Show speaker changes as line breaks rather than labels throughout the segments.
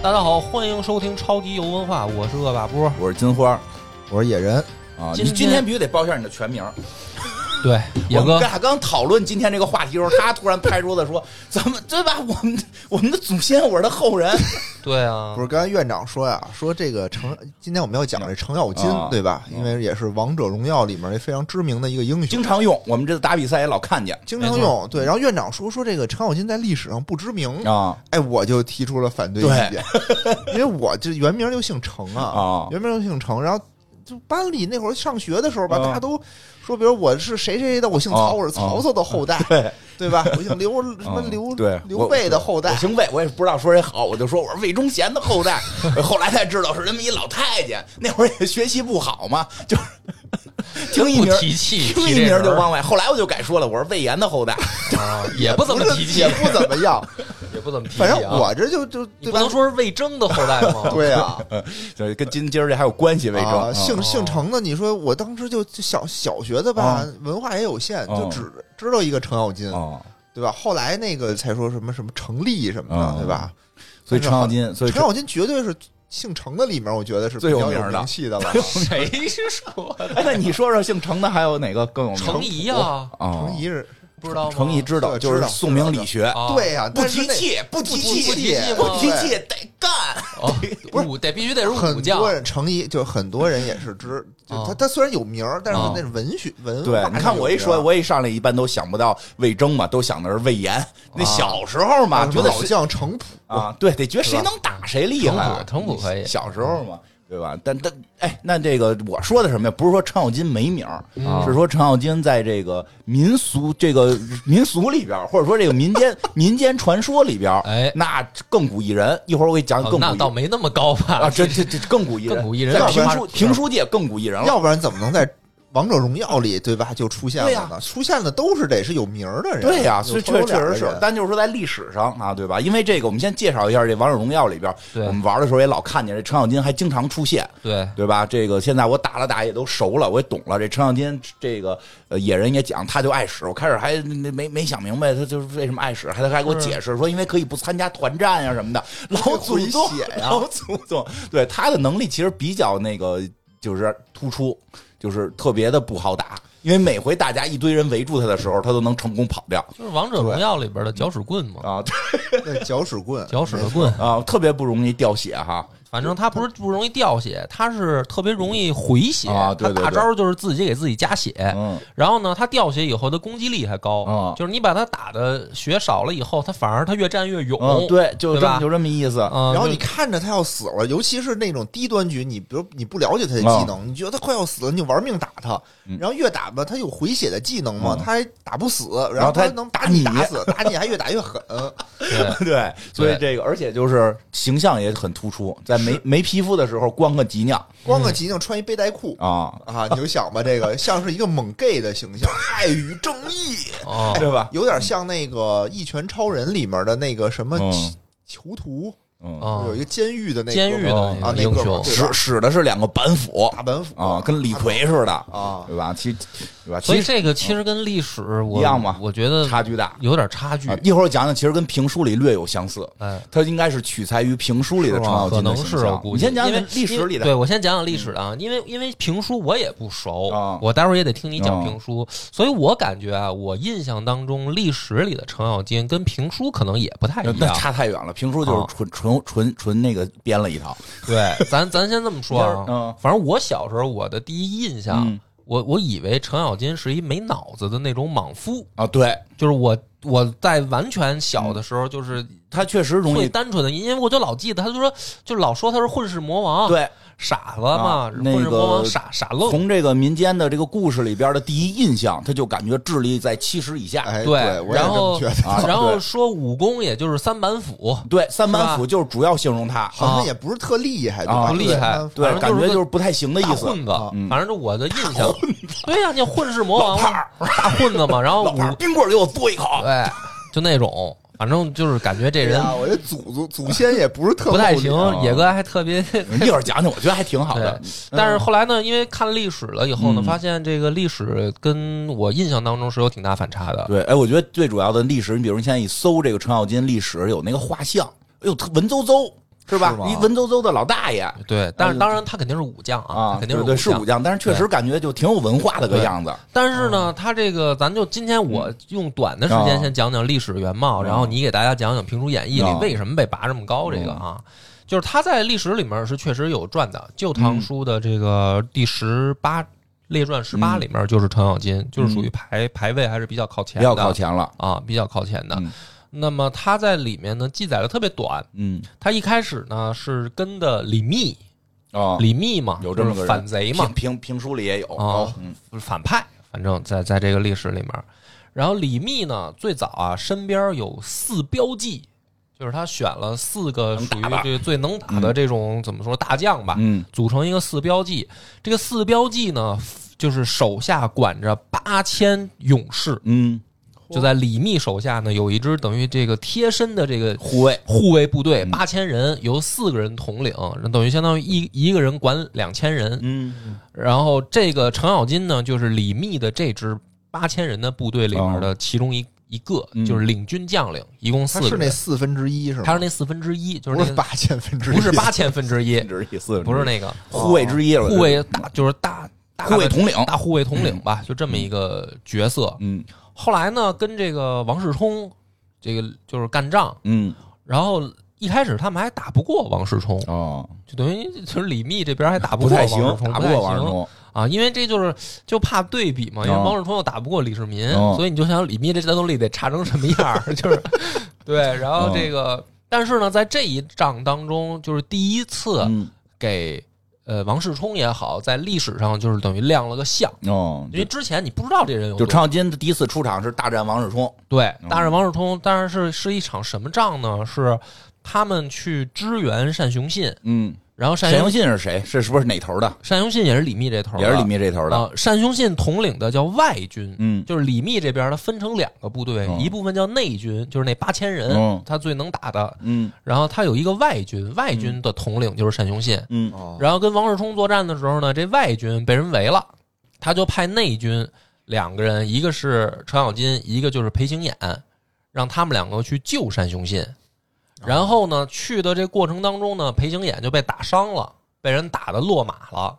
大家好，欢迎收听超级游文化，我是恶霸波。
我是金花
我是野人，
啊，
今
你今
天
天必须得报一下你的全名。
对，野
我们
哥，
俩刚讨论今天这个话题的时候，他突然拍桌子说：“ 咱们对吧？我们我们的祖先，我是他 后人。
对啊
不，是刚才院长说呀，说这个程，今天我们要讲这程咬金
啊，
对吧？
嗯
因为也是王者荣耀里面那非常知名的一个英雄
经，常用，我们这次打比赛也老看见
经
没
常
错
用。对，然后院长说说这个程咬金在历史上不知名，
啊。
哎，我就提出了反对意
对
见，因为我这原名就姓程
啊
啊，原名就姓程，然后。就班里那会儿上学的时候吧，
啊
大家都说，比如我是谁谁的，我姓
啊
曹，我是曹操的后代，
对
对吧？我姓刘，什么刘
嗯对
刘
我
备的后代
我，姓魏，我也不知道说谁好，我就说我是魏忠贤的后代。 后来才知道是这么一老太监，那会儿也学习不好嘛， 就是听一
不
名
提气，
听
提
一
这
名
人
就往外。后来我就改说了，我是魏延的后代。
啊，也不怎么提气
也，不怎么 样。
啊
也不怎么提气
反正
啊。
我这就就
你不
对吧
能？说是魏征的后代吗？
对啊，
就是跟今今儿这还有关系为证。
啊，
嗯
姓姓
哦
程的，你说我当时就就小小学的吧
啊，
文化也有限，
哦
就只知道一个程咬金，
哦，
对吧？后来那个才说什么什么程立什么
哦
的，对吧？
所以程咬金，所以
程咬金绝对是姓程的里面，我觉得是
最有
比较
名儿的
名 气的了。
谁是说的
哎，那你说说姓程的还有哪个更有名？
程颐啊？
啊，
程颐是，
不知道吗？
程颐知道，
对
就是
知道
宋明理学，
啊，
对呀，
不
但是
提
那
气，不提
不
气，
不提气
不提
嘛
气得干。
哦，
不是
武得必须得是武
很
将
多人程颐就很多人也是知，
嗯
就
啊
他他虽然有名儿，但是
啊
那是文学文
对，
化
你看哎我一啊说，
上有名儿
我一上来一般都想不到魏征嘛，都想的是魏延。那小时候嘛，
啊
觉
什么
得
老
谁
将程普
啊，对，得觉得谁
是吧
能打谁厉害。啊
程普程普可以
小时候嘛，对吧？但但哎，那这个我说的什么呀？不是说程咬金没名儿，
嗯
是说程咬金在这个民俗这个民俗里边儿，或者说这个民 间民间传说里边儿，
哎
那亘古一人。一会儿我给你讲
哦
亘古
那
一
倒
人。
没那么高吧？
啊，这这这亘古一人，
亘古一人
在
要不
评
然
书评书界亘古一人了。
要不然怎么能在王者荣耀里对吧就出现了呢？
对
出现的都是得是有名儿的人，
对呀、
啊
有
所以
头有
确确
脸的
实是
人，
但就是说在历史上啊，对吧？因为这个，我们先介绍一下这《王者荣耀》里边，
对
我们玩的时候也老看见这程咬金还经常出现，
对，
对吧？这个现在我打了打也都熟了，我也懂了。这程咬金这个呃野人也讲，他就爱使。我开始还没没没想明白他就是为什么爱使，还他还给我解释说，因为可以不参加团战啊呀、什么的。老祖宗
回血，呀
老祖宗，对他的能力其实比较那个就是突出，就是特别的不好打。因为每回大家一堆人围住他的时候，他都能成功跑掉。
就是王者荣耀里边的搅屎棍嘛，
啊对
那搅屎棍，
搅屎的棍。
啊，特别不容易掉血哈。
反正他不是不容易掉血，他是特别容易回血。
啊对对
他大
对
招就是自己给自己加血。
嗯
然后呢，他掉血以后的攻击力还高，
啊
就是你把他打的血少了以后，他反而他越战越勇。
嗯，对，就
哦对
这
吧
么就这么意思。
嗯，
然后
就
你看着他要死了，尤其是那种低端局，你比如你不了解他的技能，你觉得他快要死了，你就玩命打他，然后越打吧，他有回血的技能嘛，
嗯
他还打不死，
然
然
后
后
他
他能把你
打你
打死，打你还越打越狠，
对
对，所以这个，而且就是形象也很突出，在没没皮肤的时候光个脊梁
光个脊梁穿一背带裤。
啊，
啊，你就想吧，这个像是一个猛 gay 的形象，爱与正义，
哦，
对吧？
有点像那个《一拳超人》里面的那个什么
嗯
囚囚徒，
嗯，
哦
有一个监狱的那
监狱
个
的
啊
那个
那
英
哥们
雄
儿，对吧
使使的是两个板斧
大板斧
啊，跟李逵似的
啊
对吧？其对吧？
所以嗯
其实
这个其实跟历史我
一样嘛
我觉得
差距大。
有点差距
啊。一会儿我讲讲，其实跟评书里略有相似，
哎，
它应该是取材于评书里的程咬
可
金的
能
形
是
象。
我估
你
计，
先讲
因为
讲历史里的
对我先讲讲历史的啊，因为因为评书我也不熟
啊，
我待会儿也得听你讲
啊
评书，所以我感觉啊，我印象当中历史里的程咬金跟评书可能也不太一
那
样。
差太远了，评书就是
嗯啊
纯纯纯纯那个编了一套，
对，咱咱先这么说
你要 是嗯
啊，反正我小时候我的第一印象
嗯，
我我以为程咬金是一没脑子的那种莽夫，
啊，对，
就是我我在完全小的时候就是
他确实嗯容
最
易
单纯的，因为我就老记得他就说就老说他是混世魔王，
对。
傻子嘛，
啊
混
那
世魔王
个
傻傻愣。
从这个民间的这个故事里边的第一印象，他就感觉智力在七十以下。
哎，
对
我也
然
这么
后
觉得，
啊
然后
对
说武功也就是三板斧，
对，三板斧就是主要形容他，
好像也不是特厉害，对
啊
吧？
不厉害
对，
对
反，正
感
就是
觉
个
就是不太行的
大
意思。嗯
混子
啊，
反正就我的印象，对呀，你混世魔王嘛，大混子嘛，然后
老
武
牌冰棍儿给我嘬一口，
对，就那种，反正就是感觉这
哎
人
呀，我这祖祖祖先也不是特
不太
够力
行
啊。
野哥还特别
一会儿讲讲，我觉得还挺好
对
的。，
但是后来呢，因为看历史了以后呢，
嗯
发现这个历史跟我印象当中是有挺大反差的。
对，哎，我觉得最主要的历史，你比如你现在一搜这个程咬金历史，有那个画像，哎呦，特文绉绉，是吧
是？吗
一文绉绉的老大爷
对，但
嗯
是当然他肯定是武将啊，
啊
他，肯定是
对对是
武
武。将，但是确实感觉就挺有文化的个
对
样子。
但是
哦
呢，他这个咱就今天我用短的时间先讲讲历史原貌，
嗯
然后你给大家讲讲《评书演义》
嗯
里为什么被拔这么高这个
哦
啊。就是他在历史里面是确实有传的，《旧唐书》的这个第十八列传十八
嗯
里面就是程咬金，就是属于排排位还是比较靠前
比
的，
较靠前了，
啊，比较靠前的。
嗯
那么他在里面呢记载的特别短，
嗯
他一开始呢是跟的李密，
哦，
李密嘛，
有这么
就是
个人
反贼嘛
评，评评书里也有
啊
嗯
反派，反正在在这个历史里面。然后李密呢，最早啊，身边有四标记，就是他选了四个
能打
属于
吧
这最能打的这种、怎么说大将吧，
嗯
组成一个四标记。这个四标记呢，就是手下管着八千勇士，
嗯，
就在李密手下呢，有一支等于这个贴身的这个
护卫嗯
护卫部队八千人，由四个人统领，等于相当于一一个人管两千人。
嗯
然后这个程咬金呢，就是李密的这支八千人的部队里面的其中一一个
嗯，
就是领军将领，一共
他
四
是
个
那
人，
四分之一是吗？
他是那四分之一，就是
不是
那
八千分之一，
不是八千分之 一，
之一四分之一
不是那个
护卫之一，我觉得
护卫大，就是大大的
护卫统领，
大护卫统领吧，就这么一个角色。
嗯
后来呢，跟这个王世充这个就是干仗，
嗯
然后一开始他们还打不过王世充，
哦，
就等于就是李密这边还打
不
过
太
王
行
世，充，
打
不
不
太
过王世
行
充，
啊，因为这就是就怕对比嘛，因为
哦
王世充又打不过李世民，
哦
所以你就想李密这战斗力得差成什么样儿， 就是对，然
哦
后这个，但是呢，在这一仗当中，就是第一次
嗯
给、呃王世充也好，在历史上就是等于亮了个相。
哦，
因为之前你不知道这人有
就
多
程咬金的第一次出场是大战王世充，
对，
嗯
大战王世充，但是是是一场什么仗呢？是他们去支援单雄信，
嗯，
然后单
单
雄
雄信是谁？是是不是哪头的？
单雄信也是李密这头的，
也是李密这头的，
啊。单雄信统领的叫外军，
嗯
就是李密这边呢分成两个部队，
嗯
一部分叫内军，就是那八千人，
嗯
他最能打的。
嗯
然后他有一个外军，外军的统领就是单雄信。
嗯
哦，
然后跟王世充作战的时候呢，这外军被人围了，他就派内军两个人，一个是程咬金，一个就是裴行俨，让他们两个去救单雄信。然后呢，去的这过程当中呢，裴行俨就被打伤了，被人打的落马了。
哦啊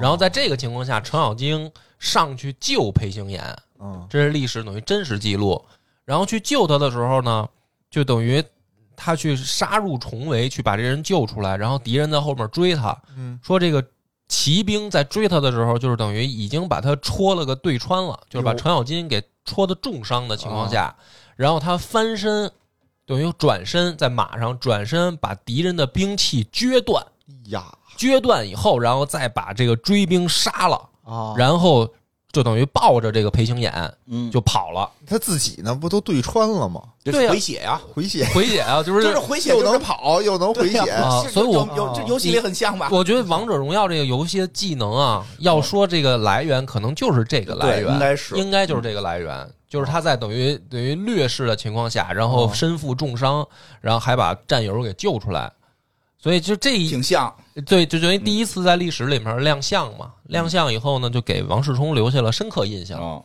然后在这个情况下，程咬金上去救裴行俨，
嗯
这是历史等于真实记录。然后去救他的时候呢，就等于他去杀入重围，去把这人救出来，然后敌人在后面追他，
嗯，
说这个骑兵在追他的时候，就是等于已经把他戳了个对穿了，就是把
哟啊
程咬金给戳的重伤的情况下，然后他翻身，等于转身在马上转身把敌人的兵器撅断，
呀
撅断以后，然后再把这个追兵杀了，
啊，
然后就等于抱着这个裴行俨
嗯，
就跑了。
他自己呢不都对穿了吗？
对
就
呀
回血呀，
回血
回血啊，就是
就是回血
又
就
能
是
跑又能回血，
对呀
啊
是
所以我
有有这游戏里很像吧？
我觉得《王者荣耀》这个游戏的技能啊，要说这个来源，可能就是这个来
对
源，
应该是
应该就是这个来源，就是他在等于等于劣势的情况下，然
哦
后身负重伤，然后还把战友给救出来，所以就这一
挺嗯像，
对，就等于第一次在历史里面亮相嘛，亮相以后呢，就给王世充留下了深刻印象。
嗯哦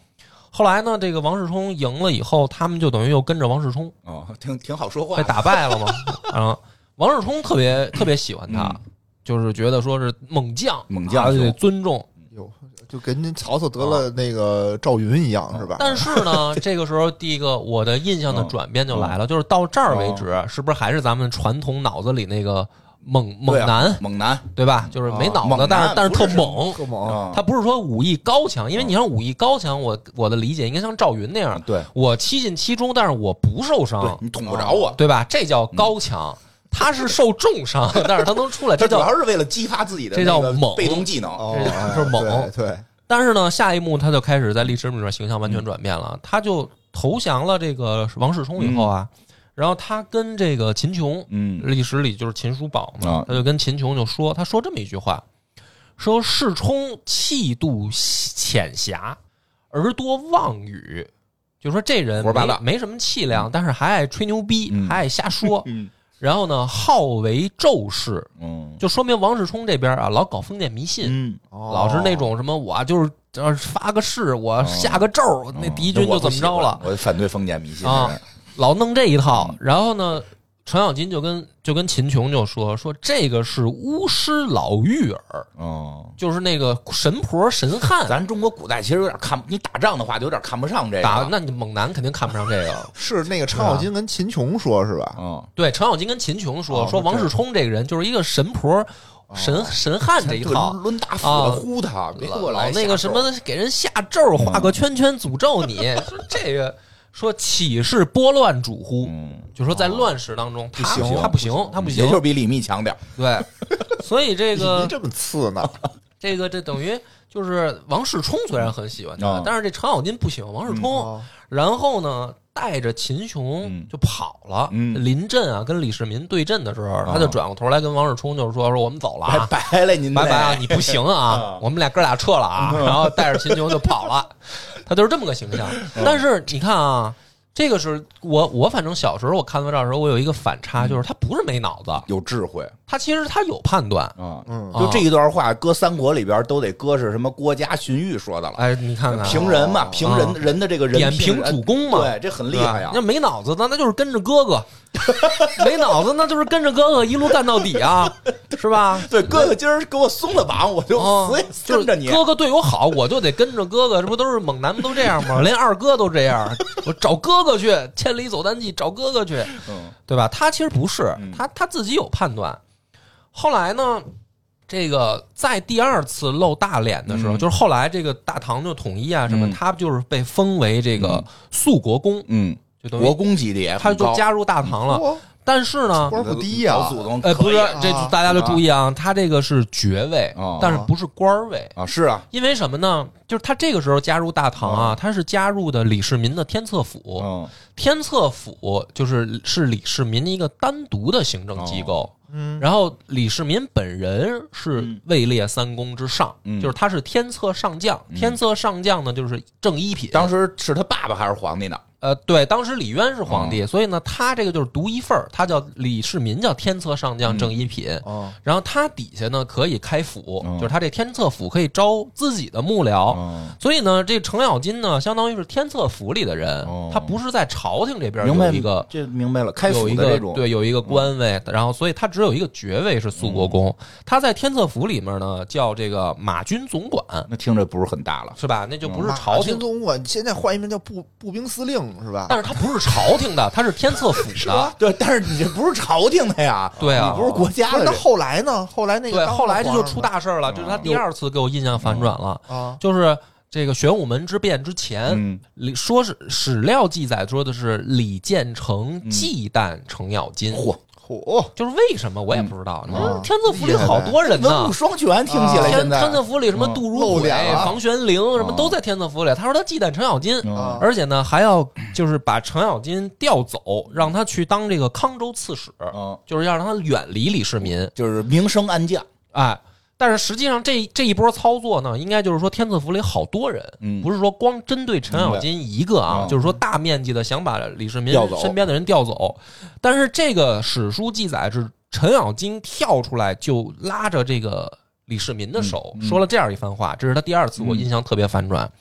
后来呢，这个王世充赢了以后，他们就等于又跟着王世充
哦，挺挺好说
被
话，
打败了 嘛，啊，王世充特别特别喜欢他
嗯。
就是觉得说是猛将，
猛将
啊
是吧
得尊重，
哟，就跟那曹操得了那个赵云一样是吧？
但是 呢，这个时候第一个我的印
嗯
象的转变就来了，就是到这儿
哦
为止，是不是还是咱们传统脑子里那个猛猛
对啊
男，
猛男
对吧？就是没脑
猛
子
男，
但是但是特
不是
猛。
特猛，
啊，
哦他不是说武艺高强，因为
嗯
你像武艺高强，我我的理解应该像赵云那样，
对
我七进七中，但是我不受
对嗯
伤，
你捅不着我，
对吧？这叫高强。他是受重伤，但是他能出来，
他
这
主
叫
要是为了激发自己的
这
那
叫
个
猛
被动技能，
哦，
这就是猛
哎对，对
但是呢，下一幕他就开始在历史里面形象完全转变了，
嗯
他就投降了这个王世充以后啊，然后他跟这个秦琼，
嗯
历史里就是秦叔宝嘛，
啊
他就跟秦琼就说，他说这么一句话，说世充气度浅狭，而多妄语，就说这人
胡说八
没
道
没什么气量，但是还爱吹牛逼，
嗯，
还爱瞎说
嗯
然后呢，好为咒士，
嗯
就说明王世充这边啊老搞封建迷信，
嗯，
哦。
老是那种什么，我就是呃发个誓，我下个咒，那敌军
哦那我
就
不
怎么着了，
喜欢我反对封建迷信
啊
这事儿
老弄这一套。然后呢，程咬金就跟就跟秦琼就说说这个是巫师老妪儿，
哦，
就是那个神婆神汉。
咱中国古代其实有点看，你打仗的话就有点看不上这个。
打那你猛男肯定看不上这个
是那个程咬金跟秦琼说，是吧？
嗯，
对，程咬金跟秦琼说
哦
说王
对
世充这个人就是一个神婆神神汉这一
对
套，
抡大斧
啊
子呼他，别给
老
我
老
来
那个什
下手嗯
么给人下咒，画个圈圈诅咒 你，说这个说岂是拨乱主乎？
嗯，
就说在乱世当中，他
行
他不行，他不行
也就，是比李密强点儿。
对，所以这
你
个
这么次呢？
这个这等于就是王世充虽然很喜欢他
嗯，
但是这程咬金不行，王世充，
哦
然后呢带着秦琼
嗯
就跑了。
嗯
临阵啊，跟李世民对阵的时候，他就转过头来跟王世充就是说说我们走了
拜
啊，
拜了，您
拜拜啊，
嘞
你不行啊
嗯，
我们俩哥俩撤了啊，然后带着秦琼就跑了，他就是这么个形象。但是你看啊，这个是我我反正小时候我看到这儿的时候，我有一个反差，就是他不是没脑子，
有智慧
他其实他有判断。
啊！
嗯
就这一段话，搁三国里边都得搁是什么郭嘉、荀彧说的了。
哎，你看看啊
评人嘛，评人
啊
人的这个人
点评
人
主公嘛，
对，这很厉害呀
那。没脑子的，那就是跟着哥哥；没脑子，那就是跟着哥哥一路干到底啊，是吧？
对，哥哥今儿给我松了绑，我就
啊
死也，
就
跟着
是
你。
哥哥对我好，我就得跟着哥哥，这不都是猛男们 都这样吗？连二哥都这样， 我找哥哥去，《千里走单骑》找哥哥去，
嗯
对吧？他其实不是
嗯，
他他自己有判断。后来呢，这个在第二次露大脸的时候，
嗯
就是后来这个大唐就统一啊什么，
嗯
他就是被封为这个
嗯
肃国公，
嗯，
就等于
国公级的也
他
很
就
高，
加入大唐了。
哦
但是呢，
官不低呀
老祖宗
呃，不
可以
是，这
啊
大家就注意啊，他这个是爵位
哦，
但是不是官儿位。
啊，是啊，
因为什么呢？就是他这个时候加入大唐啊，他是加入的李世民的天策府，
嗯
天策府就是是李世民一个单独的行政机构。
嗯，
然后李世民本人是
哦嗯
位列三公之上，
嗯
就是他是天策上将，天策上将呢就是正一品。
当时是他爸爸还是皇帝呢？
呃，对，当时李渊是皇
哦
帝，所以呢，他这个就是独一份儿，他叫李世民叫天策上
嗯
将正一品。
哦，
然后他底下呢可以开府，
嗯
就是他这天策府可以招自己的幕僚。
哦，
所以呢，这程咬金呢，相当于是天策府里的人，
哦
他不是在朝廷这边
明白
有一个
这明白了，开
有
府
一
的
个
这种，
对有一个官位，然后所以他只有一个爵位是肃国公，
嗯
他在天策府里面呢叫这个马军总管，
那听着不是很大了。
是吧？那就
嗯
不是
马
朝
军
廷，
总管现在换一名叫步步兵司令是吧？
但是他不是朝廷的，他是天策府的。
对， 但是你这不是朝廷的呀，
对啊
你不是国家
不是
的
那
这，
后来呢？后来那个
对，
当了
后来这就
皇上
出大事儿了，这是
嗯
他第二次给我印象反转了，
啊，
就是这个玄武门之变之前，
嗯
李说是史料记载说的是李建成忌惮程咬金，
嗯嚯，嗯
嚯，
就是为什么我也不知道。你说
啊
天策府里好多人
文
呢
武，双全，听起
啊
来
天
现在
天策府里什么
嗯
杜如
露
晦、
脸了
房玄龄什么
啊
都在天策府里。他说他忌惮程咬金，
啊
嗯
而且呢还要就是把程咬金调走，让他去当这个康州刺史，
嗯，
就是要让他远离李世民。
就是明升暗降，
哎，但是实际上这这一波操作呢，应该就是说天策府里好多人，
嗯
不是说光针对程咬金一个啊，
嗯
就是说大面积的想把李世民
调走
身边的人调走。但是这个史书记载是程咬金跳出来就拉着这个李世民的手，
嗯嗯嗯
说了这样一番话，这是他第二次我印象特别反转。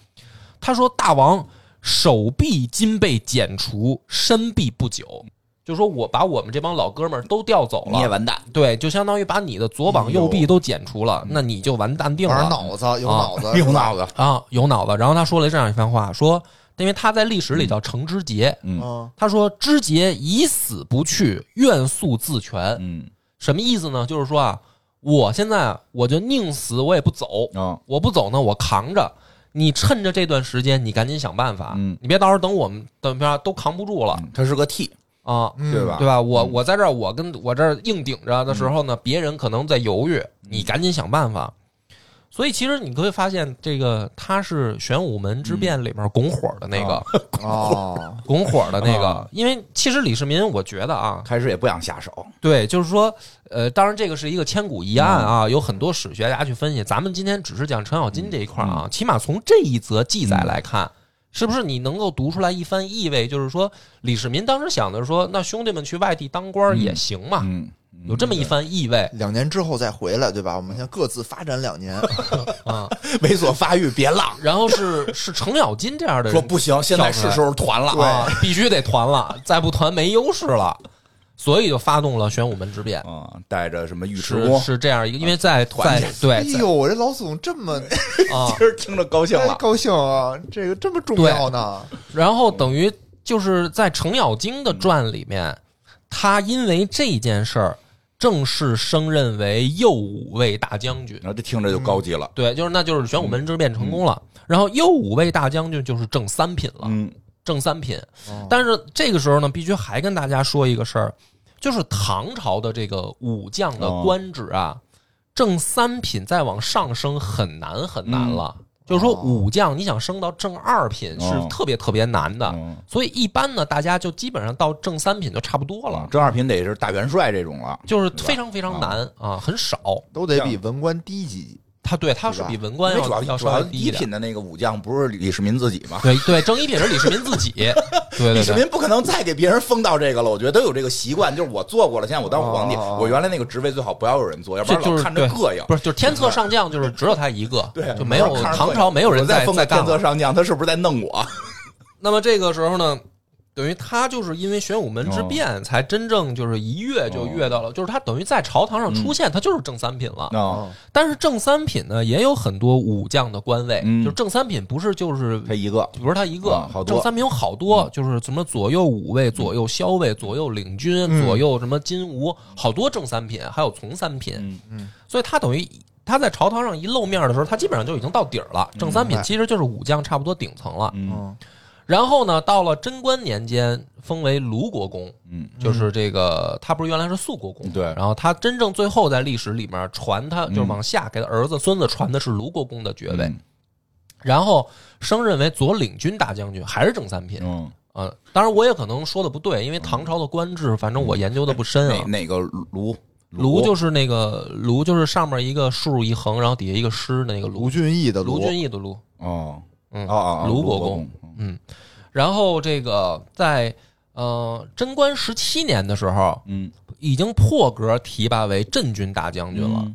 他说：“大王手臂今被剪除，身臂不久。”就说我把我们这帮老哥们儿都调走了，
你也完蛋。
对，就相当于把你的左膀右臂都剪除了，那你就完蛋定
玩
了
脑子有
啊
脑子
有脑子，
啊！有脑子。然后他说了这样一番话，说，因为他在历史里叫程之杰，
嗯
啊，
他说知节以死不去，愿速自全。
嗯
什么意思呢？就是说啊，我现在我就宁死我也不走，
啊
我不走呢，我扛着。你趁着这段时间，你赶紧想办法，
嗯
你别到时候等我们等边都扛不住了
嗯他是个 T，
啊！
嗯
对吧
对吧？我我在这儿，我跟我这儿硬顶着的时候
嗯
呢，别人可能在犹豫，你赶紧想办法。所以其实你可以发现，这个他是玄武门之
嗯
变里面拱火的那个，
哦，
拱火的那个
啊。
因为其实李世民，我觉得啊，
开始也不想下手，
对，就是说，呃，当然这个是一个千古疑案啊，
嗯
有很多史学家去分析。咱们今天只是讲程咬金这一块儿
嗯
啊，起码从这一则记载来看，是不是你能够读出来一番意味？就是说，李世民当时想的是说，那兄弟们去外地当官儿也行嘛，
嗯，
有这么一番意味
两年之后再回来，对吧？我们先各自发展两年，
啊。
猥琐发育，别浪，
然后是是程咬金这样的
说
人啊
不行，现在是时候团了，
啊，必须得团了，再不团没优势了。所以就发动了玄武门之变，
嗯，带着什么尉迟
是
恭，
是这样一个，因为在
团
在
结
哎
对在
呦，我这老总这么
啊，
今儿听着高兴
太
了，
高兴啊，这个这么重要呢？
然后等于就是在程咬金的传里面，他因为这件事儿正式升任为右武卫大将军。
然后这听着就高级了，
对，就是那就是玄武门之变成功了，然后右武卫大将军就是正三品了，
嗯
正三品。
哦
但是这个时候呢，必须还跟大家说一个事儿，就是唐朝的这个武将的官职
哦
啊，正三品再往上升很难很难了。就是说，
哦
武将你想升到正二品
嗯哦
是特别特别难的，
嗯，
所以一般呢，大家就基本上到正三品就差不多了，
正二品得是大元帅这种了，
就是非常非常难啊，很少。
都得比文官低级。
他对他是
是吧
比文
因
官
为主
要
要
要
主
稍
要
微低
一
一点。
品的那个武将不是李世民自己吗？
对对，正一品是李世民自 己，对
李
对
世
对，
民不可能再给别人封到这个了，我觉得都有这个习惯，就是我做过了，现在我当皇帝，
哦
我原来那个职位最好不要有人做，要不
这
然
啊就
老
是
看着
对，
膈应。
不是就是天策上将，就是只有他一个，
对，
就没有
我看着膈
唐
应
朝没有人
我再封个
再干
天
了
策。上将，他是不是在弄我？
那么这个时候呢，等于他就是因为玄武门之变，才真正就是一跃就跃到了，就是他等于在朝堂上出现，他就是正三品了。
啊，
哦
但是正三品呢，也有很多武将的官位，
嗯
就是正三品不是就是
他一个
不是他一个，
啊好多
正三品有哦好多，嗯就是什么左右武卫、左右骁卫、左右领军、
嗯
左右什么金吾，好多正三品，还有从三品，
嗯
嗯
所以他等于他在朝堂上一露面的时候，他基本上就已经到底儿了。正三
明
品
白
其实就是武将差不多顶层了。
嗯
嗯
然后呢，到了贞观年间，封为卢国公，
嗯，
就是这个他不是原来是肃国公吗，
对嗯
然后他真正最后在历史里面传他就是往下给他儿子孙子传的是卢国公的爵位，然后升任为左领军大将军，还是正三品。
嗯，
呃，当然我也可能说的不对，因为唐朝的官制，反
嗯
正我研究的不深
哪
啊。
哪个卢
卢就是那个卢，就是上面一个竖一横，然后底下一个师的那个卢，
卢俊义的
卢
卢，
俊义的卢。
哦
嗯
哦哦，
卢
国
国公，嗯，然后这个在呃贞观十七年的时候，
嗯，
已经破格提拔为镇军大将军
嗯
了。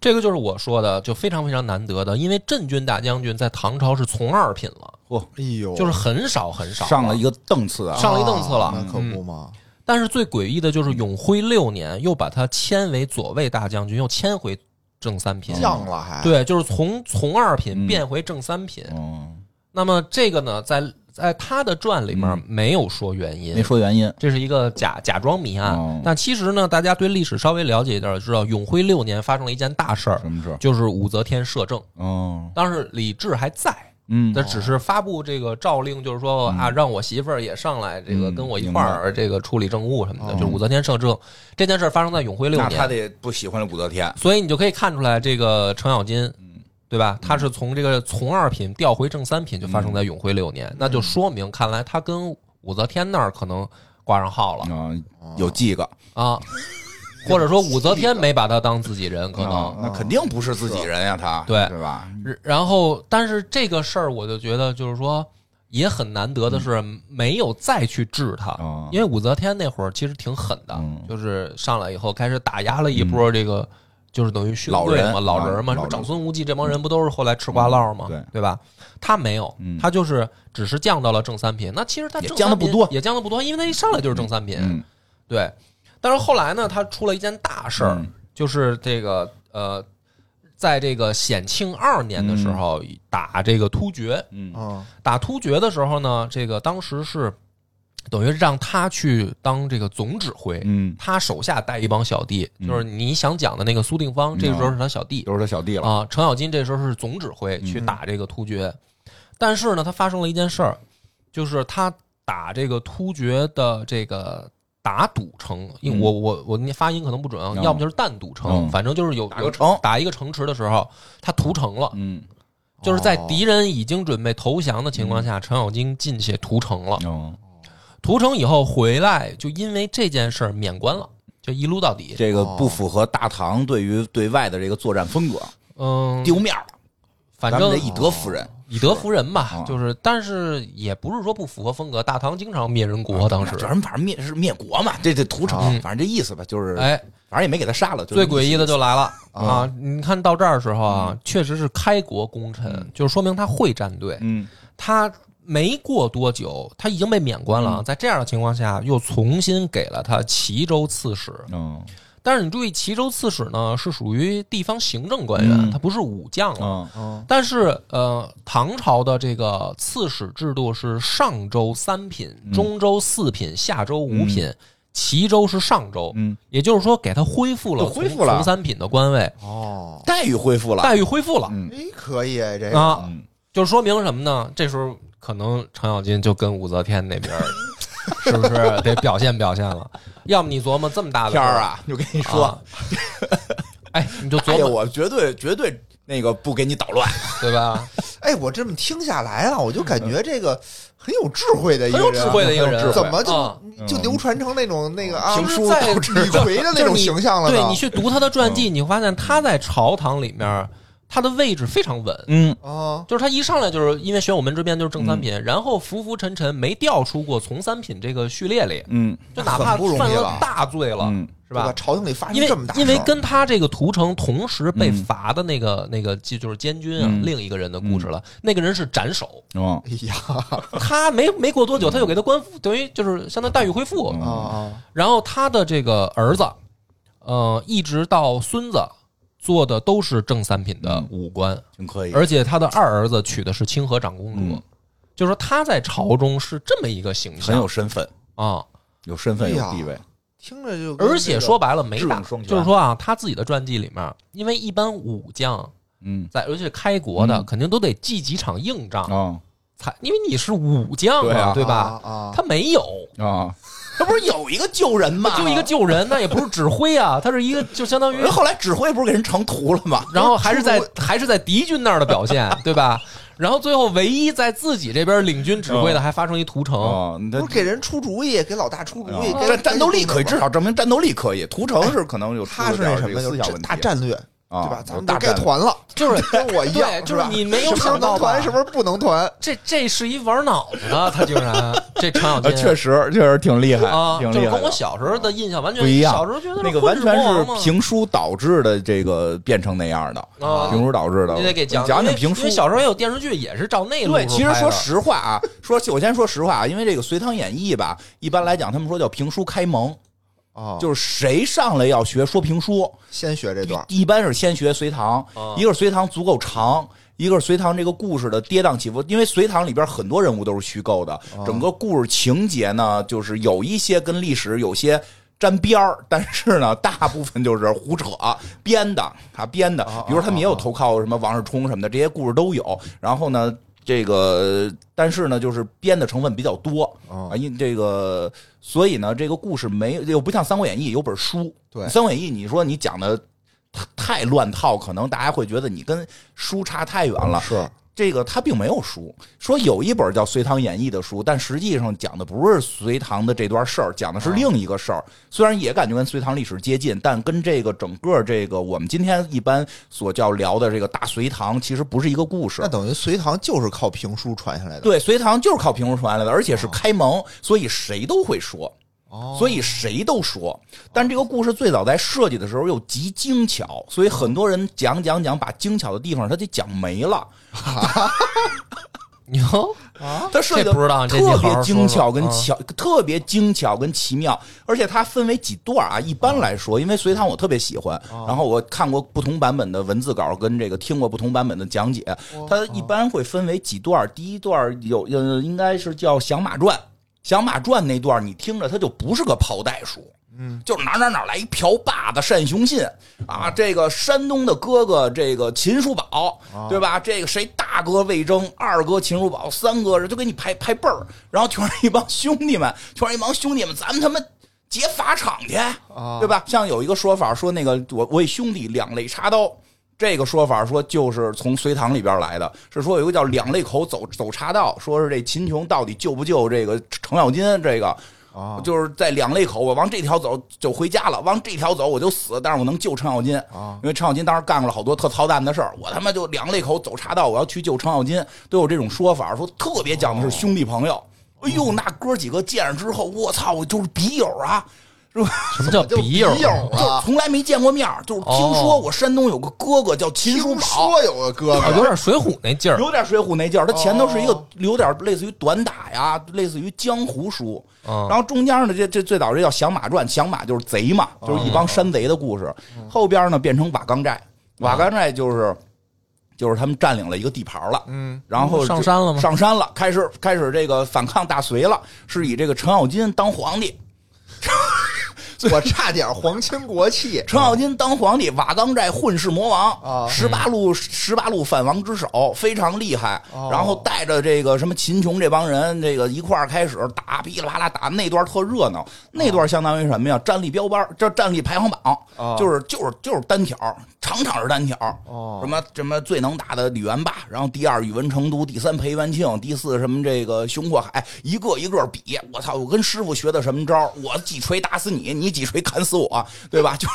这个就是我说的，就非常非常难得的，因为镇军大将军在唐朝是从二品了，
哎呦，
就是很少很少
上了
了
一个档次啊，
上了一档次了
啊那可不嘛。
但是最诡异的就是永徽六年又把他迁为左卫大将军，又迁回正三品。
降了还，
嗯对，就是从从二
嗯
品变回正三品。
哦，
那么这个呢，在在他的传里面
嗯
没有说原因，
没说原因，
这是一个假假装谜案。
哦
但其实呢，大家对历史稍微了解一点，知道永徽六年发生了一件大事儿，
什么事？
就是武则天摄政。
哦，
当时李治还在，
嗯
他只是发布这个诏令，就是说啊，让我媳妇儿也上来，这个
嗯哦
跟我一块儿这个处理政务什么的，就是武则天摄政这件事儿发生在永徽六
那他
年，
得不喜欢武则天，
所以你就可以看出来，这个程咬金，
嗯
对吧？他是从这个从二品调回正三品，就发生
嗯
在永徽六年，那就说明看来他跟武则天那儿可能挂上号了
啊，有几个，
啊，或者说武则天没把他当自己人，可能
啊。那肯定不是自己人呀，他
对
对吧？
然后，但是这个事儿，我就觉得就是说，也很难得的是没有再去治他，
哦
啊因为武则天那会儿其实挺狠的，
嗯
就是上来以后开始打压了一波这个，就是等于勋
老
贵
人
嘛、老
啊
人嘛，
老
什么
人
长孙无忌这帮人不都是后来吃瓜烙嘛，
嗯
对吧？他没有，
嗯
他就是只是降到了正三品。那其实他
也
正
降得
三品
不多
也降的不多，因为他一上来就是正三品，
嗯
对。但是后来呢，他出了一件大事
嗯
儿，就是这个呃，在这个显庆二年的时候打这个突厥，
嗯
嗯，
打突厥的时候呢，这个当时是等于让他去当这个总指挥，
嗯，
他手下带一帮小弟，
嗯
就是你想讲的那个苏定方，这个时候是他小弟
就是他小弟了，嗯
啊，程咬金这时候是总指挥去打这个突厥，但是呢，他发生了一件事儿，就是他打这个突厥的这个。打赌城，因为
嗯
我我我那发音可能不准啊
嗯，
要么就是弹赌城，
嗯
反正就是有
打个
有
城
打一个城池的时候，他屠城了，
嗯
就是在
哦
敌人已经准备投降的情况
嗯
下，程咬金进去屠城了。
哦，
屠城以后回来，就因为这件事儿免官了，就一撸到底。
这个不符合大唐对于对外的这个作战风格，
嗯，
丢面儿了，
反
咱们
正
得以德服人。
以德服人吧
啊，
就是，但是也不是说不符合风格。大唐经常灭人国，当时
主，要反正灭是灭国嘛，这这屠城
啊，
反正这意思吧，就是
哎，
反正也没给他杀了。就
最
是
诡异的就来了啊！你看
嗯
到这儿的时候啊，确实是开国功臣，就是说明他会站队，
嗯
他没过多久，他已经被免官了。啊在这样的情况下，又重新给了他齐州刺史。
嗯
但是你注意，齐州刺史呢是属于地方行政官员，
嗯
他不是武将啊了。
嗯
嗯
但是，呃，唐朝的这个刺史制度是上州三品，
嗯
中州四品，下州五品，齐州是上州，
嗯，
也就是说给他恢复了
就
从
恢复了
从三品的官位，
哦，
待遇恢复了，
待遇恢复了、
嗯
哎，可以哎这个
啊，
嗯
就说明什么呢？这时候可能程咬金就跟武则天那边 儿是不是得表现表现了？要么你琢磨这么大的事
天儿，啊，我跟你说，
啊哎，你就
哎
琢
呀，
磨
我绝对绝对那个不给你捣乱，
对吧？
哎，我这么听下来啊，我就感觉这个很有智慧的一个
很
人，
有智慧的一个
很有智
人，
慧
怎么
啊
就就流传成那种那个啊
评书导致的
李逵的那种形象了呢？嗯
对你去读他的传记，你会发现他在朝堂里面，他的位置非常稳。
嗯
啊，
就是他一上来就是因为玄武门之变就是
嗯
正三品，然后浮浮沉沉没掉出过从三品这个序列里，
嗯
就哪怕
很不容易
犯
了
大罪了，
嗯
是
对吧？
吧？
朝廷里发
因
生
为
这么大事儿，
因为跟他这个屠城同时被
嗯
罚的那个、那个记就是监军啊，
嗯
另一个人的故事了。那个人是斩首，
哦
哎呀
他没没过多久他就给他官复，等于就是相当于待遇恢复。
嗯
啊啊，
然后他的这个儿子，呃，一直到孙子做的都是正三品
嗯
的武官，
挺可以，
而且他的二儿子娶的是清河长公主，
嗯
就是说他在朝中是这么一个形
很
象
有身份，
啊。
有身份
对
有
呀
地位，
听着就跟
而且
这个啊
说白了没
智
打，
勇双全
就是说啊，他自己的传记里面，因为一般武将
嗯
在，尤其是开国的，
嗯
肯定都得记几场硬仗
哦
才，因为你是武将
对
嘛，
啊
对吧？
啊啊，
他没有，
哦，他不是有一个救人吗？
就一个救人，那也不是指挥啊，他是一个就相当于
人后来指挥不是给人成屠了吗？
然后还是在
出
还是在敌军那儿的表现，对吧？然后最后唯一在自己这边领军指挥的，还发生一屠城，
哦，那
不是给人出主意，给老大出
啊
主意，给
战战斗力可
哦
以，至少证明战斗力可以。屠城是可能有出
他
了
是
点
那
儿
什
这个
么，就
思
是
想
战
问题，
大战略，
啊
对吧？咱们
大
都该
战略
团了，
就是
跟我一
对
样，
就是
吧
你没有
什么时候
想到
能团，
吧
什么时候不能团，
这这是一玩脑子的，他竟然 这程咬
呃，
金
确实确实挺厉害，
啊，
挺
就
厉
是
害
跟我
的。
小时候的印象完全
不一样
小时候觉得
那个完全是评书导致的，这个变成那样的，
啊
评书导致的。
你得给讲
呃讲
因为
评
因
书
为。小时候也有电视剧也是照那路
对，
数
其实
拍
说
的
实话啊，说我先说实话啊，因为这个《隋唐演义》吧，一般来讲他们说叫评书开蒙，
啊
就是谁上来要学说评书，
先学这段，
一般是先学隋唐
啊，
一个是隋唐足够长，一个是隋唐这个故事的跌宕起伏。因为隋唐里边很多人物都是虚构的，整个故事情节呢，就是有一些跟历史有些。沾边儿，但是呢， 大部分就是胡扯编的啊，编的。比如他们也有投靠什么王世充什么的，这些故事都有。然后呢，这个但是呢，就是编的成分比较多
哦
啊，因这个所以呢，这个故事没又不像《三国演义》有本书，
对
《三国演义》你说你讲的太太乱套，可能大家会觉得你跟书差太远了。
是
这个他并没有书，说有一本叫《隋唐演义》的书，但实际上讲的不是隋唐的这段事儿，讲的是另一个事
啊
儿。虽然也感觉跟隋唐历史接近，但跟这个整个这个我们今天一般所叫聊的这个大隋唐其实不是一个故事
那。等于隋唐就是靠评书传下来的，
对，隋唐就是靠评书传来的，而且是开蒙，所以谁都会说。
哦，
所以谁都说，但这个故事最早在设计的时候又极精巧，所以很多人讲讲讲，把精巧的地方他给讲没了。
啊哟，
他设计的
这不知道这你好
特
好说
别
说
精巧跟
啊
巧，特别精巧跟奇妙，而且它分为几段啊。一般来说，因为隋唐我特别喜欢，
啊
然后我看过不同版本的文字稿，跟这个听过不同版本的讲解，
哦
它一般会分为几段。第一段有呃，应该是叫《响马传》。《响马传》那段你听着，它就不是个袍带书，嗯，就是哪儿哪儿哪儿来一瓢把子单雄信啊，这个山东的哥哥，这个秦叔宝，对吧？这个谁大哥魏征，二哥秦叔宝，三哥就给你排排辈儿，然后全是一帮兄弟们，全是一帮兄弟们，咱们他妈。劫法场去，对吧？像有一个说法说，那个我我与兄弟两肋插刀，这个说法说就是从隋唐里边来的，是说有一个叫两肋口走走茶道，说是这秦琼到底救不救这个程咬金？这个
啊
就是在两肋口，我往这条走就回家了，往这条走我就死，但是我能救程咬金
啊
因为程咬金当时干过了好多特操蛋的事儿，我他妈就两肋口走茶道，我要去救程咬金，都有这种说法，说特别讲的是兄弟朋友。哎呦，那哥几个见着之后，我操，我就是笔友啊。
什么叫
就
笔友？
友啊
就？从来没见过面儿，就是听说
哦
我山东有个哥哥叫秦叔
听
宝，
说有个哥
啊有
哥，
点水浒那劲儿，
有点水浒那劲儿，他前头是一个
哦
有点类似于短打呀，类似于江湖书，
嗯
然后中间呢，这这最早这叫响马传，响马就是贼嘛，就是一
哦
帮山贼的故事，
嗯
后边呢变成瓦岗寨，瓦岗寨就是就是他们占领了一个地盘了，
嗯，
然后就
上山了吗
上山了，开始开始这个反抗大隋了，是以这个程咬金当皇帝，
我差点皇亲国戚，
程咬金当皇帝，瓦岗寨混世魔
啊
王，十八路十八路反王之首，非常厉害。
哦
然后带着这个什么秦琼这帮人，这个一块儿开始打，噼里啪啦打。那段特热闹，那段相当于什么呀？战力标班，这战力排行榜
哦，
就是就是就是单挑，场场是单挑。
哦
什么什么最能打的李元霸，然后第二宇文成都，第三裴元庆，第四什么这个熊过海，哎一个一个比。我操，我跟师傅学的什么招儿？我几锤打死你，你几锤砍死我，对吧？ 就是，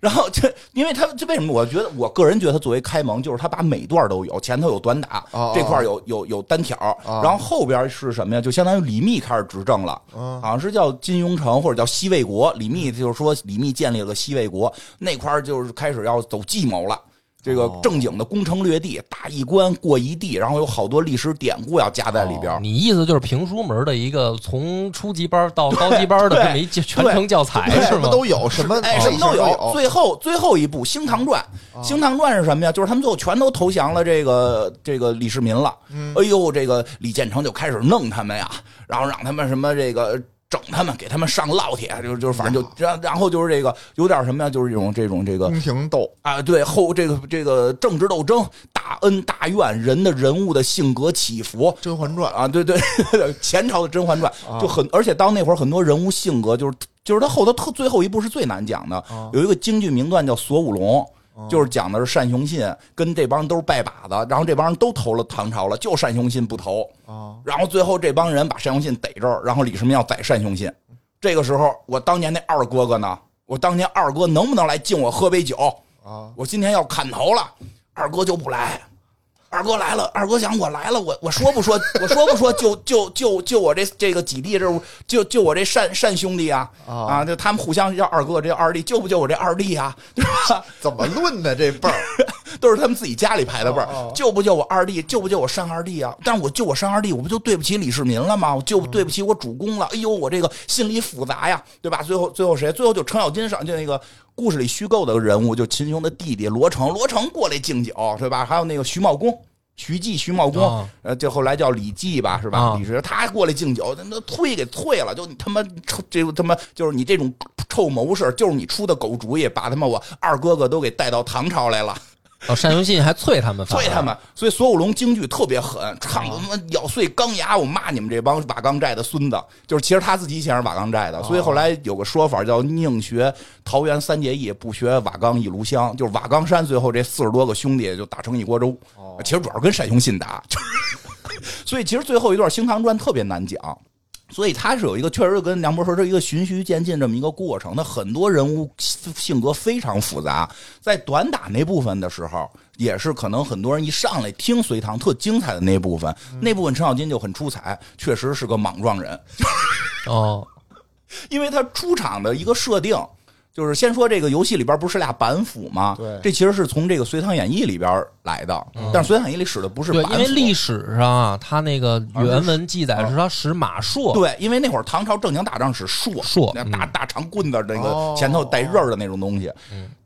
然后这，因为他这为什么？我觉得我个人觉得他作为开蒙，就是他把每段都有，前头有短打，
哦
这块儿有有有单挑，
哦
然后后边是什么呀？就相当于李密开始执政了，
嗯
好像是叫金庸城或者叫西魏国。李密就是说李密建立了个西魏国，那块儿就是开始要走计谋了。这个
哦
正经的攻城略地，大一关过一地，然后有好多历史典故要加在里边儿。
你意思就是评书门的一个从初级班到高级班的
对
这么一全程教材
什
哎是吗
么？都有，什么
哎，什么都有。哦最后最后一部《兴唐传》，《兴唐传》是什么呀？就是他们最后全都投降了这个这个李世民了。哎呦，这个李建成就开始弄他们呀，然后让他们什么这个。整他们，给他们上烙铁，就就反正就然然后就是这个有点什么呀，就是这种这种这个
宫廷斗，
啊，对后这个这个政治斗争、大恩大怨、人的人物的性格起伏
《甄嬛传》
啊，对对， 前朝的《甄嬛传》就很，而且到那会儿很多人物性格就是就是他后头特最后一部是最难讲的，有一个京剧名段叫《锁五龙》。就是讲的是单雄信跟这帮人都是拜把子，然后这帮人都投了唐朝了，就单雄信不投。
啊，
然后最后这帮人把单雄信逮着，然后李世民要宰单雄信。这个时候，我当年那二哥哥呢？我当年二哥能不能来敬我喝杯酒？
啊，
我今天要砍头了，二哥就不来。二哥来了，二哥想我来了，我我说不说， 我说不说，就就就就我这这个几弟，这就就我这善善兄弟啊
啊
啊，就他们互相叫二哥，这叫二弟，救不救我这二弟啊，对吧？
怎么论的这辈儿？
都是他们自己家里排的辈儿
哦哦，
救不救我二弟，救不救我单二弟啊？但我救我单二弟，我不就对不起李世民了吗？我就对不起我主公了。哎呦，我这个心里复杂呀，对吧？最后最后谁？最后就程咬金上就那个故事里虚构的人物，就秦琼的弟弟罗成，罗成过来敬酒，对吧？还有那个徐茂公。徐继、徐茂公，
啊
呃，就后来叫李继吧，是吧？
啊
李世他过来敬酒，那那退给退了，就你他妈臭，这他妈就是你这种臭谋士，就是你出的狗主意，把他妈我二哥哥都给带到唐朝来了。
哦，单雄信还啐他们，
催他。们，所以锁骨龙京剧特别狠，唱的他妈咬碎钢牙，我骂你们这帮瓦岗寨的孙子。就是其实他自己以前是瓦岗寨的，所以后来有个说法叫宁学桃园三结义，不学瓦岗一炉香，就是瓦岗山最后这四十多个兄弟就打成一锅粥。其实主要是跟单雄信打， 所以其实最后一段《兴唐传》特别难讲。所以它是有一个，确实跟梁博说是一个循序渐进这么一个过程。它很多人物性格非常复杂，在短打那部分的时候，也是可能很多人一上来听隋唐特精彩的那部分，那部分程咬金就很出彩，确实是个莽撞人，
哦，
因为他出场的一个设定。就是先说这个游戏里边不是俩板斧吗？
对
这其实是从这个《隋唐演义》里边来的，但是《隋唐演义》里使的不是
对
板，斧，
因为历史上啊，他那个原文记载是他使马槊，
对，因为那会儿唐朝正经打仗使槊，
槊
那
嗯嗯
大大长棍子，那
哦
个前头带刃儿的那种东西。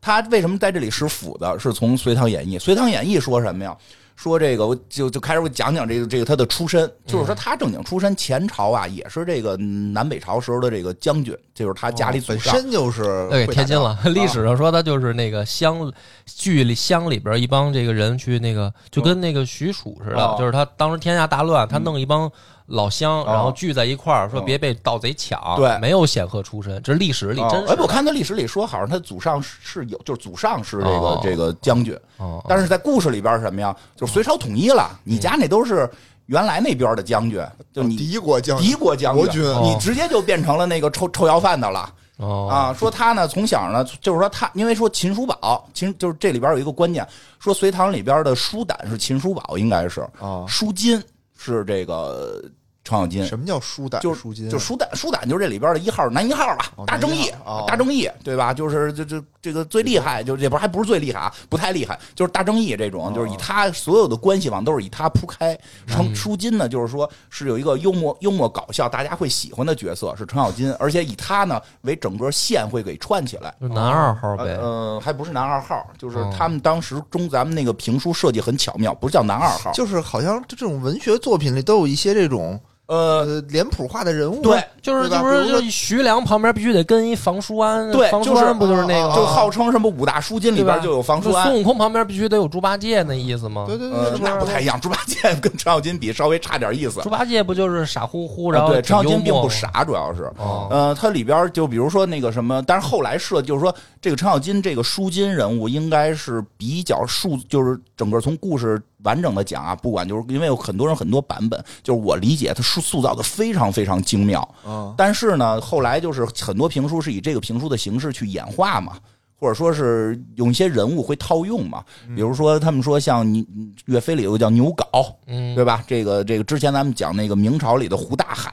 他为什么在这里使斧子？是从《隋唐演义》。《隋唐演义》说什么呀？说这个，我就就开始我讲讲这个这个他的出身，就是说
嗯
他正经出身前朝啊，也是这个南北朝时候的这个将军，就是他家里祖
哦本
上。
身就是
那给
会
天津
打仗，
了。历
啊
史上说他就是那个乡剧里乡里边一帮这个人去那个，就跟那个许褚似
哦
的，就是他当时天下大乱，他弄一帮老乡，然后聚在一块儿说
嗯
别被盗贼抢，
哦对
没有显赫出身，这是历史里
哦
真
哎，
是
我看他历史里说，好像他祖上是是有，就是祖上是这个、
哦
这个将军，
哦
但是在故事里边是什么呀？就是隋朝统一了，你家那都是原来那边的将军，就你
敌国将
敌国将
国军
哦
你直接就变成了那个臭臭要饭的了
哦
啊！说他呢，从小呢，就是说他，因为说秦叔宝，秦就是这里边有一个观念，说隋唐里边的叔胆是秦叔宝，应该是
啊
哦舒筋是这个程咬金。
什么叫舒胆？
就是
舒筋啊，
就舒胆，舒胆就是这里边的一号男一号吧，
哦
大正义
男一号哦，
大正义，对吧？就是这这这个最厉害，就是这不还不是最厉害啊，不太厉害，就是大正义这种，就是
哦
以他所有的关系网都是以他铺
嗯
开。程舒金呢，就是说是有一个幽默、幽默搞笑，大家会喜欢的角色是程咬金，而且以他呢为整个线会给串起来。
就男二号呗。
呃，还不是男二号，就是
哦
他们当时中咱们那个评书设计很巧妙，不是叫男二号，
就是好像这种文学作品里都有一些这种
呃，
呃脸谱化的人物，
对
就是
对
这
吧
不
比
是
如
就
说
是徐良旁边必须得跟一房书安，
对
房书
就是哦
安不就是那个
啊
吗
就号称什么五大书经里
对吧
边就有房书安
就，孙悟空旁边必须得有猪八戒那意思吗？
对对对
呃
对，，
那不太一样。猪八戒 跟程咬金比，稍微差点意思
猪。八戒不就是傻乎乎，然
啊
后
对，程咬金
挺
并
幽默
不
吗。
傻，主要是，
哦
呃，它里边就比如说那个什么，但是后来设就是说，这个程咬金这个舒筋人物应该是比较数，就是整个从故事完整的讲啊，不管就是因为有很多人很多版本，就是我理解他塑塑造的非常非常精妙，
嗯，
但是呢，后来就是很多评书是以这个评书的形式去演化嘛，或者说是有一些人物会套用嘛，比如说他们说像你岳飞里头叫牛皋，
嗯，
对吧？这个这个之前咱们讲那个明朝里的胡大海，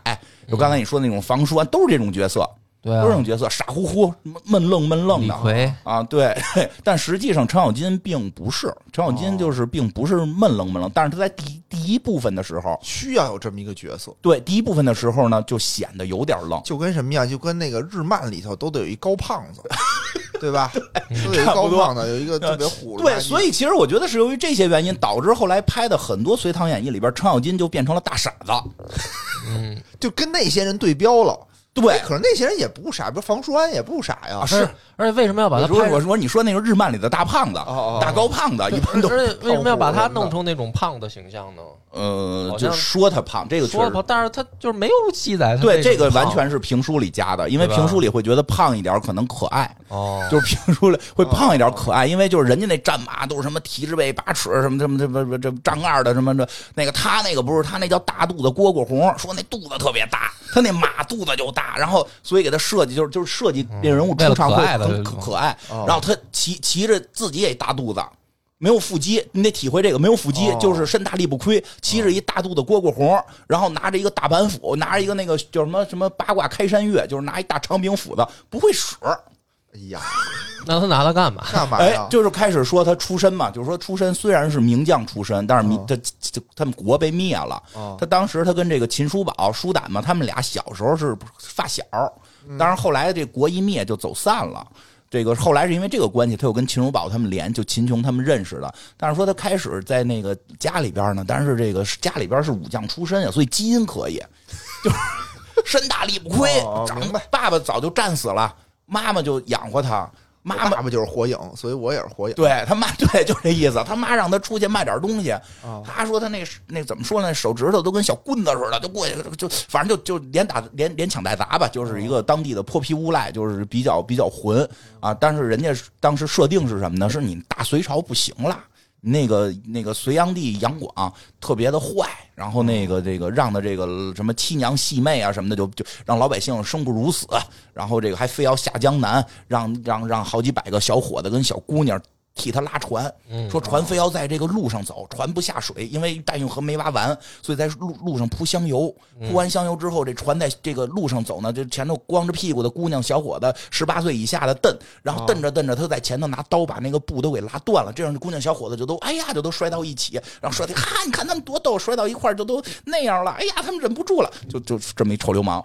就刚才你说那种房书安都是这种角色，
对
都是这
啊，
种角色，傻乎乎、闷闷愣闷愣
李
的。
逵
啊，对，但实际上程咬金并不是，程咬金就是并不是闷愣闷愣，但是他在第一第一部分的时候，
需要有这么一个角色，
对第一部分的时候呢，就显得有点愣，
就跟什么呀？就跟那个日漫里头都得有一高胖子，对吧？都有一
嗯差不
高
多呃
胖子，有一个特别虎了吧唧。
对，所以其实我觉得是由于这些原因，导致后来拍的很多《隋唐演义》里边，程咬金就变成了大傻子。
就跟那些人对标了。
对啊
哎可是那些人也不傻，比如房叔安也不傻呀。
而且而且为什么要把他
如果
呃拍成
我说你说那个日漫里的大胖子、
哦哦
大高胖子，一般都
而且为什么要把他
胖乎
弄
乎
成那种胖的形象呢？
的呃，
好像
就说他胖，这个确
说
实
了，但是他就是没有记载他
对
为什
这
么
个完
胖
全是评书里加的，因为
对吧
评书里会觉得胖一点可能可爱，
哦，
就是评书里会胖一点可爱，因为就是人家那战马都是什么提着背八尺什么什么这不这丈二的什么这那个他那个不是他那叫大肚子蝈蝈红，说那肚子特别大，他那马肚子就大，然后所以给他设计就是就是设计这人物出场
为
会
了可爱的
很
这种
可爱
哦，
然后他骑骑着自己也大肚子。没有腹肌，你得体会这个没有腹肌，
哦
就是身大力不亏，骑着一大肚子蝈蝈红，然后拿着一个大板斧，拿着一个那个叫什么什么八卦开山钺，就是拿一大长柄斧子，不会使，
哎呀，
那他拿它干 嘛？
干嘛
哎
呀，？
就是开始说他出身嘛，就是说出身虽然是名将出身，但是民
嗯
他他他们国被灭了。
哦
他当时他跟这个秦叔宝、叔胆嘛，他们俩小时候是发小，
嗯
当然后来这国一灭就走散了。这个后来是因为这个关系，他又跟秦叔宝他们联，就秦琼他们认识的。但是说他开始在那个家里边呢，但是这个家里边是武将出身呀，所以基因可以， 就是身大力不亏
哦哦。
长
明白
爸爸早就战死了，妈妈就养活他，妈
我
妈
爸爸就是火影，所以我也是火影。
对他妈， 对，就这意思。他妈让他出去卖点东西，他说他那那怎么说呢？手指头都跟小棍子似的，就过去就反正就就连打连连抢带砸吧，就是一个当地的泼皮无赖，就是比较比较混啊。但是人家当时设定是什么呢？是你大隋朝不行了。那个那个隋炀帝杨广特别的坏，然后那个这个让的这个什么七娘戏妹啊什么的，就就让老百姓生不如死，然后这个还非要下江南，让让让好几百个小伙子跟小姑娘替他拉船，说船非要在这个路上走，船不下水，因为淡运河没挖完，所以在路路上铺香油，
嗯
铺完香油之后，这船在这个路上走呢，这前头光着屁股的姑娘小伙子，十八岁以下的蹬，然后蹬着蹬着，他在前头拿刀把那个布都给拉断了，这样姑娘小伙子就都哎呀，就都摔到一起，然后摔的哈，你看他们多逗，摔到一块儿就都那样了，哎呀，他们忍不住
嗯
了，就就这么一臭流氓，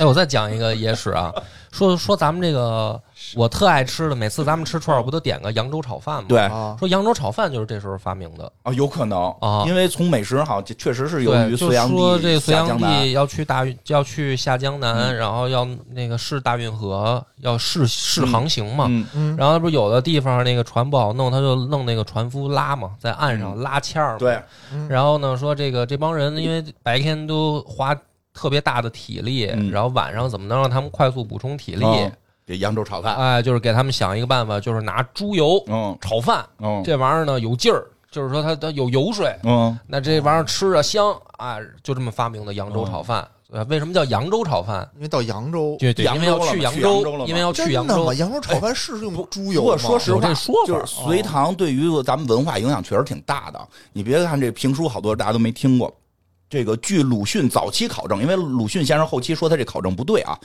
哎，我再讲一个野史啊，说说咱们这个我特爱吃的，每次咱们吃串儿不都点个扬州炒饭吗？，
啊，
说扬州炒饭就是这时候发明的。
啊，有可能
啊
因为从美食好，这确实是由
对，
于
就
隋炀
说
帝
这隋
下
炀
江南嗯
帝要去大运，要去下江南，然后要那个试大运河，要试试航行嘛。
嗯
嗯
然后不是有的地方那个船不好弄，他就弄那个船夫拉嘛，在岸上拉纤儿嘛。
嗯对，
然后呢，说这个这帮人因为白天都花特别大的体力，
嗯
然后晚上怎么能让他们快速补充体力？
哦这扬州炒饭，
哎，就是给他们想一个办法，就是拿猪油
嗯
炒饭，
嗯
这玩意儿呢有劲儿，就是说它它有油水，
嗯
那这玩意儿吃着香啊，就这么发明的扬州炒饭。呃，为什么叫扬州炒饭？
因为到扬州，
对对，
扬
因为要
州了
去
嘛
扬
去扬州
州，
了嘛
因为要去扬
真的
州
吗？。扬州炒饭是用猪
不
油
过
吗？
说实话，
有这说法哦
就是隋唐对于咱们文化影响确实挺大的。你别看这评书，好多大家都没听过。这个据鲁迅早期考证，因为鲁迅先生后期说他这考证不对啊，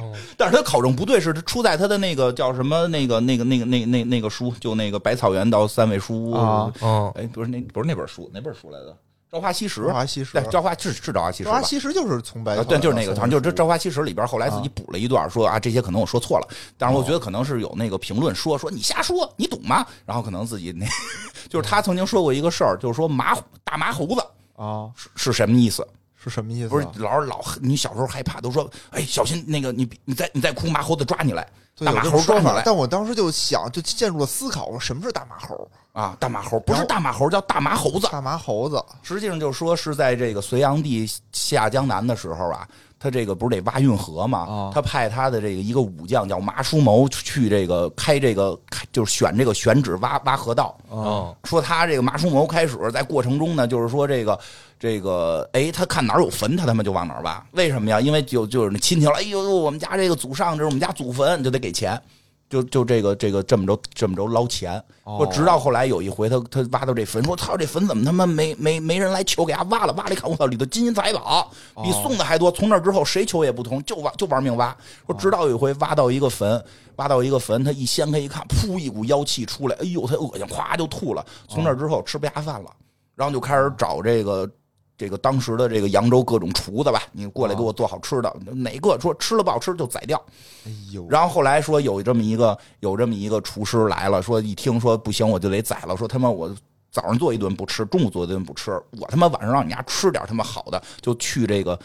哦
但是他考证不对是出在他的那个叫什么那个那个那个那个那那个书，就那个《百草园到三味书屋》
啊
嗯，
哎，不是那不是那本书，哪本书来的？《朝花夕拾》。
朝花夕拾
哎对，《朝花》是是《朝花夕拾》
抓
吧？
其实就是从白
啊，对，就是那个，好像就是这《
这
朝花夕拾》里边，后来自己补了一段，说啊，这些可能我说错了，但是
哦
我觉得可能是有那个评论说说你瞎说，你懂吗？然后可能自己那， 就是他曾经说过一个事儿，就是说麻大麻猴子
啊
是是什么意思？
是什么意思啊？
不是老是老你小时候害怕，都说哎小心那个你别你再你再哭麻猴子抓你来，
对
大
有
马
这
猴
么说
抓你
法
来
但我当时就想，就陷入了思考，我什么是大马猴？
啊！大马猴不是大马猴，叫大麻猴子。
大麻猴子
实际上就说是在这个隋炀帝下江南的时候啊，他这个不是得挖运河吗？
啊
他派他的这个一个武将叫麻叔谋去这个开这个开就是选这个选址挖挖河道。
嗯，
说他这个麻叔谋开始在过程中呢，就是说这个这个，哎，他看哪儿有坟，他他妈就往哪儿挖。为什么呀？因为就就是那亲戚了，哎呦，我们家这个祖上这是我们家祖坟，你就得给钱。就就这个这个这么着这么着捞钱，说直到后来有一回他他挖到这坟，说操这坟怎么他妈没没没人来求给他啊挖了，挖了一看我操里头金银财宝比送的还多，从那之后谁求也不从，就挖就玩命挖，说直到有一回挖到一个坟，挖到一个坟，他一掀开一看，噗一股妖气出来，哎呦他恶心，咵就吐了，从那之后吃不下饭了，然后就开始找这个这个当时的这个扬州各种厨子吧，你过来给我做好吃的，哪个说吃了不好吃就宰掉。
哎呦，
然后后来说有这么一个有这么一个厨师来了，说一听说不行我就得宰了，说他妈我。早上做一顿不吃，中午做一顿不吃，我他妈晚上让你家吃点他妈好的，就去这个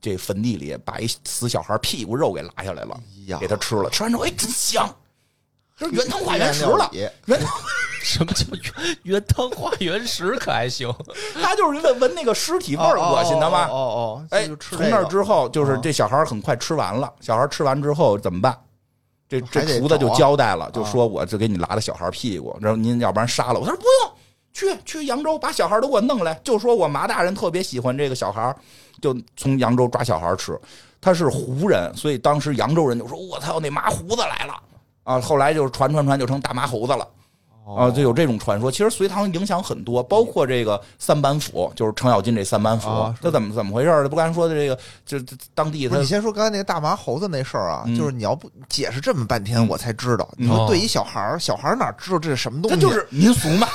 这坟地里把一死小孩屁股肉给拉下来了，
呀
给他吃了，吃完之后哎真香，这是原汤
哎
化原食了，
原料
原汤
什么叫原原汤化原食？可还 行？
他就是闻闻那个尸体味儿恶心的
哦
嘛，
哦哦，
哎，
就吃
从那之
后
后，就是
啊
这小孩儿很快吃完了。小孩儿吃完之后怎么办？这这
还得
厨子就
找啊
交代了，就说我就给你拉到小孩儿屁股，然后您要不然杀了我。他说不用，去去扬州把小孩儿都给我弄来，就说我麻大人特别喜欢这个小孩儿，就从扬州抓小孩儿吃。他是胡人，所以当时扬州人就说：“我操，那麻胡子来了！”啊，后来就是传传传就成大麻猴子了。
哦
啊，就有这种传说。其实隋唐影响很多，包括这个三板斧，就是程咬金这三板斧
啊，
这怎么怎么回事儿？不刚才说的这个，这这当地
不
他
是你先说刚才那个大麻猴子那事儿啊，
嗯
就是你要不解释这么半天，我才知道。你
哦
说对一小孩儿，小孩儿哪知道这是什么东
他
西？
就是民俗嘛，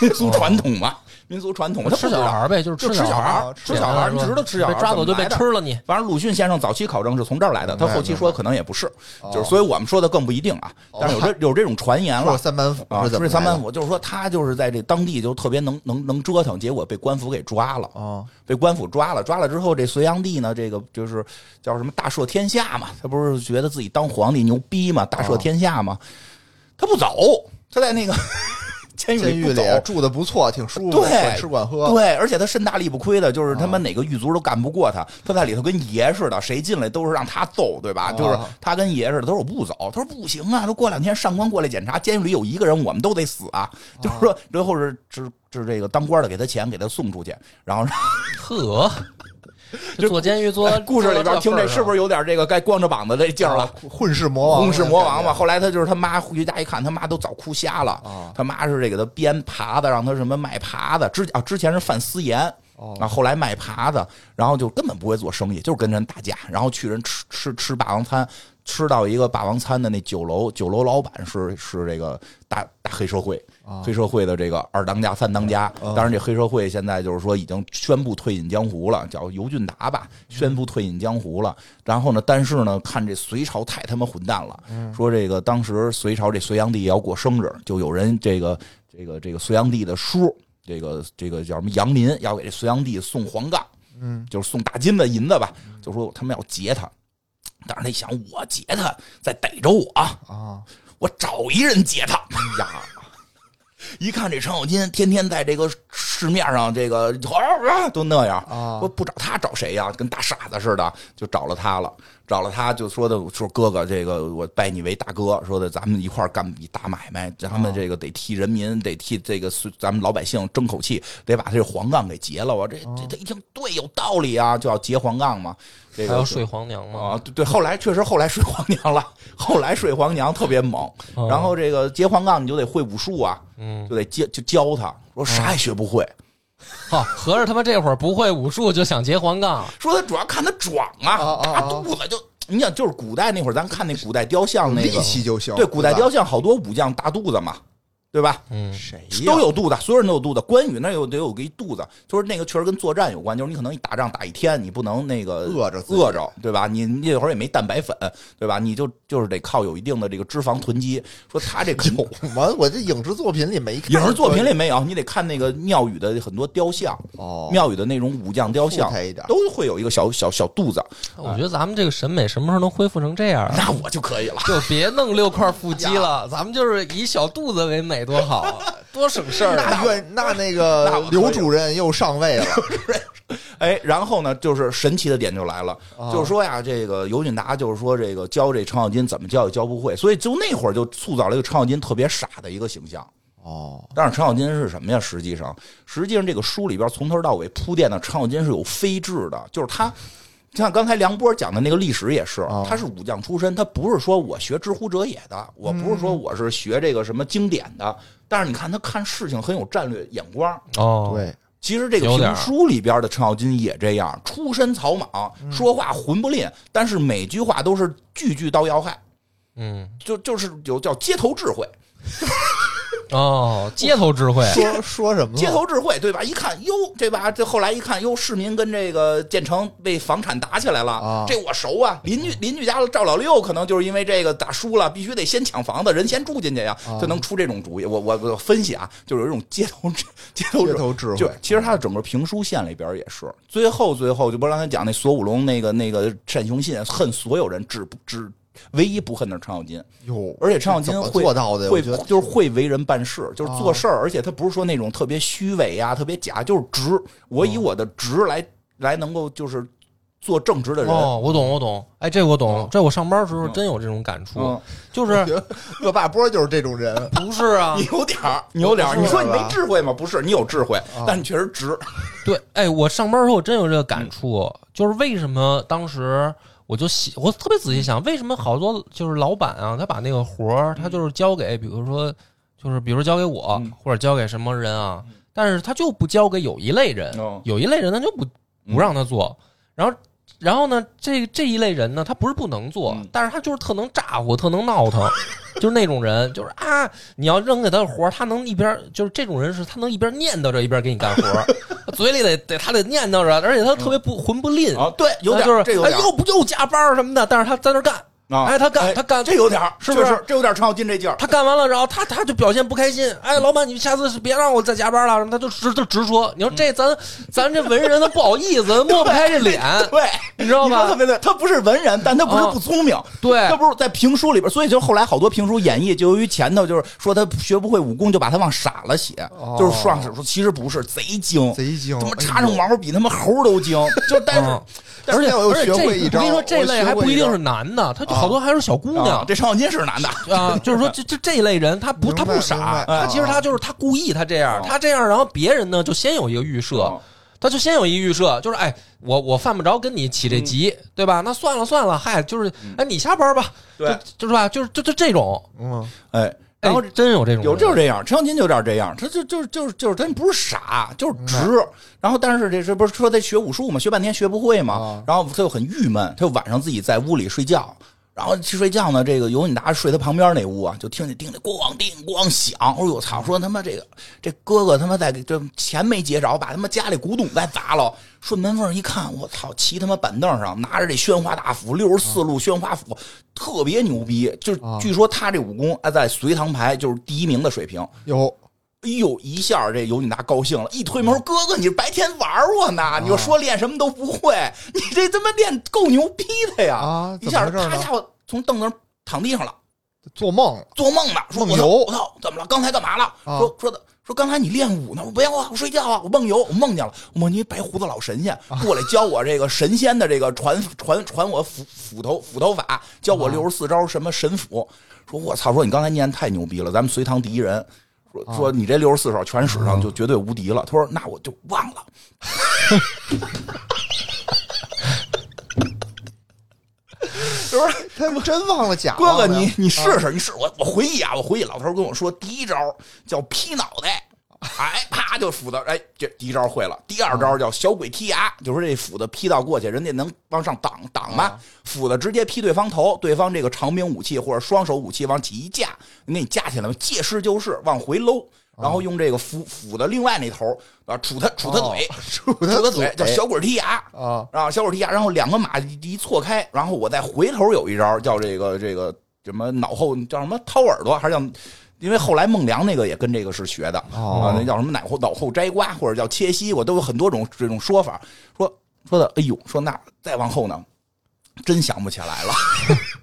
民俗传统嘛，民俗传统，他不
吃
知道
小孩儿呗，就是
就吃
小
小
儿，
孩，吃小孩儿，你知道吃小孩
被抓走就被
被。
吃了你。
反正鲁迅先生早期考证是从这儿来的，他
明白
后期说可能也不是，
哦
就是所以我们说的更不一定啊。但是有这有这种传言
说
了，
三板斧
啊，
是怎么
三
来
板
的
斧，就是说他就是在这当地就特别能能能折腾，结果被官府给抓了。
啊？
被官府抓了，抓了之后，这隋炀帝呢，这个就是叫什么大赦天下嘛，他不是觉得自己当皇帝牛逼嘛，大赦
啊
天下嘛，他不走，他在那个 监狱
监
里
狱
不
里
走。
住的不错，挺舒服，管
对，
吃管喝。啊
对，而且他身大力不亏的，就是他妈哪个狱卒都干不过他，他在里头跟爷似的，谁进来都是让他揍，对吧？
哦
就是他跟爷似的，他说我不走，他说不行啊，说过两天上官过来检查，监狱里有一个人，我们都得死啊，就是说最后是是是这个当官的给他钱，给他送出去，然后
呵，这坐监狱坐
哎 故事里边听这是不
是？
是有点这个该光着膀子这劲儿了？
混世魔王，
公是魔王嘛，后来他就是他妈回家一看，他妈都早哭瞎了。
啊
他妈是这给他编耙子，让他什么卖耙子。之啊之前是贩私盐，
哦
然后后来卖耙子，然后就根本不会做生意，就是跟人打架，然后去人吃吃吃霸王餐，吃到一个霸王餐的那酒楼，酒楼老板是是这个大大黑社会，
啊嗯
黑社会的这个二当家、三当家。当然，这黑社会现在就是说已经宣布退隐江湖了，叫尤俊达吧，宣布退隐江湖了。然后呢，但是呢，看这隋朝太他妈混蛋了，说这个当时隋朝这隋炀帝也要过生日，就有人这个这个这个隋炀帝的叔，这个这个叫什么杨林，要给这隋炀帝送黄杠，
嗯，
就是送大金子银子吧，就说他们要劫他。但是他一想，我劫他，再逮着我，
啊，
我找一人劫他。呀， 一看这程咬金天天在这个市面上，这个啊都那样
啊
说不找他找谁呀、跟大傻子似的，就找了他了。找了他就说的说哥哥，这个我拜你为大哥，说的咱们一块儿干笔大买卖，咱们这个得替人民，得替这个是咱们老百姓争口气，得把这黄杠给劫了。我这这他一听对有道理啊，就要劫黄杠嘛。这
还
个
要
是
睡皇娘吗？
啊，对对，后来确实后来睡皇娘了，后来睡皇娘特别猛，
哦
嗯
然后这个接黄杠你就得会武术啊，
嗯
嗯
就得教就教他，说啥也学不会，
哈、合着他妈这会儿不会武术就想结黄杠，
说他主要看他壮啊
啊，啊啊
大肚子就。你想，就是古代那会儿，咱看那古代雕像那个
力气就行
对，古代
对吧
雕像好多武将大肚子嘛，对吧？
嗯，
谁
都有肚子，所有人都有肚子。关羽那儿有得有个一肚子，就是那个确实跟作战有关，就是你可能一打仗打一天，你不能那个
饿着自己
饿着，对吧？你你那会儿也没蛋白粉，对吧？你就就是得靠有一定的这个脂肪囤积。说他这肯定
有吗？我这影视作品里没看，
影视作品里没有，你得看那个庙宇的很多雕像，
哦，
庙宇的那种武将雕像
富态一点，啊
都会有一个小小小肚子。
我觉得咱们这个审美什么时候能恢复成这样啊？
那我就可以了。
就别弄六块腹肌了，咱们就是以小肚子为美，多好 啊，多省事儿啊。
那院那那
那
个
我可以
刘主任又上 位了，
哎，然后呢，就是神奇的点就来了，就是说呀，这个尤俊达就是说这个教这程咬金怎么教也教不会，所以就那会儿就塑造了一个程咬金特别傻的一个形象。
哦，
但是程咬金是什么呀？实际上，实际上这个书里边从头到尾铺垫的程咬金是有飞智的，就是他。像刚才梁波讲的那个历史也是
哦，
他是武将出身，他不是说我学知乎者也的，我不是说我是学这个什么经典的，但是你看他看事情很有战略眼光，
哦，
对，
其实这个
有点儿
评书里边的程咬金也这样，出身草莽，说话混不吝，但是每句话都是句句到要害，
嗯，
就就是有叫街头智慧，
哦，街头智慧，
说说什么呢
街头智慧对吧？一看哟，对吧？这后来一看哟，市民跟这个建成为房产打起来了，
啊
这我熟啊，邻居邻居家的赵老六可能就是因为这个打输了，必须得先抢房子，人先住进去呀，
啊
就能出这种主意。我我我分析啊，就是有一种街头智街头
街
智
头智
就
慧，啊
其实他的整个评书线里边也是，最后最后就不是刚才讲那索武龙那个那个单雄信恨所有人，只只唯一不恨的是程咬金，
哟，
而且程咬
这
金
怎么
会
做到的呀？
会
我觉得
就是会为人办事，就是做
啊
事儿，而且他不是说那种特别虚伪呀、特别假，就是直。我以我的直来来能够就是做正直的人。
哦，我懂，我懂，哎，这我懂，这我上班的时候
嗯
真有这种感触
嗯，
就是
觉得恶霸波就是这种人，
不是啊
你，有点儿， 你有点儿。
不
你
是
说
吧
你没智慧吗？不是，你有智慧，但你确实直。
对，哎，我上班的时候我真有这个感触，就是为什么当时我就喜，我特别仔细想，为什么好多就是老板啊，他把那个活儿，他就是交给，比如说，就是比如说交给我
嗯，
或者交给什么人啊，但是他就不交给有一类人
哦，
有一类人他就不不让他做，然后。然后呢，这这一类人呢，他不是不能做
嗯，
但是他就是特能咋呼，特能闹腾，就是那种人，就是啊，你要扔给他的活儿，他能一边就是这种人是他能一边念叨着一边给你干活儿，嘴里得得他得念叨着，而且他特别不浑不吝，
啊，对，有点
就
儿，
是
这有
哎
点儿
又不又加班儿什么的，但是他在那儿干，
啊。
哎他干他干
这有点儿，
是不是
确实这有点儿程咬金这劲儿？
他干完了，然后他他就表现不开心，
嗯
哎，老板，你下次是别让我再加班了，什么他就直就直说，
嗯
你说这咱咱这文人他不好意 思，抹不开这脸，
对，
你知道
你
吧啊
说特别对，他不是文人，但他不是不聪明，
对
他不是在评书里边，所以就后来好多评书演绎，就由于前头就是说他学不会武功，就把他往傻了写，就是上手说其实不是，贼精，
哦贼精哎
他妈插上毛比他妈猴都 精，就但是
嗯。
但是
而且我又
而且
学
这我
会一招，
跟你说，这
我
类
学
还
会
不一定
招
是男的，他就好多还是小姑
啊
娘，
这程咬金是男的，
啊，就是说这这这一类人，他不
明白
他不
明白
傻，
啊哦
他其实他就是他故意他这样
啊，
他这样，然后别人呢就先有一个预设
啊，
他就先有一预设，就是哎，我我犯不着跟你
嗯
起这急，对吧？那算了算了，嗨，就是哎你下班吧，
对
就就是吧，就是就就这种，
嗯，
哎，
哎
然后
真有这种人，
有就是这样，程咬金就有点这样，他就就就是就是他不是傻，就是直。然后但是这这不是说他学武术嘛，学半天学不会嘛
啊，
然后他就很郁闷，他就晚上自己在屋里睡觉。然后去睡觉呢，这个尤敏达睡他旁边那屋啊，就听见叮铃咣叮咣响。哎呦我操！说他妈这个这哥哥他妈在这钱没结着，把他妈家里古董再砸了。顺门缝一看，我操，骑他妈板凳上拿着这宣化大斧，六十四路宣化斧，特别牛逼。就是
啊
据说他这武功啊，在隋唐牌就是第一名的水平。
有
哎呦，一下这尤俊达高兴了，一推门
嗯
说：“哥哥，你白天玩我
啊
呢？你就说练什么都不会，你这他妈练够牛逼的呀！”
啊
一下
怎么回事
他
呢
家伙从凳子上躺地上了，
做梦
做梦呢，说：“我
梦
操，
游
我操，怎么了？刚才干嘛了？”
啊
说说的说刚才你练武呢，我说不要啊，我睡觉啊，我梦游，我梦见了，我梦见一白胡子老神仙
啊
过来教我这个神仙的这个传传传我斧斧头斧头法，教
啊
我六十四招什么神斧。说我操，说你刚才念太牛逼了，咱们隋唐第一人。说
啊
说你这六十四手全使上就绝对无敌了。他说那我就忘了。
是不是？他真忘了假
哥哥，
忘了呀
啊你你试试，你试我我回忆啊，我回忆老头儿跟我说，第一招叫劈脑袋，哎，啪就斧子，哎，这第一招会了，第二招叫小鬼踢牙，就说这斧子劈到过去，人家能往上挡挡吗？斧子直接劈对方头，对方这个长柄武器或者双手武器往起一架，给你架起来，借势就是往回搂，然后用这个斧斧的另外那头啊杵他杵他嘴，杵他嘴叫小鬼踢牙，
啊，
啊，小手踢牙，然后两个马一错开，然后我再回头有一招叫这个这个什么脑后叫什么掏耳朵，还是叫？因为后来孟良那个也跟这个是学的、
哦
啊，那叫什么脑后脑后摘瓜或者叫切膝，我都有很多种这种说法。说说的，哎呦，说那再往后呢，真想不起来了，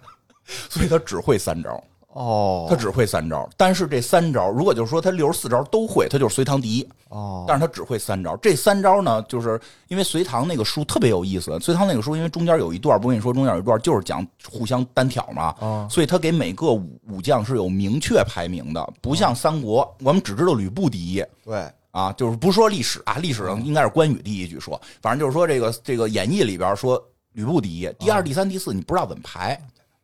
所以他只会三招。
哦，
他只会三招，但是这三招，如果就是说他六十四招都会，他就是隋唐第一。
哦，
但是他只会三招，这三招呢，就是因为隋唐那个书特别有意思。隋唐那个书，因为中间有一段，不跟你说，中间有一段就是讲互相单挑嘛，
哦
所以他给每个武武将是有明确排名的，不像三国，我们只知道吕布第一，
对，
啊，就是不说历史啊，历史上应该是关羽第一，据说，反正就是说这个这个演义里边说吕布第一，第二、第三、第四你不知道怎么排，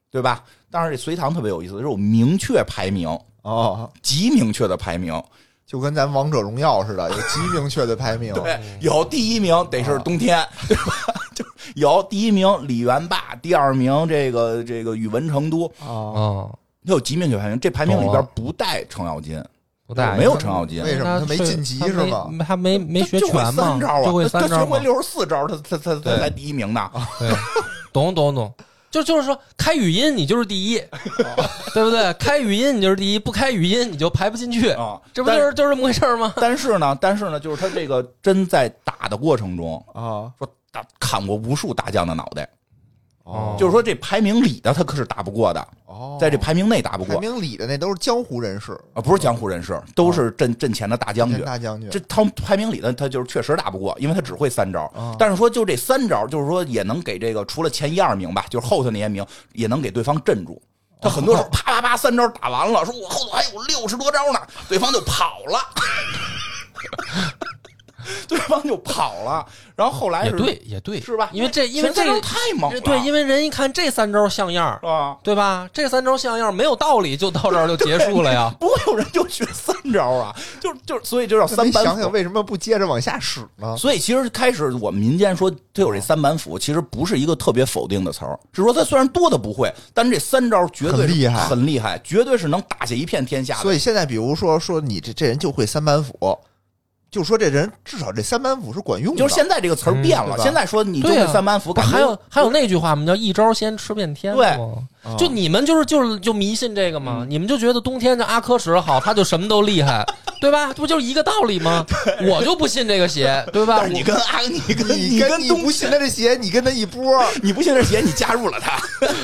对吧？但是这隋唐特别有意思，是有明确排名，
哦，
极明确的排名，
就跟咱王者荣耀似的，有极明确的排名。
对，有第一名得是冬
啊
天，对吧？ 就有第一名李元霸，第二名这个这个宇文成都，
啊，
哦，
他有极明确排名，这排名里
懂
边
了
不带程咬金，
不大
没有程咬金。
为什么他
他
没
是
晋级
他
是
没
吗？
他没没学
他就会
全嘛
三招，啊，
就会
他
三
他学
招嘛
会。六十四招，他他他他
对
才第一名呢。
对，懂懂懂，就就是说，开语音你就是 第一，对不对？开语音你就是第一，不开语音你就排不进去
啊
这不就是就是这么回事儿吗？
但是呢，但是呢，就是他这个真在打的过程中，
啊，
说打砍过无数大将的脑袋，
哦
就是说这排名里的他可是打不过的，
哦，
在这排名内打不
排
过
名里的那都是江湖人士，
啊，不是江湖人士，都是阵阵前的大将军。
大将军。
这他排名里的他就是确实打不过，因为他只会三招
啊。
但是说就这三招，就是说也能给这个除了前一二名吧，就是后头那些名也能给对方镇住。他很多时候
哦
啪啪啪三招打完了，说我后头还有六十多招呢，对方就跑了， 对方就跑了。然后后来
也
是
对，也对，
是吧？
因为这因为
前三
这
招
个
太猛了，
对，因为人一看这三招像样儿
是，吧？。
对吧？这三招像样儿，没有道理就到这儿就结束了呀
不会有人就学三招啊，就就所以就叫
那
三
你
板
想
斧
想为什么不接着往下使呢？
所以其实开始我们民间说他有这三板斧，其实不是一个特别否定的词儿，是说他虽然多的不会，但是这三招绝对是
很厉害
很厉害，绝对是能打下一片天下的。
所以现在比如说说你这这人就会三板斧，就说这人至少这三板斧是管用的。
就是现在这个词儿变
嗯对
了，
吧
现在说你就
对
是
呀，
三板斧，
不
感觉
还有还有那句话嘛，叫一招先吃遍天
对哦嗯
嘛。
啊
就你们就是就是就迷信这个嘛，你们就觉得冬天的阿珂石好，他就什么都厉 害，对吧？这不就是一个道理吗？我就不信这个邪，对吧？
但是你跟阿你跟
你
跟
你
东
不信他这鞋，你跟他一波儿
你不信这邪，你加入了他。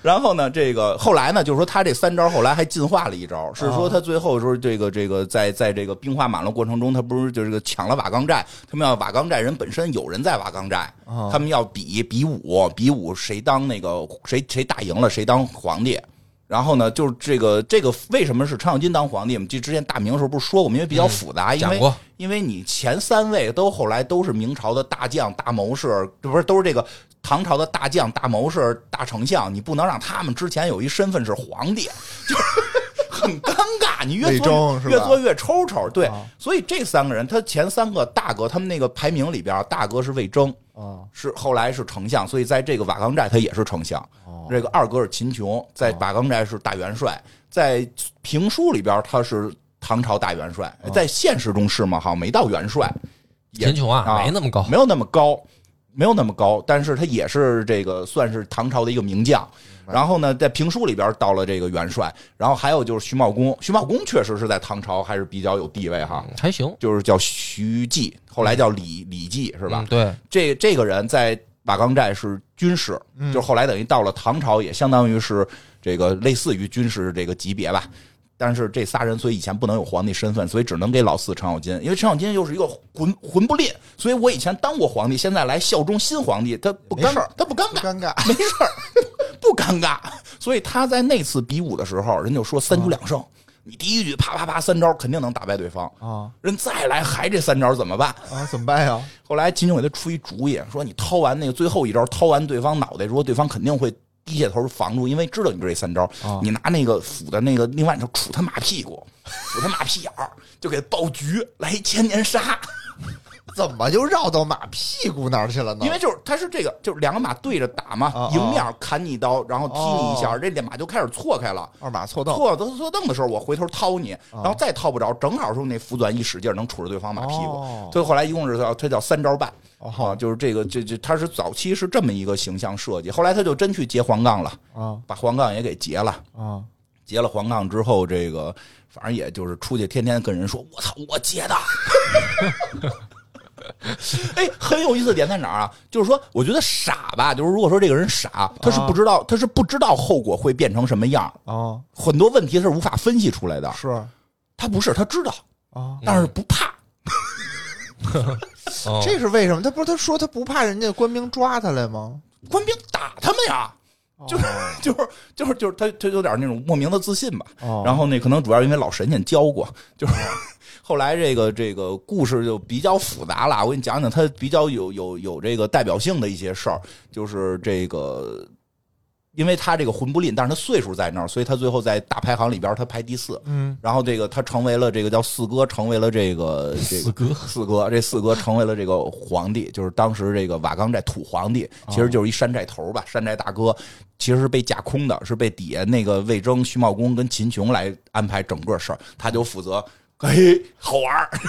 然后呢，这个后来呢，就是说他这三招后来还进化了一招，是
哦
说他最后说这个这个在在这个兵荒马乱过程中，他不是就是个抢了瓦岗寨，他们要瓦岗寨人本身有人在瓦岗寨，
哦
啊
他们要比比武，比武谁当那个谁谁打赢了谁当皇帝。然后呢，就是这个这个为什么是程咬金当皇帝？我们记之前大明的时候不是说过吗？因为比较复杂，
嗯
因
讲
为
过
因为你前三位都后来都是明朝的大将、大谋士，这不是都是这个唐朝的大将、大谋士、大丞相，你不能让他们之前有一身份是皇帝， 就是很尴尬。你越
伪
做
装是吧
越做越抽抽，对。
啊
所以这三个人，他前三个大哥，他们那个排名里边，大哥是魏征，
啊
是后来是丞相，所以在这个瓦岗寨他也是丞相。
哦
这个二哥是秦琼，在瓦岗寨是大元帅，在评书里边他是唐朝大元帅，在现实中是吗？好像没到元帅，也
秦琼
啊
啊，没那么高，
没有那么高，没有那么高，但是他也是这个算是唐朝的一个名将。然后呢，在评书里边到了这个元帅，然后还有就是徐茂公，徐茂公确实是在唐朝还是比较有地位哈，
嗯还行，
就是叫徐绩，后来叫李李绩是吧
嗯？对，
这这个人在瓦岗寨是军师，
嗯
就是后来等于到了唐朝，也相当于是这个类似于军师这个级别吧。但是这仨人，所以以前不能有皇帝身份，所以只能给老四程咬金，因为程咬金又是一个混混不吝，所以我以前当过皇帝，现在来效忠新皇帝，他不尴
没事儿
他不尴
不
尬，
尴尬。
没事儿，不尴尬。所以他在那次比武的时候，人就说三局两
嗯
胜，你第一局啪啪啪三招肯定能打败对方，
啊
人再来还这三招怎么办？
啊，怎么办呀？
后来秦琼给他出一主意，说你掏完那个最后一招，掏完对方脑袋，如果对方肯定会低下头防住，因为知道你这三招，
啊
你拿那个斧的那个另外一手杵他马屁股，杵他马屁眼儿，就给爆菊，来一千年杀。
怎么就绕到马屁股那儿去了呢？
因为就是他是这个，就是两个马对着打嘛
哦，
迎面砍你一刀，然后踢你一下，
哦
这俩马就开始错开了。
二马错蹬，
错蹬错蹬的时候，我回头掏你，
哦
然后再掏不着，正好是那斧短一使劲儿能杵着对方马屁
哦
股。所以后来一共是叫他叫三招半
哦
啊，就是这个这这他是早期是这么一个形象设计，后来他就真去截黄杠了，
啊
把黄杠也给截了。
啊
截了黄杠之后，这个反正也就是出去天天跟人说：“我操，我截的。” 哎，很有意思的点在哪儿啊？就是说，我觉得傻吧，就是如果说这个人傻，他是不知道，他是不知道后果会变成什么样，
啊！
很多问题是无法分析出来的。
是啊，
他不是，他知道，
嗯
但是不怕。
哦
这是为什么？他不是他说他不怕人家官兵抓他来吗？
官兵打他们呀，就是
哦
就是就是就是他他有点那种莫名的自信吧。
哦
然后那可能主要因为老神仙教过，就是 后来这个这个故事就比较复杂了。我给你讲讲，它比较有有有这个代表性的一些事儿，就是这个。因为他这个魂不吝，但是他岁数在那儿，所以他最后在大排行里边儿他排第四。
嗯，
然后这个他成为了这个叫四哥，成为了这个这个
四哥
四哥，这四哥成为了这个皇帝，就是当时这个瓦岗寨土皇帝，
哦
其实就是一山寨头吧，山寨大哥，其实是被架空的，是被底下那个魏征、徐茂公跟秦琼来安排整个事儿，他就负责，嘿，好玩儿。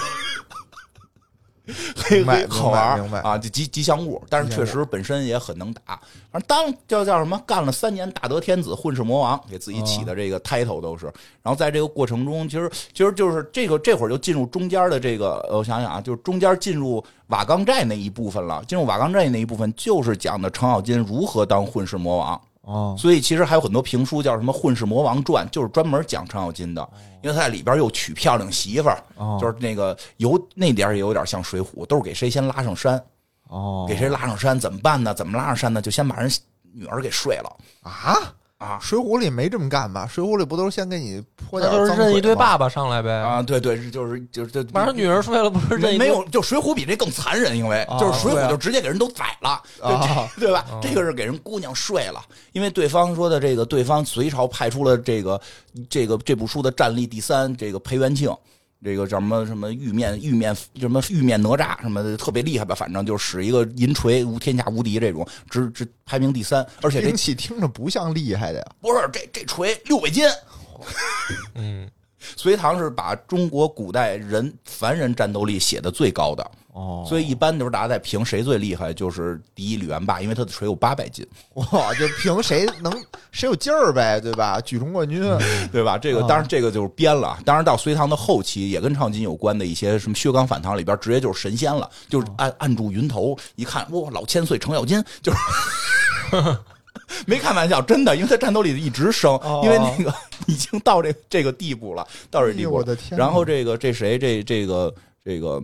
嘿
明白
嘿，好玩儿
明白明白
啊！这吉吉祥物，但是确实本身也很能打。反正当叫叫什么，干了三年大德天子，混世魔王，给自己起的这个 title 都是。然后在这个过程中，其实其实就是这个这会儿就进入中间的这个，呃我想想啊，就是中间进入瓦岗寨那一部分了。进入瓦岗寨那一部分，就是讲的程咬金如何当混世魔王。
哦
所以其实还有很多评书叫什么《混世魔王传》，就是专门讲程咬金的，因为他在里边又娶漂亮媳妇儿，
哦
就是那个有那点儿也有点像《水浒》，都是给谁先拉上山，
哦
给谁拉上山怎么办呢？怎么拉上山呢？就先把人女儿给睡了。
啊
啊
水浒里没这么干吧？水浒里不都是先给你泼
那
点
就是
脏
认
水
一堆
吗
爸爸上来
哎
呗，
啊，对对，是就是就是就
晚上女儿睡了不是认
没
一堆
没有，就《水浒》比这更残忍，因为
啊
就是《水浒
对》啊
就直接给人都宰了，就
啊
这 对吧？这个是给人姑娘睡了，因为对方说的这个，对方隋朝派出了这个这个这部书的战力第三，这个裴元庆。这个叫什么什么玉面玉面什么玉面哪吒什么的特别厉害吧，反正就使一个银锤无天下无敌这种，只只排名第三，而且这
听起听着不像厉害的呀。
不是这这锤六百斤。
嗯，
隋唐是把中国古代人凡人战斗力写的最高的，
哦
所以一般就是大家在评谁最厉害，就是第一李元霸，因为他的锤有八百 斤，
哇，就凭谁 能谁有劲儿呗，对吧？举重冠军，
对吧？这个
啊
当然这个就是编了，当然到隋唐的后期也跟唱金有关的一些什么薛刚反唐里边直接就是神仙了，就是按按住云头一看，哇，老千岁程咬金就是。 没开玩笑，真的，因为他战斗力一直升，
哦
因为那个已经到这这个地步了，到这地步
哎呦
了。
我的天哪
然后这个这谁这这个这个，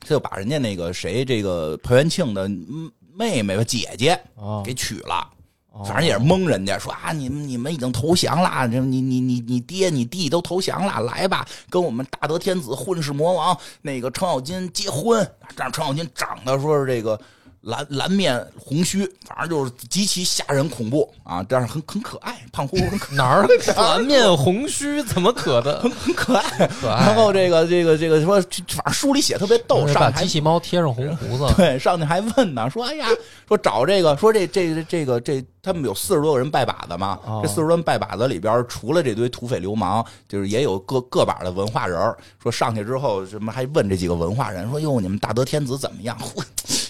他就把人家那个谁这个裴元庆的嗯妹妹吧姐姐
哦
给娶了。
哦
反正也是蒙人家，说啊，你们你们已经投降了，这你你你你爹你弟都投降了，来吧，跟我们大德天子混世魔王那个程咬金结婚。让程咬金长得说是这个蓝蓝面红须，反正就是极其吓人恐怖啊，但是很很可爱，胖乎乎很可
哪 儿蓝面红须怎么可的？
很可爱。
可爱啊
然后这个这个这个说，反正书里写特别逗，上
把
来还
机器猫贴上红胡 子，
对，上去还问呢，说哎呀，说找这个，说这这这这个这，他们有四十多个人拜把子嘛，
哦
这四十多人拜把子里边，除了这堆土匪流氓，就是也有各各把的文化人儿说上去之后，什么还问这几个文化人说哟，你们大德天子怎么样？呼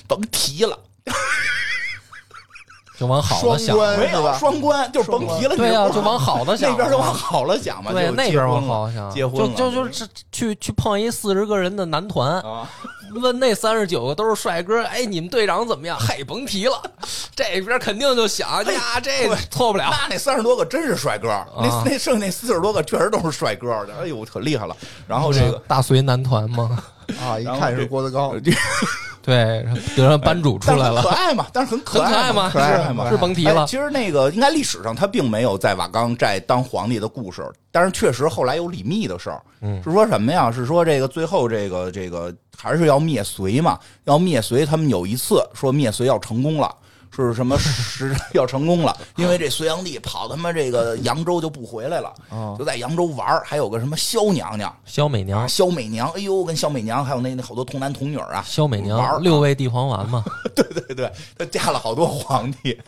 甭提了，
就往好了想
双。关
没
是
有
吧
双关，就是甭提了，
对
呀、
呀，就往好了想。
那边就往好了想嘛，
对
就
那
结
边往
婚了
好了想，
结婚
就就就是是去去碰一四十个人的男团，
啊，
问那三十九个都是帅哥，哎，你们队长怎么样？嘿，甭提了，这边肯定就想
哎
呀，这错不了。
那那三十多个真是帅哥，
啊
那那剩那四十多个确实都是帅哥的，哎呦，可厉害了。然后这个
大隋男团 吗？
啊，一
然后
看
这
是郭 德纲，哎
对，得让班主出来
但是很可
了，
爱嘛，但是很可
很可
爱
爱吗？
嘛，很可爱
是
嘛。
是甭提了
哎。其实那个应该历史上他并没有在瓦岗寨当皇帝的故事，但是确实后来有李密的事儿。
嗯
是说什么呀？是说这个最后这个这个还是要灭隋嘛？要灭隋，他们有一次说灭隋要成功了，是 什么时要成功了，因为这隋炀帝跑他妈这个扬州就不回来了，
哦
就在扬州玩儿还有个什么萧娘娘、
萧美娘，
萧美娘，哎呦，跟萧美娘还有那那好多童男童女啊，
萧美
玩儿
娘六味地黄丸嘛，
对对对，他嫁了好多皇帝。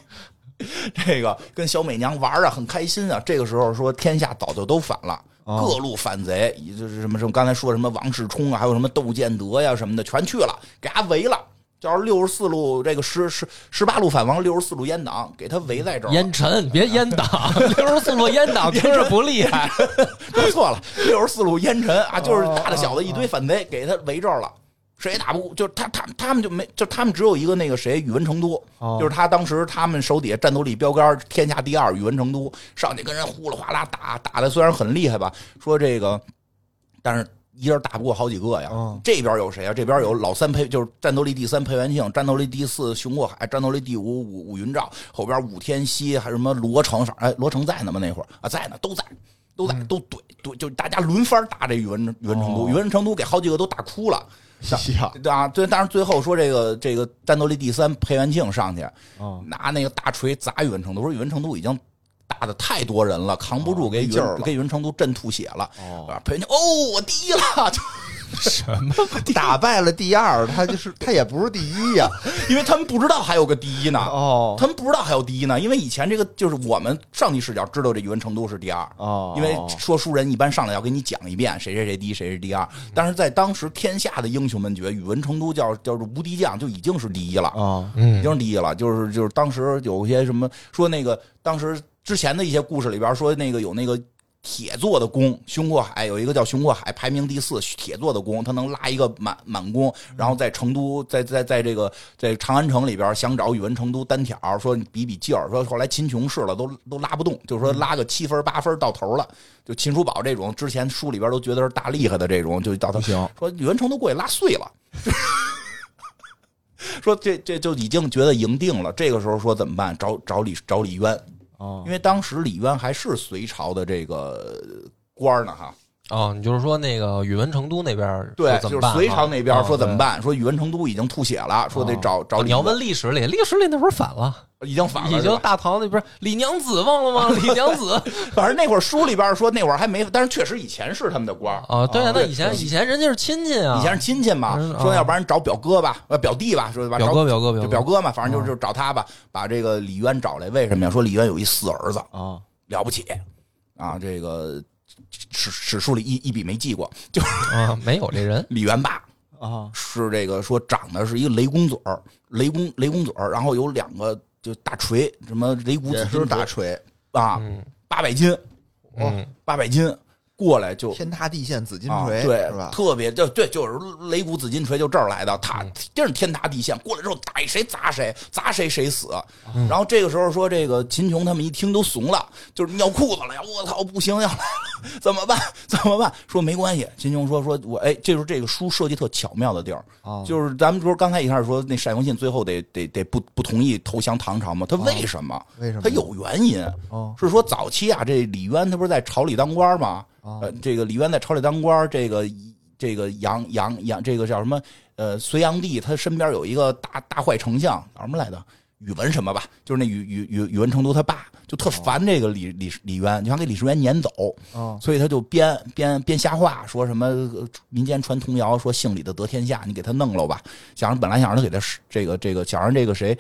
这个跟小美娘玩啊，很开心啊。这个时候说天下早就都反了，各路反贼，也就是什么什么刚才说什么王世充啊，还有什么窦建德呀、什么的，全去了，给他围了。叫六十四路这个十十十八路反王，六十四路阉党给他围在这儿了。
烟尘别烟 党，六十四路烟党听着不厉害，
说错了，六十四路烟尘啊，就是大的小的一堆反贼给他围这儿了，谁也打不过，就是他他他们就没，就他们只有一个那个谁宇文成都，就是他当时他们手底下战斗力标杆天下第二，宇文成都上去跟人呼啦哗啦打，打的虽然很厉害吧，说这个，但是。一人打不过好几个呀！
嗯
这边有谁啊？这边有老三裴，就是战斗力第三裴元庆，战斗力第四熊过海，战斗力第五武武云照，后边武天锡，还有什么罗成，反正哎，罗成在呢吗？那会儿啊，在呢，都在，都
嗯
在，都怼怼，就是大家轮番打这宇文宇文成都，
哦
宇文成都给好几个都打哭了。
哎呀，
对啊，对，但是最后说这个这个战斗力第三裴元庆上去，
哦
拿那个大锤砸宇文成都，说宇文成都已经打的太多人了，扛不住给宇文、
哦没劲儿了
给宇文成都震吐血了。
哦
啊，裴元庆哦，我第一了，就
打败了第二，他就是他也不是第一 呀。
因为他们不知道还有个第一呢，
哦
他们不知道还有第一呢，因为以前这个就是我们上帝视角知道这宇文成都是第二。
哦
因为说书人一般上来要给你讲一遍谁谁谁第一谁是第二，但是在当时天下的英雄们觉得宇文成都叫叫做无敌将就已经是第一了，
啊
嗯
已经是第一了。就是就是当时有些什么说那个当时之前的一些故事里边说那个有那个铁做的弓，熊过海有一个叫熊过海，排名第四，铁做的弓，他能拉一个满满弓，然后在成都在在在这个在长安城里边想找宇文成都单挑，说你比比劲儿，说后来秦琼试了都都拉不动，就是说拉个七分八分到头了。就秦叔宝这种之前书里边都觉得是大厉害的这种，就到他
行
说宇文成都过去拉碎了。说这这就已经觉得赢定了，这个时候说怎么办？找找李找李渊，
哦
啊
因为当时李渊还是隋朝的这个呃官儿呢哈。
哦，你就是说那个宇文成都那边儿
对
说，怎么
就是
办啊？
隋朝那边说怎么
哦
办？说宇文成都已经吐血了，说得找找
对哦
李
你要
渊，
问历史里，历史里那不是反了，
已经反了，
已
是
经
吧
大唐那边李娘子忘 了吗？李娘子
反正那会儿书里边说那会儿还没，但是确实以前是他们的官儿，
啊，对啊，那
哦对
以前以前人家是亲戚啊，
以前是亲戚嘛
嗯，
说
啊
要不然找表哥吧，呃表弟吧，说吧，
表
找
哥哦表哥表
就表哥嘛，反正就是就找他吧，把这个李渊找来，为什么呀？说李渊有一四儿子，
啊
了不起啊，这个史史书里一一笔没记过，就是
啊，没有这人
李元霸。
啊
是这个说长得是一个雷公嘴儿，雷公雷公嘴儿，然后有两个就大锤，什么擂鼓
也
子
是
金
大
锤
锤，
啊，八百斤，
嗯，
八百斤过来就
天塌地陷紫金
啊，
锤，
对
是吧，？
特别就对，就是擂鼓紫金锤就这儿来的，他真是天塌地陷，过来之后逮谁砸谁，砸谁谁死。然后这个时候说这个秦琼他们一听都怂了，就是尿裤子了呀！我操，不行要来了， 怎么办？怎么办？说没关系，秦琼说说我哎，这就是这个书设计特巧妙的地儿，
哦
就是咱们不是刚才一开始说那单雄信最后得得得不不同意投降唐朝吗？他哦为什么？
为什么
他有原因。
哦
是说早期啊，这李渊他不是在朝里当官吗？呃，这个李渊在朝里当官，这个这个杨杨杨，这个叫什么？呃，隋炀帝他身边有一个大大坏丞相，叫什么来着？宇文什么吧，就是那宇宇宇宇文成都他爸，就特烦这个李李李渊，就想给李世元撵走，
哦
所以他就编编编瞎话，说什么呃民间传童谣，说姓李的得天下，你给他弄了吧。想让本来想让他给他这个这个，想让这个谁，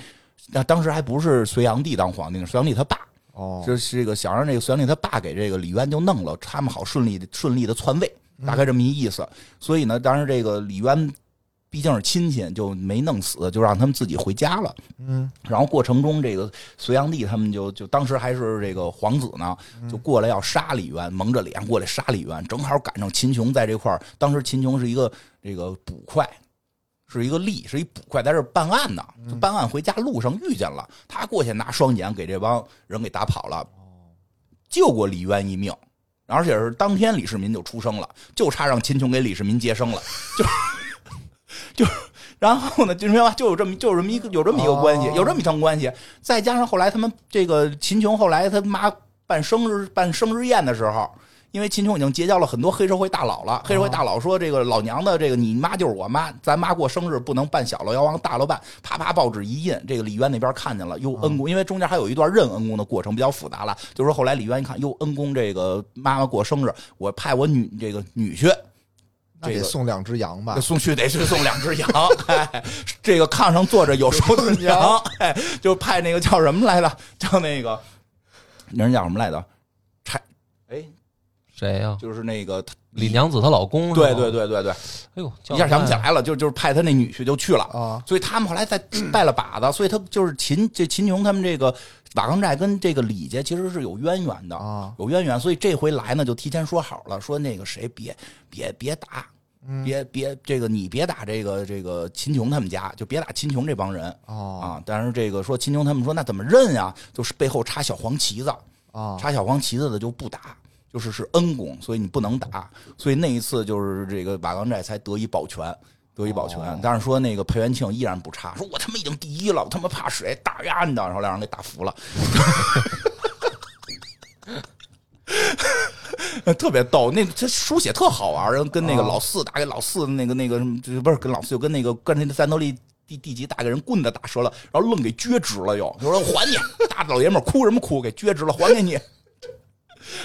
那当时还不是隋炀帝当皇帝呢，隋炀帝他爸，
哦
就是这个想让这个隋炀帝他爸给这个李渊就弄了，他们好顺利地顺利的篡位，大概这么一意思。所以呢，当然这个李渊毕竟是亲戚，就没弄死，就让他们自己回家了。
嗯
然后过程中，这个隋炀帝他们就就当时还是这个皇子呢，就过来要杀李渊，蒙着脸过来杀李渊，正好赶上秦琼在这块儿。当时秦琼是一个这个捕快，是一个吏，是一捕快，在这儿办案呢。就
嗯
办案回家路上遇见了，他过去拿双锏给这帮人给打跑了，救过李渊一命。而且是当天李世民就出生了，就差让秦琼给李世民接生了，就 就。然后呢，就明白吧，就有这么就有这么一个有这么一个关系，
哦
有这么一层关系。再加上后来他们这个秦琼后来他妈办生日办生日宴的时候，因为秦琼已经结交了很多黑社会大佬了。黑社会大佬说：“这个老娘的，这个你妈就是我妈，咱妈过生日不能办小了，要往大了办。”啪啪，报纸一印，这个李渊那边看见了，哟，恩公，因为中间还有一段认恩公的过程比较复杂了。就说后来李渊一看，哟，恩公这个妈妈过生日，我派我女这个女婿
那得
这个
送两只羊吧
那？ 送去得是送两只羊，哎，这个炕上坐着有手等羊， 哎，就派那个叫什么来着？叫那个那人叫什么来着？柴，哎，
谁呀？
就是那个他
李娘子她老公是吧
对对，对对对，
哎呦，叫
一下想不起
什么呀，
来了，就就是派他那女婿就去了
啊。
所以他们后来再拜了把子，所以他就是秦这秦琼他们这个瓦岗寨跟这个李家其实是有渊源的
啊，
有渊源，所以这回来呢就提前说好了，说那个谁别别别打，
嗯
别别这个你别打这个这个秦琼他们家，就别打秦琼这帮人
哦
啊。但是这个说秦琼他们说那怎么认呀？就是背后插小黄旗子，
啊
插小黄旗子的就不打，就是是恩公，所以你不能打。所以那一次就是这个瓦岗寨才得以保全，得以保全。但是说那个裴元庆依然不差，说我他妈已经第一了，我他妈怕谁打呀你的，然后让人给打服了。 特别逗，那他书写特好玩，然后跟那个老四打给老四那个那个什么，就不是跟老四，就跟那个跟那个战斗力第第几打给人棍子打折了，然后愣给撅直了又，就说还你，大老爷们儿哭什么哭，给撅直了还给你。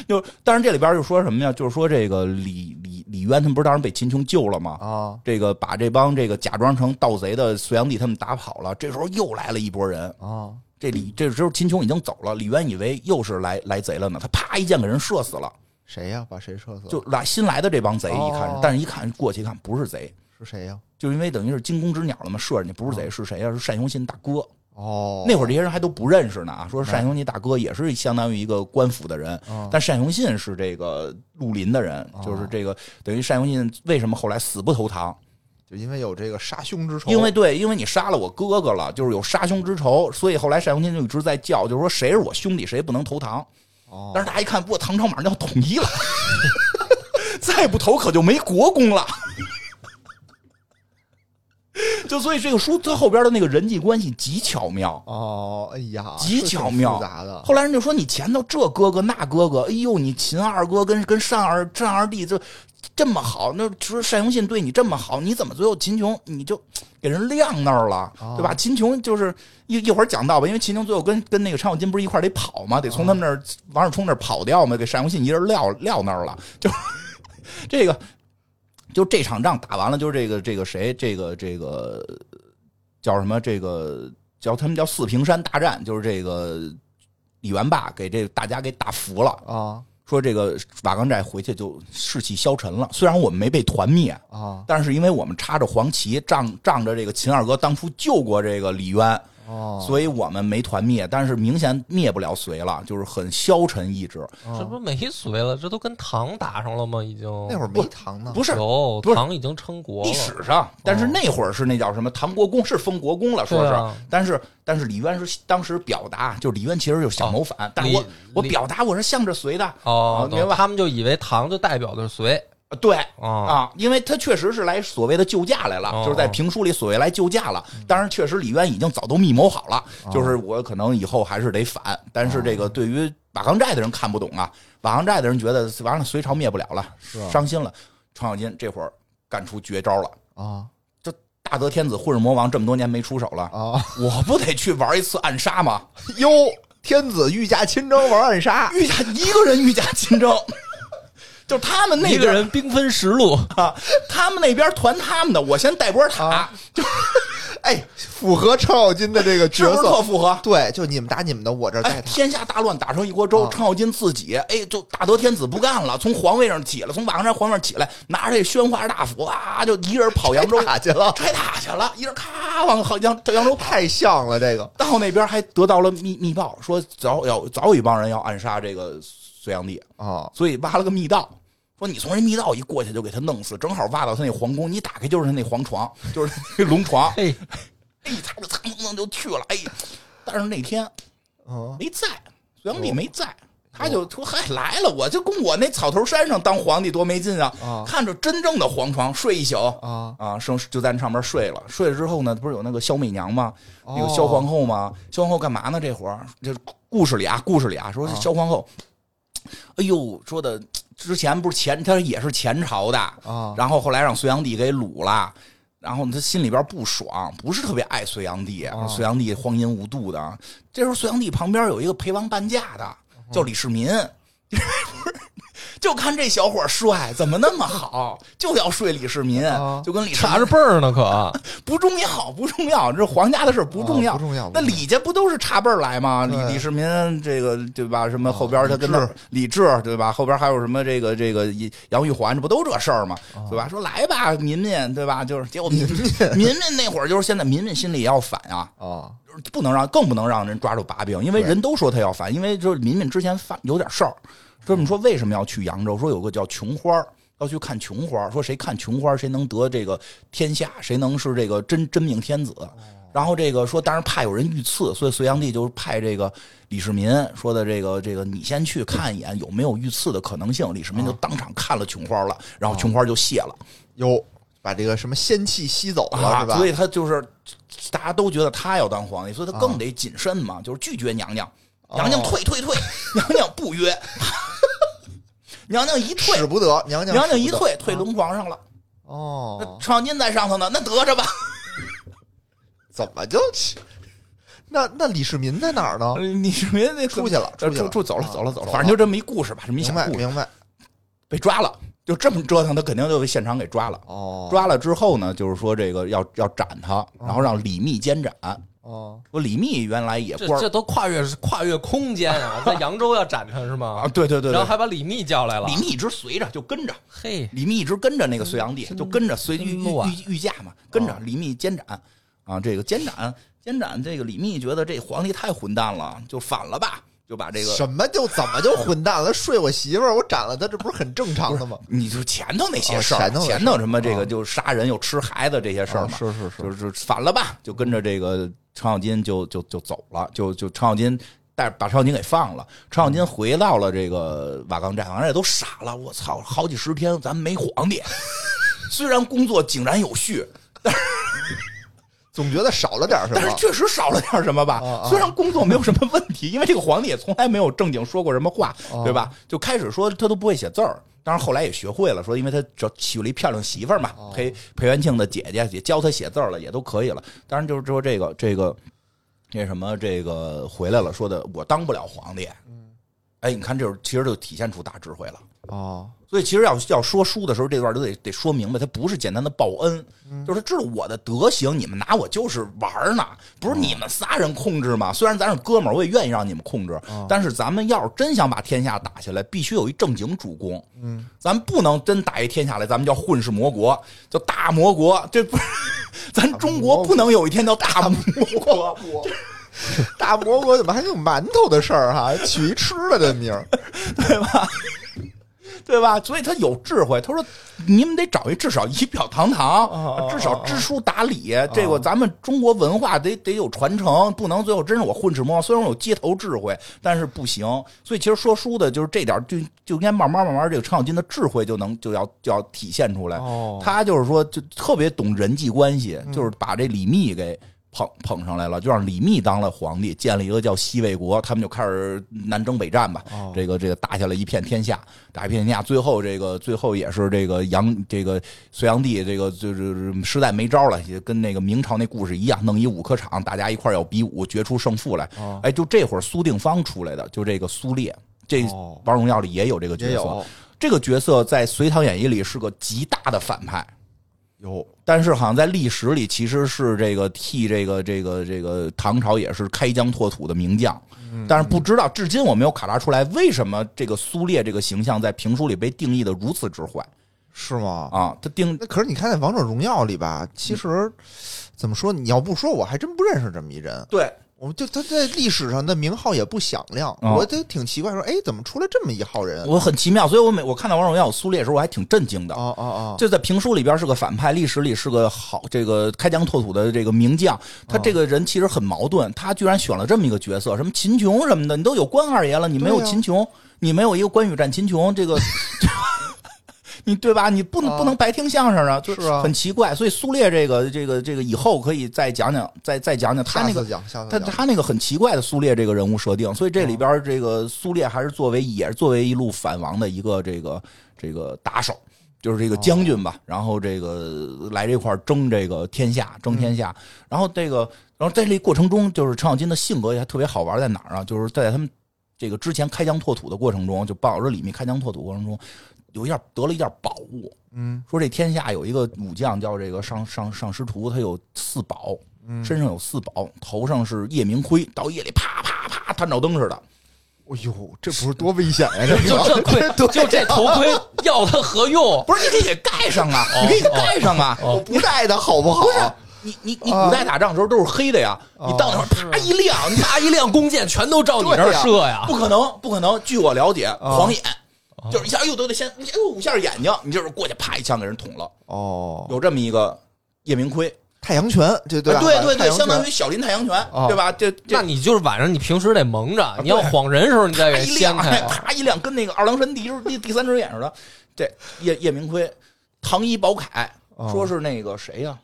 就但是这里边就说什么呀？就是说这个李李李渊他们不是当时被秦琼救了吗？
啊
这个把这帮这个假装成盗贼的隋炀帝他们打跑了，这时候又来了一波人，
啊！
这李这时候秦琼已经走了，李渊以为又是来来贼了呢，他啪一箭给人射死了。
谁呀？把谁射死了？
就来新来的这帮贼一看，
哦
但是一看过去一看不是贼，
是谁呀？
就因为等于是惊弓之鸟了嘛，射人家不是贼是谁呀、是单雄信大哥。
哦，哎
那会儿这些人还都不认识呢啊，说单雄信大哥也是相当于一个官府的人，
哦
但单雄信是这个绿林的人，就是这个等于单雄信为什么后来死不投降？
就因为有这个杀兄之仇，
因为对，因为你杀了我哥哥了，就是有杀兄之仇，所以后来单雄信就一直在叫，就是说谁是我兄弟，谁不能投降。
哦
但是大家一看，不，唐朝马上就要统一了， 再不投可就没国公了。 就所以这个书它后边的那个人际关系极巧妙，
哦，哎呀，
极
是挺
巧妙
复杂的。
后来人就说你前头这哥哥那哥哥，哎呦，你秦二哥跟跟单二单二弟就这么好，那说单雄信对你这么好，你怎么最后秦琼你就给人晾那儿了，
哦
对吧？秦琼就是一一会儿讲到吧，因为秦琼最后跟跟那个常有金不是一块儿得跑嘛，得从他们那
哦
儿、王世充那儿跑掉嘛，给单雄信一人撂撂那儿了，就是 这个。就这场仗打完了，就是这个这个谁，这个这个叫什么？这个叫他们叫四平山大战，就是这个李元霸给这大家给打服了，
啊
说这个瓦岗寨回去就士气消沉了。虽然我们没被团灭，
啊
但是因为我们插着黄旗，仗仗着这个秦二哥当初救过这个李渊，
哦，
所以我们没团灭。但是明显灭不了隋了，就是很消沉意志。
啊这不没隋了，这都跟唐打上了吗？已经
那会儿没糖呢，
不是
有
不是
唐已经称国了
历，史上，但是那会儿是那叫什么唐国公是封国公了，说是，
对啊
但是但是李渊是当时表达，就是李渊其实就是想谋反，但
啊李
我我
李
表达我是向着隋的，
哦
啊，
懂
明白
他们就以为唐就代表的是隋
呃对。
啊，
啊，因为他确实是来所谓的救驾来了，
哦
就是在评书里所谓来救驾了。
嗯
当然，确实李渊已经早都密谋好了，
啊
就是我可能以后还是得反。但是这个对于瓦岗寨的人看不懂啊，瓦岗寨的人觉得完了，隋朝灭不了了，
啊
伤心了。程咬金这会儿干出绝招了，
啊
这大德天子混世魔王这么多年没出手了，
啊
我不得去玩一次暗杀吗？
哟，天子御驾亲征玩暗杀，
御驾一个人御驾亲征， 就是他们那
一个
边
人兵分十路，
啊，他们那边团他们的，我先带波塔。
啊哎，符合程咬金的这个
是
角
不是特
色，
符合？
对，就你们打你们的，我这儿
哎，
带他。
天下大乱，打成一锅粥。
啊
程咬金自己，哎，就大德天子不干了，从皇位上起来，从瓦岗山皇位上起来，拿着这宣化大斧啊，就一人跑扬州啊
打去了，
拆塔去了，一人咔往好扬扬州跑。
太像了这个
到那边还得到了密密报，说早要早有一帮人要暗杀这个隋炀帝，
啊
所以挖了个密道，说你从人密道一过去就给他弄死，正好挖到他那皇宫，你打开就是他那黄床，就是那龙床，
嘿，
哎，他就蹭蹭蹭就去了，哎，但是那天
啊
没在，隋炀帝没在，他就说：“嗨，来了，我就跟我那草头山上当皇帝多没劲啊！
啊
看着真正的皇床睡一宿
啊！
啊，生就在那上面睡了。睡了之后呢，不是有那个萧媚娘吗？那个
哦
萧皇后吗？萧皇后干嘛呢？这会儿这故事里啊，故事里啊，说萧皇后，哎呦，说的之前不是前他也是前朝的，
啊，
然后后来让隋炀帝给掳了，然后他心里边不爽，不是特别爱隋炀帝，
啊
隋炀帝荒淫无度的。这时候隋炀帝旁边有一个陪王伴驾的，叫李世民。 就看这小伙帅怎么那么好，就要睡李世民，
啊
就跟李世
查
民
着辈儿呢，可
不重要，不重要，这是皇家的事儿不重要，
啊不重要
那李家不都是插辈儿来吗？李
对
李世民这个对吧？什么后边他跟那
李
儿李治对吧？后边还有什么这个这个杨玉环，这不都这事儿吗？对吧？说来吧，民民对吧？就是结果啊民 民民那会儿就是现在民民心里也要反啊，
啊，
不能让更不能让人抓住把柄，因为
对
人都说他要反，因为就是民民之前犯有点事儿，说你说为什么要去扬州？说有个叫琼花儿。要去看琼花儿，说谁看琼花儿谁能得这个天下，谁能是这个真真命天子。然后这个说，当然怕有人遇刺，所以隋炀帝就派这个李世民说的这个这个，你先去看一眼有没有遇刺的可能性。李世民
啊
就当场看了琼花儿了，然后琼花儿就谢了。
有把这个什么仙气吸走了，
啊
是，吧？
所以他就是大家都觉得他要当皇帝，所以他
啊
更得谨慎嘛，就是拒绝娘娘，娘
哦
娘退退退，娘娘不约， 娘娘一退
使，不得，娘娘
娘娘一
使不得
退，退龙床上了，
哦，
常啊金在上头呢，那得着吧，
怎么就那那李世民在哪儿呢？
你别那
哦出去了
出
出去了
出走了
啊
走了走
走
了，
了
反正就这么一故事吧，这么一小
明白
故事，
明白
被抓了，就这么折腾，他肯定就被现场给抓了。
哦
抓了之后呢，就是说这个要要斩他，然后让李密监斩。
哦
说李密原来也
这
官儿
这都跨越跨越空间 啊，在扬州要斩他是吗
啊，？对对对
然
对
后，还把李密叫来了
李，密一直随着，就跟着。
嘿，
李密一直跟着那个隋炀帝，
嗯
就跟着隋
真
御御
啊
乱
御御驾嘛，跟
哦
着李密监斩啊，这个监斩监斩，这个李密觉得这皇帝太混蛋了，就反了吧，就把这个
什么就怎么就混蛋了？睡我媳妇儿，我斩了她，这不是很正常的吗？
你就前头那些事儿，
哦前头的事儿
前头什么这个就杀人又吃孩子这些事儿嘛，
啊是是是
就是就是反了吧，就跟着这个程咬金就就就走了，就就程咬金带把程咬金给放了，程咬金回到了这个瓦岗寨，而且都傻了，我操，好几十天咱没皇帝， 虽然工作井然有序，
总觉得少了点什
但是
么。
确实少了点什么吧。
啊啊
虽然工作没有什么问题，因为这个皇帝也从来没有正经说过什么话，
啊
对吧？就开始说他都不会写字儿，当然后来也学会了，说因为他找娶了一漂亮媳妇儿嘛，
啊
裴裴元庆的姐姐也教他写字儿了，也都可以了。当然就是说这个这个那什么这个回来了，说的我当不了皇帝。
嗯
哎，你看这种其实就体现出大智慧了。
哦，
所以其实要要说书的时候，这段就得得说明白，他不是简单的报恩，就是知道我的德行，你们拿我就是玩儿呢，不是你们仨人控制吗？虽然咱是哥们儿，我也愿意让你们控制，但是咱们要是真想把天下打下来，必须有一正经主公，嗯，咱不能真打一天下来，咱们叫混世魔国，叫大魔国，这不是。 咱中国不能有一天叫大魔国，
大魔国怎么还有馒头的事儿哈？取一吃的这名儿，
对吧？所以他有智慧。他说：“你们得找一至少仪表堂堂，
哦哦
至少知书达理。这个咱们中国文化得得有传承，不能最后真是我混吃摸。虽然我有街头智慧，但是不行。所以其实说书的就是这点儿，就就应该慢慢慢慢，这个程咬金的智慧就能就要就要体现出来。
哦嗯
他就是说，就特别懂人际关系，就是把这李密给。”捧捧上来了，就让李密当了皇帝，建了一个叫西魏国，他们就开始南征北战吧。
哦
这个这个打下了一片天下，打一片天下，最后这个最后也是这个杨这个隋炀帝这个就是实在没招了，也跟那个明朝那故事一样，弄一五科场，大家一块儿要比武，决出胜负来。
哦
哎，就这会儿苏定方出来的，就这个苏烈，这
哦
王荣耀里也有这个角
也
色
有。
这个角色在《隋唐演义》里是个极大的反派，
有
但是好像在历史里，其实是这个替这个这个这个唐朝也是开疆拓土的名将，但是不知道至今我没有考察出来为什么这个苏烈这个形象在评书里被定义的如此之坏
是吗？
啊！他定
那可是你看在《王者荣耀》里吧，其实怎么说？你要不说，我还真不认识这么一人。
对
我就他在历史上的名号也不响亮，
哦
我都挺奇怪，说哎，怎么出来这么一号人？
我很奇妙，所以我每我看到王者荣耀有苏烈的时候，我还挺震惊的。
哦哦哦，
就在评书里边是个反派，历史里是个好这个开疆拓土的这个名将。
啊
他这个人其实很矛盾，他居然选了这么一个角色，什么秦琼什么的，你都有关二爷了，你没有
对啊
秦琼，你没有一个关羽战秦琼，这个。你对吧？你不能、
啊
不能白听相声啊，就是
啊
很奇怪。所以苏烈这个这个这个以后可以再讲讲，再再讲讲他那
下
个
次讲，下次
他
讲
他那个很奇怪的苏烈这个人物设定，所以这里边这个苏烈还是作为也是作为一路反王的一个这个这个打手，就是这个将军吧。然后这个来这块儿争这个天下，争天下。然后这个，然后在这过程中，就是程咬金的性格也特别好玩，在哪儿啊？就是在他们这个之前开疆拓土的过程中，就鲍着李密开疆拓土过程中，有一样得了一件宝物，
嗯
说这天下有一个武将叫这个上上上师徒，他有四宝，身上有四宝，头上是夜明盔，到夜里啪啪啪探照灯似的。
哎呦，这不是多危险呀！这
就 这
个
盔，就这头盔要它何用？
不是，你可以给盖上啊，你可以给盖上啊。
我不带的好不好
不？哦是，你你你
啊
古代打仗的时候都是黑的呀，你到那会儿啪一亮，你
啪一亮弓箭，全都照你这儿
对呀
射呀！
不可能，不可能。据我了解，晃眼就是一下，哎呦，都得先，哎呦五下眼睛，你就是过去啪一枪给人捅了，
哦，
有这么一个夜明盔，
太阳拳，对对
哎
吧
对对
太
对，
阳拳
相当于小林太阳拳，
哦
对吧？这这
那你就是晚上，你平时得蒙着，你要晃人时候，你再
啪
给
一
掀
亮，
开
哎
啊。
啪一亮，跟那个二郎神第第第三只眼似的。这夜夜明盔，唐一宝铠，
哦
说是那个谁呀、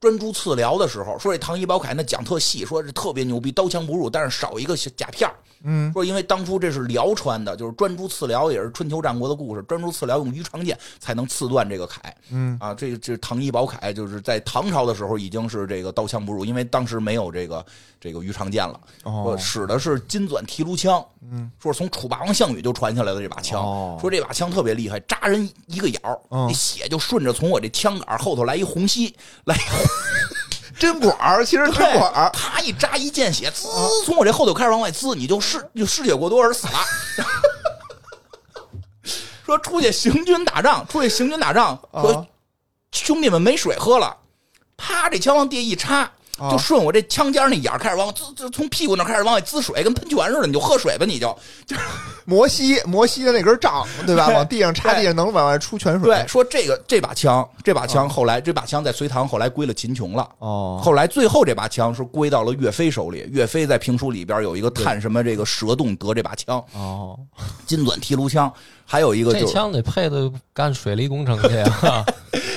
专诸刺疗的时候，说这唐一宝铠那讲特细，说是特别牛逼，刀枪不入，但是少一个小甲片儿
嗯，
说因为当初这是辽穿的，就是专诸刺疗也是春秋战国的故事，专诸刺疗用鱼肠剑才能刺断这个铠。
嗯
啊，这这唐一宝铠就是在唐朝的时候已经是这个刀枪不入，因为当时没有这个这个鱼肠剑了，
哦
说使的是金钻提炉枪，嗯，说是从楚霸王项羽就传下来的这把枪，
哦
说这把枪特别厉害，扎人一个眼儿，
嗯
那血就顺着从我这枪杆后头来一虹吸，来一
针管儿，其实针管儿，
啪一扎一见血，滋，从我这后头开始往外滋，你就失就失血过多而死了。 说出去行军打仗，出去行军打仗，
啊
说兄弟们没水喝了，啪，这枪往地一插，
啊
就顺我这枪尖儿那眼儿开始往滋，滋从屁股那儿开始往外滋水，跟喷泉似的，你就喝水吧，你就就是
摩西摩西的那根杖，对吧？
对
往地上插，
对
地上能往外出泉水。
对。，说这个这把枪，这把
啊
枪后来这把枪在隋唐后来归了秦琼了。
哦，
后来最后这把枪是归到了岳飞手里。岳飞在评书里边有一个探什么这个蛇洞得这把枪，
哦，
金钻提炉枪，还有一个
这
就是
枪得配的干水利工程去 啊！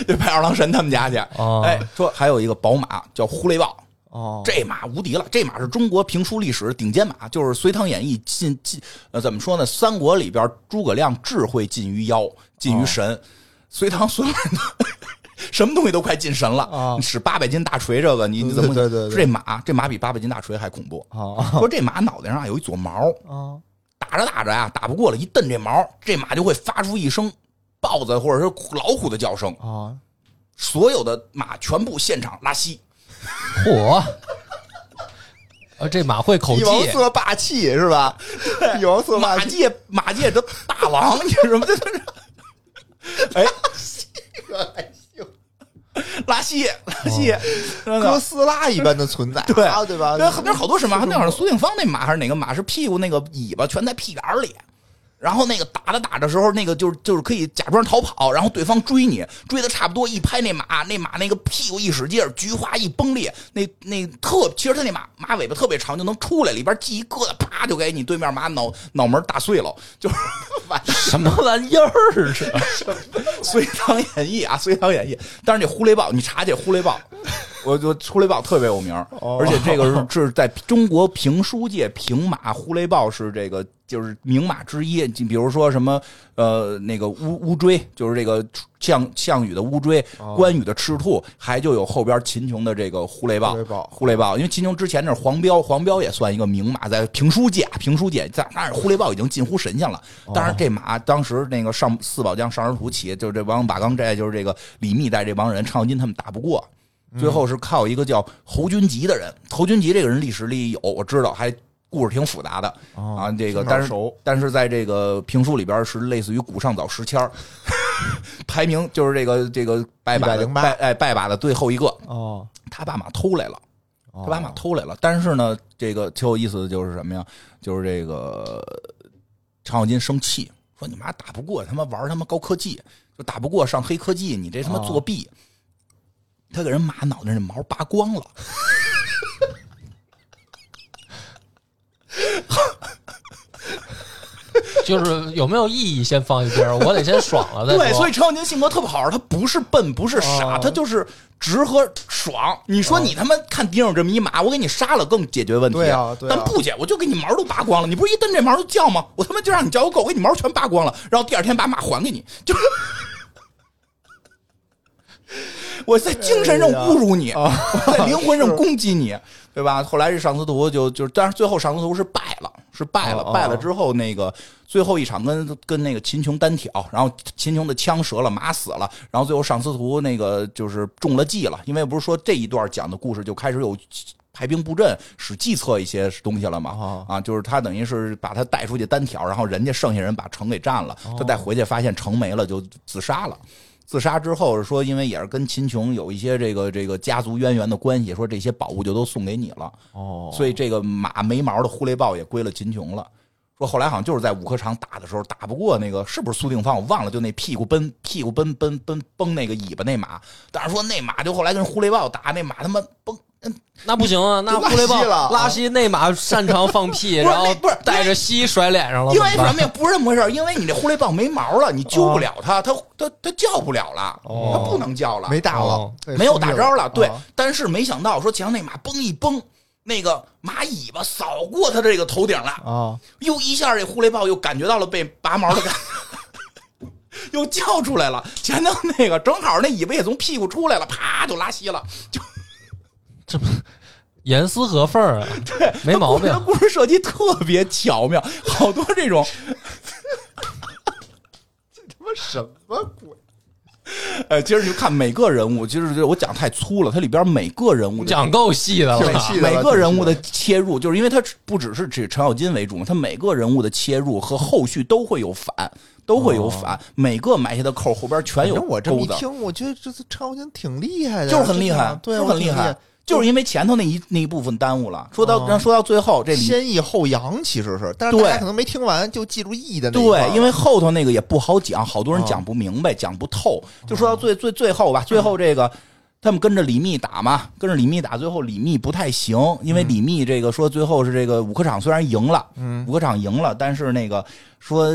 就派二郎神他们家去。
哦
哎，说还有一个宝马叫呼雷豹，
哦，
这马无敌了，这马是中国评书历史顶尖马，就是《隋唐演义》近近呃怎么说呢？三国里边诸葛亮智慧近于妖，近于神，
哦
隋唐所有人都 什么东西都快近神了。
啊
你使八百斤大锤这个，你你怎么
对对对对
说这马这马比八百斤大锤还恐怖。
哦
说这马脑袋上啊有一撮毛，
哦
打着打着呀，打不过了，一蹬这毛，这马就会发出一声豹子或者是老虎的叫声，
哦，
所有的马全部现场拉稀。
嚯！啊，这马会口
帝
技，
王色霸气是吧？帝王色霸
马
气，
界马界的大王，你知道吗？ 这这这，哎，拉稀拉稀，真
哥
的。
斯拉一般的存在，
对
啊对吧？
对，那好多什么，那会儿苏定方那马还是哪个马是屁股那个尾巴全在屁眼儿里，然后那个打着打着时候，那个就是就是可以假装逃跑，然后对方追你，追的差不多一拍那马，那马那个屁股一使劲儿，菊花一崩裂，那那特其实他那马马尾巴特别长，就能出来，里边系一疙瘩，啪就给你对面马脑脑门打碎了，就是 完了。
什么玩意儿啊是？
《 隋唐演义》啊，《隋唐演义》，但是这呼雷豹，你查去呼雷豹，我就呼雷豹特别有名儿，
哦
而且这个是是在中国评书界，平马呼雷豹是这个就是名马之一。就比如说什么呃那个乌乌骓，就是这个项项羽的乌骓，关羽的赤兔，还就有后边秦琼的这个呼雷豹。
呼雷豹
呼雷豹，因为秦琼之前那是黄标，黄标也算一个名马，在评书界，评书界，但但是呼雷豹已经近乎神仙了。当然，这马当时那个上四宝将上师徒骑，就是这王八刚寨，就是这个李密带这帮人，程咬金他们打不过，最后是靠一个叫侯君集的人。侯君集这个人历史里有，我知道，还故事挺复杂的、
哦
啊。这个
听着
但是
熟
但是在这个评书里边是类似于古上早时迁儿， 排名就是这个这个拜把的
108
拜哎拜把的最后一个，
哦，
他把马偷来了。
他
他把马偷来了。但是呢，这个挺有意思的就是什么呀？就是这个程咬金生气说：“你妈打不过，他妈玩他妈高科技，就打不过上黑科技，你这他妈
哦
作弊。他给人马脑袋那毛拔光了。
就是有没有意义先放一边儿，我得先爽了再说。
对，所以程咬金性格特别好玩，他不是笨，不是傻，
哦
啊
他就是直和爽。你说你他妈看盯上这么一马，我给你杀了更解决问题。
对啊对啊
但不解，我就给你毛都拔光了。你不是一蹬这毛就叫吗？我他妈就让你叫个狗，我给你毛全拔光了，然后第二天把马还给你，就是。我在精神上侮辱
哎
你，
啊
我 在灵魂上攻击你，对吧？后来这上司图就就，但是最后上司图是败了，是败了，
哦哦
败了之后那个最后一场跟跟那个秦琼单挑，然后秦琼的枪折了，马死了，然后最后上司图那个就是中了计了，因为不是说这一段讲的故事就开始有。排兵布阵，使计策一些东西了嘛？
哦
啊，就是他等于是把他带出去单挑，然后人家剩下人把城给占了，他再回去发现城没了，就自杀了。自杀之后说，因为也是跟秦琼有一些这个这个家族渊源的关系，说这些宝物就都送给你了，
哦
所以这个马没毛的呼雷豹也归了秦琼了。说后来好像就是在五科场打的时候打不过那个是不是苏定方我忘了，就那屁股奔屁股奔奔奔崩那个尾巴那马，但是说那马就后来跟呼雷豹打那马他妈崩，嗯
那不行啊，那
就拉
布雷豹
稀了
拉稀那马擅长放屁，
不是
然后
那不是
带着稀甩脸上了，
因为
怎么办
什么呀？不是这么回事儿因为你这呼雷豹没毛了，你救不了它，它它它叫不了了，
哦
它不能叫了，
没打了
哦，
对
没有打招了。对
啊，
但是没想到说前那马崩一崩，那个马尾巴扫过他这个头顶
哦
了，
啊，
又一下这呼雷豹又感觉到了被拔毛的感觉。 又叫出来了，前头那个正好那尾巴也从屁股出来了，啪就拉稀了。
严丝合缝 啊，没毛病
他。故事设计特别巧妙，好多这种
他妈什么鬼？
呃，其实你就看每个人物，其实我讲太粗了，它里边每个人物的
讲够细的
挺
了，
细的了
每个人物的切入，就是因为它不只是指程咬金为主嘛，它每个人物的切入和后续都会有反，都会有反，每个埋下的扣后边全
哦反
有
正我这么
钩
一
子，
听，我觉得这次超人挺厉害的，
就是很厉害，
真的对，
就是很厉
我挺
害，就是因为前头那一那一部分耽误了。说到、
哦
然后说到最后这里。
先抑后扬，其实是，但是大
对
家可能没听完就记住抑的那一块啊儿哦
对，因为后头那个也不好讲，好多人讲不明白，讲不透。就说到最最最后
嗯
吧，最后这个他们跟着李密打嘛，跟着李密打，最后李密不太行，因为李密这个说最后是这个五科场虽然赢了，
嗯
五个场赢了，但是那个说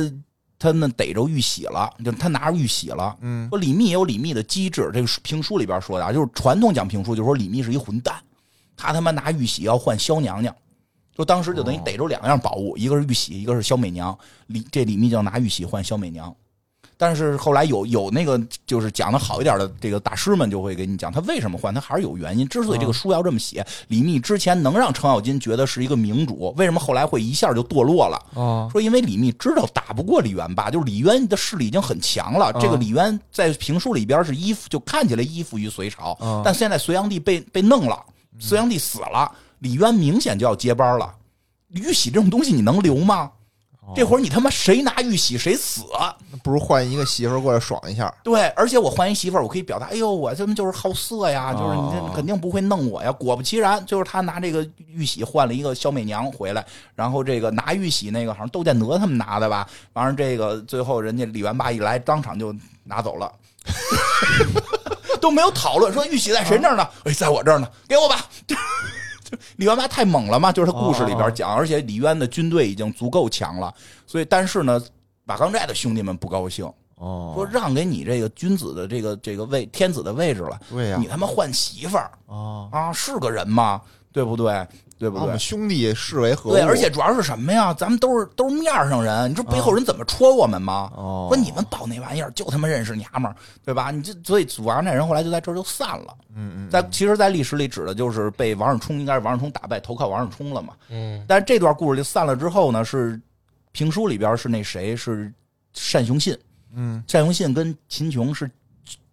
他们逮着玉玺了，就他拿着玉玺了。
嗯
说李密也有李密的机制，这个书评书里边说的啊，就是传统讲评书，就说李密是一混蛋，他他妈拿玉玺要换萧娘娘，就当时就
哦
等于逮着两样宝物，一个是玉玺，一个是萧美娘。李这李密就拿玉玺换萧美娘。但是后来有有那个就是讲的好一点的这个大师们就会给你讲他为什么换，他还是有原因。之所以这个书要这么写，李密之前能让程咬金觉得是一个明主，为什么后来会一下就堕落了？
哦，
说因为李密知道打不过李渊吧，就是李渊的势力已经很强了。这个李渊在评书里边是依附，就看起来依附于隋朝，
嗯
但现在隋炀帝被被弄了，隋炀帝死了，李渊明显就要接班了。玉玺这种东西你能留吗？这会儿你他妈谁拿玉玺谁死？啊
不如换一个媳妇儿过来爽一下，
对，而且我换一媳妇儿，我可以表达，哎呦，我他妈就是好色呀，就是你
哦
这肯定不会弄我呀。果不其然，就是他拿这个玉玺换了一个小美娘回来，然后这个拿玉玺那个好像窦建德他们拿的吧，完了这个最后人家李元霸一来，当场就拿走了。 都没有讨论说玉玺在谁那儿呢？哎，在我这儿呢，给我吧。 李元霸太猛了嘛，就是他故事里边讲，而且李渊的军队已经足够强了，所以但是呢，瓦岗寨的兄弟们不高兴，
哦
说让给你这个君子的这个这个位天子的位置了，
对呀
你他妈换媳妇儿
哦，
啊，是个人吗？对不对？对不
啊把我
对
们？兄弟视为合物，
对，而且主要是什么呀？咱们都是都是面儿上人，你说背后人怎么戳我们吗？
哦
说你们报那玩意儿就他妈认识娘们儿，对吧？你这所以祖王寨人后来就在这儿就散了。
嗯嗯，
在其实，在历史里指的就是被王世充，应该是王世充打败，投靠王世充了嘛。
嗯，
但是这段故事就散了之后呢，是评书里边是那谁是单雄信，
嗯，
单雄信跟秦琼是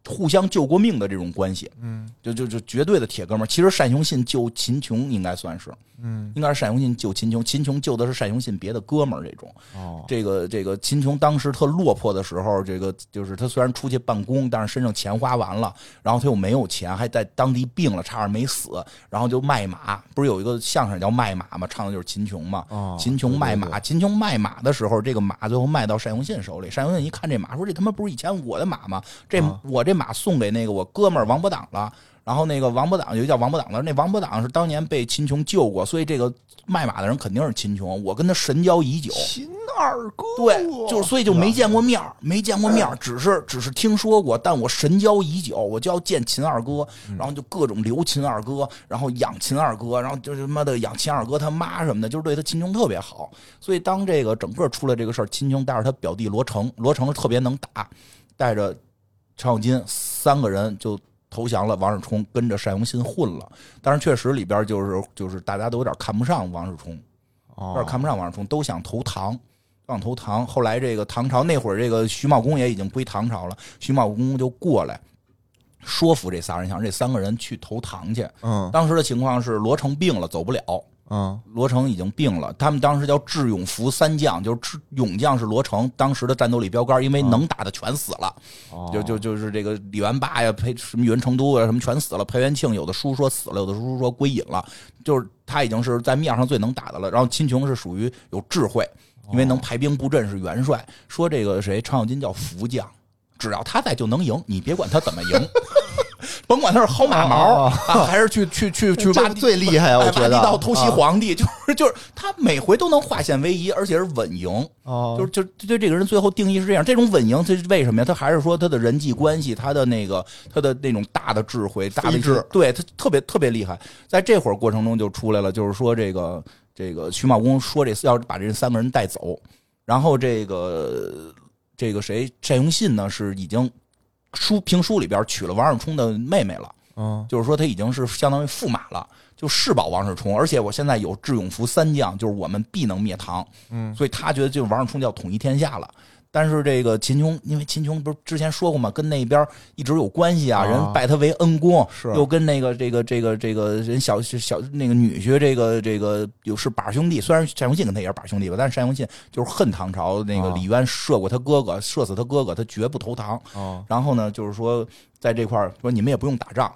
互相救过命的这种关系，
嗯
就就就绝对的铁哥们儿。其实单雄信救秦琼应该算是，
嗯
应该是单雄信救秦琼，秦琼救的是单雄信别的哥们儿这种。
哦
这个这个秦琼当时特落魄的时候，这个就是他虽然出去办公，但是身上钱花完了，然后他又没有钱，还在当地病了，差点没死，然后就卖马。不是有一个相声叫卖马吗？唱的就是秦琼嘛。
哦
秦琼卖马，
对对
秦琼卖马的时
啊
候，这个马最后卖到单雄信手里。单雄信一看这马，说：“这他妈不是以前我的马吗？这、我这马送给那个我哥们儿王伯党了。然后那个王伯党有一个叫王伯党的，那王伯党是当年被秦琼救过，所以这个卖马的人肯定是秦琼。我跟他神交已久，
秦二哥，
对，就是所以就没见过面儿，没见过面儿，只是只是听说过，但我神交已久，我就要见秦二哥，然后就各种留秦二哥，然后养秦二哥，然后就是他妈的养秦二哥他妈什么的，就是对他秦琼特别好。所以当这个整个出了这个事儿，秦琼带着他表弟罗成，罗成特别能打，带着程咬金三个人就投降了王世充，跟着单雄信混了。但是确实里边就是就是大家都有点看不上王世充，
哦
有点看不上王世充，都想投唐。都想投唐，后来这个唐朝那会儿，这个徐茂公也已经归唐朝了。徐茂公就过来说服这仨人，想让这三个人去投唐去。
嗯
当时的情况是，罗成病了，走不了，
嗯
罗成已经病了，他们当时叫智勇符三将，就是智勇将是罗成当时的战斗力标杆，因为能打的全死了，
哦
就就就是这个李元霸呀、裴什么袁成都啊什么全死了，裴元庆有的书说死了，有的书说归隐了，就是他已经是在面上最能打的了。然后秦琼是属于有智慧，因
哦
为能排兵布阵是元帅，说这个谁程咬金叫福将，只要他在就能赢，你别管他怎么赢。 甭管他是薅马毛、
哦
啊，还是去去去去挖哎
这最厉害啊我觉得
到偷袭
啊
皇帝，就是就是他每回都能化险为夷，而且是稳赢。
哦
就是就就对这个人最后定义是这样，这种稳赢，这是为什么呀？他还是说他的人际关系，他的那个他的那种大的智慧、大的
飞智
对他特别特别厉害。在这会儿过程中就出来了，就是说这个这个徐茂公说这要把这三个人带走，然后这个这个谁单雄信呢是已经书评书里边娶了王世充的妹妹了。
嗯
就是说他已经是相当于驸马了，就世保王世充，而且我现在有智勇符三将，就是我们必能灭唐，
嗯，
所以他觉得就王世充就要统一天下了。但是这个秦琼，因为秦琼不是之前说过嘛，跟那边一直有关系啊，
啊
人拜他为恩公，
是
又跟那个这个这个这个人小小那个女婿，这个这个有是把兄弟，虽然单雄信跟他也是把兄弟吧，但是单雄信就是恨唐朝那个
啊
李渊射过他哥哥，射死他哥哥，他绝不投唐。
哦
然后呢，就是说在这块儿说你们也不用打仗，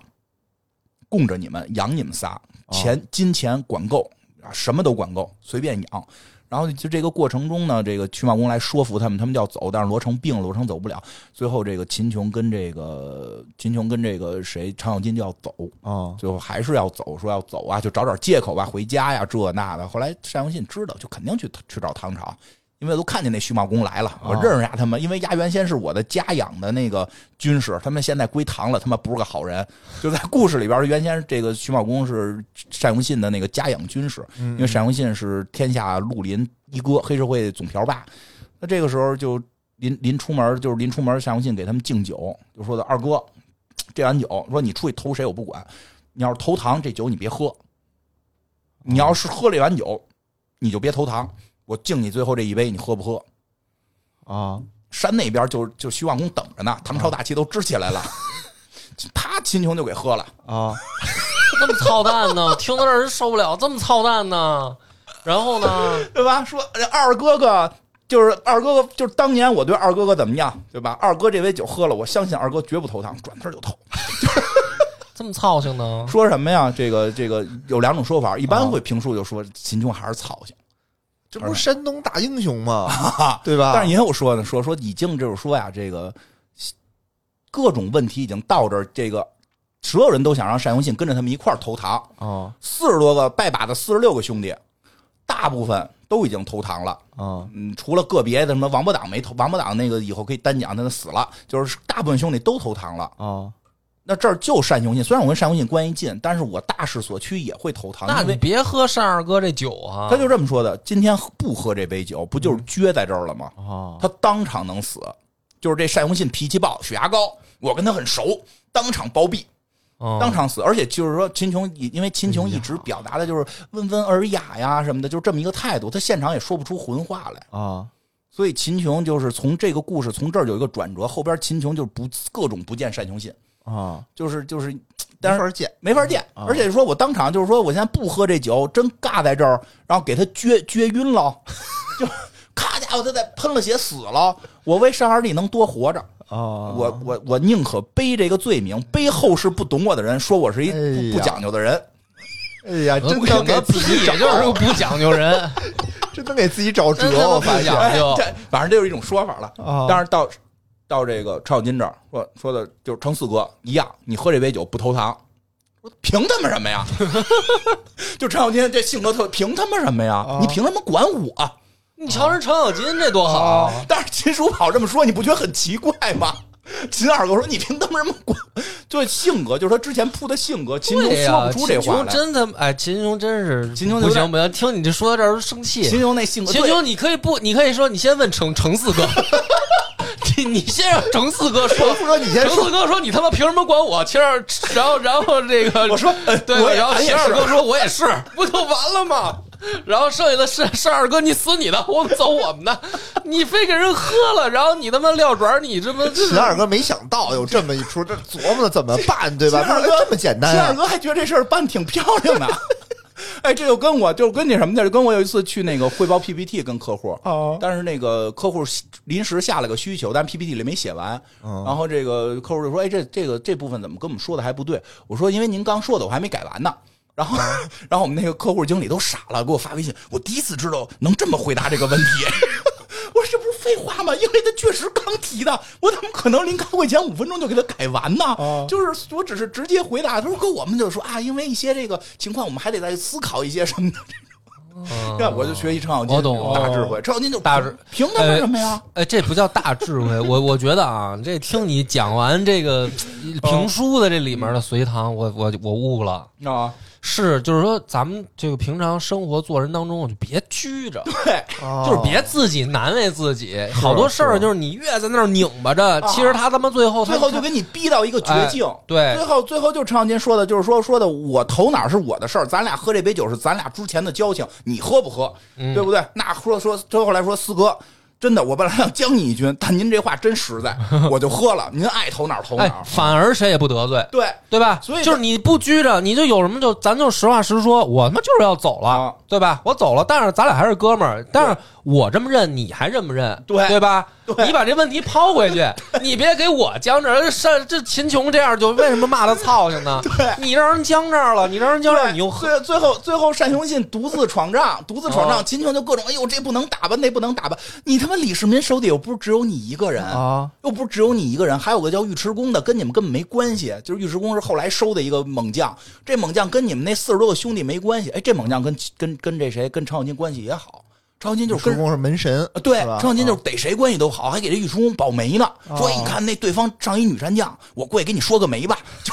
供着你们养你们仨，钱、金钱管够啊，什么都管够，随便养。然后就这个过程中呢，这个曲马公来说服他们，他们就要走，但是罗成病了，罗成走不了。最后这个秦琼跟这个秦琼跟这个谁程咬金就要走，
哦
最后还是要走，说要走啊，就找点借口吧，回家呀，这那的。后来单雄信知道，就肯定去去找唐朝，因为都看见那徐茂公来了，我认识丫他们，因为丫原先是我的家养的那个军师，他们现在归唐了，他妈不是个好人。就在故事里边，原先这个徐茂公是单雄信的那个家养军师，因
嗯
为单雄信是天下绿林一哥，黑社会总瓢把。那这个时候就临临出门，就是临出门，单雄信给他们敬酒，就说的二哥，这碗酒，说你出去投谁我不管，你要是投唐，这酒你别喝。你要是喝了这碗酒，你就别投唐，我敬你最后这一杯，你喝不喝？
啊
哦山那边就就徐望公等着呢，唐朝大旗都支起来了， 他秦琼就给喝了。
啊
那么操蛋呢？ 听到这儿人受不了，这么操蛋呢？然后呢？
对吧？说呃二哥哥就是二哥哥，就是当年我对二哥哥怎么样，对吧？二哥这杯酒喝了，我相信二哥绝不投唐，转头就投。
这么操性呢？
说什么呀？这个这个有两种说法，一般会评述就说秦琼还是操性，
这不是山东大英雄吗？
啊
对吧？
但是也有说呢，说说已经就是说呀，这个各种问题已经到这儿，这个所有人都想让单雄信跟着他们一块儿投唐，
啊
四十多个拜把子，四十六个兄弟，大部分都已经投唐了。
啊
嗯，除了个别的什么王八党没投，王八党那个以后可以单讲，但他死了，就是大部分兄弟都投唐了。
啊
那这儿就单雄信，虽然我跟单雄信关系近，但是我大势所趋也会投唐，
那
因
你
为
别喝单二哥这酒啊！嗯
他就这么说的。今天不喝这杯酒，不就是撅在这儿了吗？
啊！
他当场能死，就是这单雄信脾气暴，血压高，我跟他很熟，当场暴毙。
嗯
当场死，而且就是说秦琼以，因为秦
哎
琼一直表达的就是温文尔雅呀什么的，就这么一个态度，他现场也说不出浑话来。
啊
所以秦琼就是从这个故事从这儿有一个转折，后边秦琼就是不各种不见单雄信，
啊！
就是就是，哦但
没
是
法啊见
没法见，而且说我当场就是说我现在不喝这酒，真尬在这儿，然后给他撅撅晕了， 就咔家伙他再喷了血死了，我为单二弟能多活着。
啊！
我我我宁可背这个罪名，背后世不懂我的人说我是一
哎
不
呀
不讲究的人。
哎呀，
我
真能给
我
自己找
也，就是个不讲究 人，
真能给自己找辙
真他妈，
我
不
发现
讲究
这反正这就是一种说法了。
啊
但是到到这个程咬金这儿说说的，就是程四哥一样，你喝这杯酒不投糖，我说凭他妈什么呀？ 就程咬金这性格特，凭他妈什么
啊
呀？你凭什么管我？啊
你瞧人程咬金这多好，
但是秦叔宝这么说，你不觉得很奇怪吗？秦二狗说：“你凭他妈什么管？ 就是性格，就是他之前铺的性格，秦
对
叔
呀
说，不出这话
秦琼
来。
真他妈哎，秦琼真是
秦琼
不
有点
行不行，听你这说到这儿都生气。
秦琼那性格，
秦
对
琼，你可以不，你可以说你先问程程四 哥，你你先让程四哥说。
不说你先
程
说
四，哥说：“你他妈凭什么管我？”秦二，然后然后这个
我说呃我
对，
也
然后
俺也
秦二
是
哥说：“我也是，不就完了吗？”然后剩下的是是二哥，你死你的，我们走我们的，你非给人喝了，然后你他妈撂爪儿，你这么这
秦二哥没想到有这么一出，这琢磨怎么办，对吧？
秦二哥
不然这么简单
秦二
啊？
哥还觉得这事儿办挺漂亮的。 哎，这就跟我就跟那什么的，就跟我有一次去那个汇报 PPT 跟客户，
哦
但是那个客户临时下了个需求，但 PPT 里没写完，
哦
然后这个客户就说：“哎，这这个这部分怎么跟我们说的还不对？”我说：“因为您刚说的，我还没改完呢。” 然后，然后我们那个客户经理都傻了，给我发微信，我第一次知道能这么回答这个问题。 我说这不是废话吗？因为他确实刚提的，我怎么可能临开会前五分钟就给他改完呢？就是我只是直接回答。他说跟我们就说啊，因为一些这个情况，我们还得再思考一些什么的。这我就学习程咬金，
哦我懂哦
大智慧。程咬金就
大智
凭他妈什么呀？
哎，这不叫大智慧，我我觉得啊，这听你讲完这个
嗯
评书的这里面的隋唐，我我我悟了。
啊，
是，就是说，咱们这个平常生活做人当中，就别拘着，
对，
哦
就是别自己难为自己。好多事儿就是你越在那儿拧巴着，其实他他妈最后他
啊最后就给你逼到一个绝境。
哦哎对
最后最后就是程咬金说的，就是说说的，我头脑是我的事儿，咱俩喝这杯酒是咱俩之前的交情，你喝不喝，
嗯
对不对？那说说最后来说，四哥。真的，我本来想将你一军，但您这话真实 在，我就喝了。您爱头哪儿头哪
哎
儿，，
反而谁也不得罪，
对
对吧？
所以
就是你不拘着，你就有什么就咱就实话实说，我他妈就是要走了，
啊
对吧？我走了，但是咱俩还是哥们儿，但是我这么认，你还认不认？
对
对吧？
对
你把这问题抛 回去，你别给我僵这儿。上这秦琼这样就为什么骂他操性呢？
对
你让人僵这儿了，你让人僵这儿，
对，
你又喝。
最最后最后单雄信独自闯帐，独自闯
啊
帐，秦琼就各种哎呦这不能打吧，那不能打吧。你他妈李世民手底又不是只有你一个人
哦
啊，
又不是只有你一个人，还有个叫尉迟恭的，跟你们根本没关系。就是尉迟恭是后来收的一个猛将，这猛将跟你们那四十多个兄弟没关系。哎，这猛将跟跟跟这谁跟程咬金关系也好，程咬金就是
叔
跟
公是门神哎
啊，对，
是吧
程咬金就是逮谁关系都好，还给这尉迟恭保媒呢。说哎你看那对方上一女战将，我过去给你说个媒吧。 就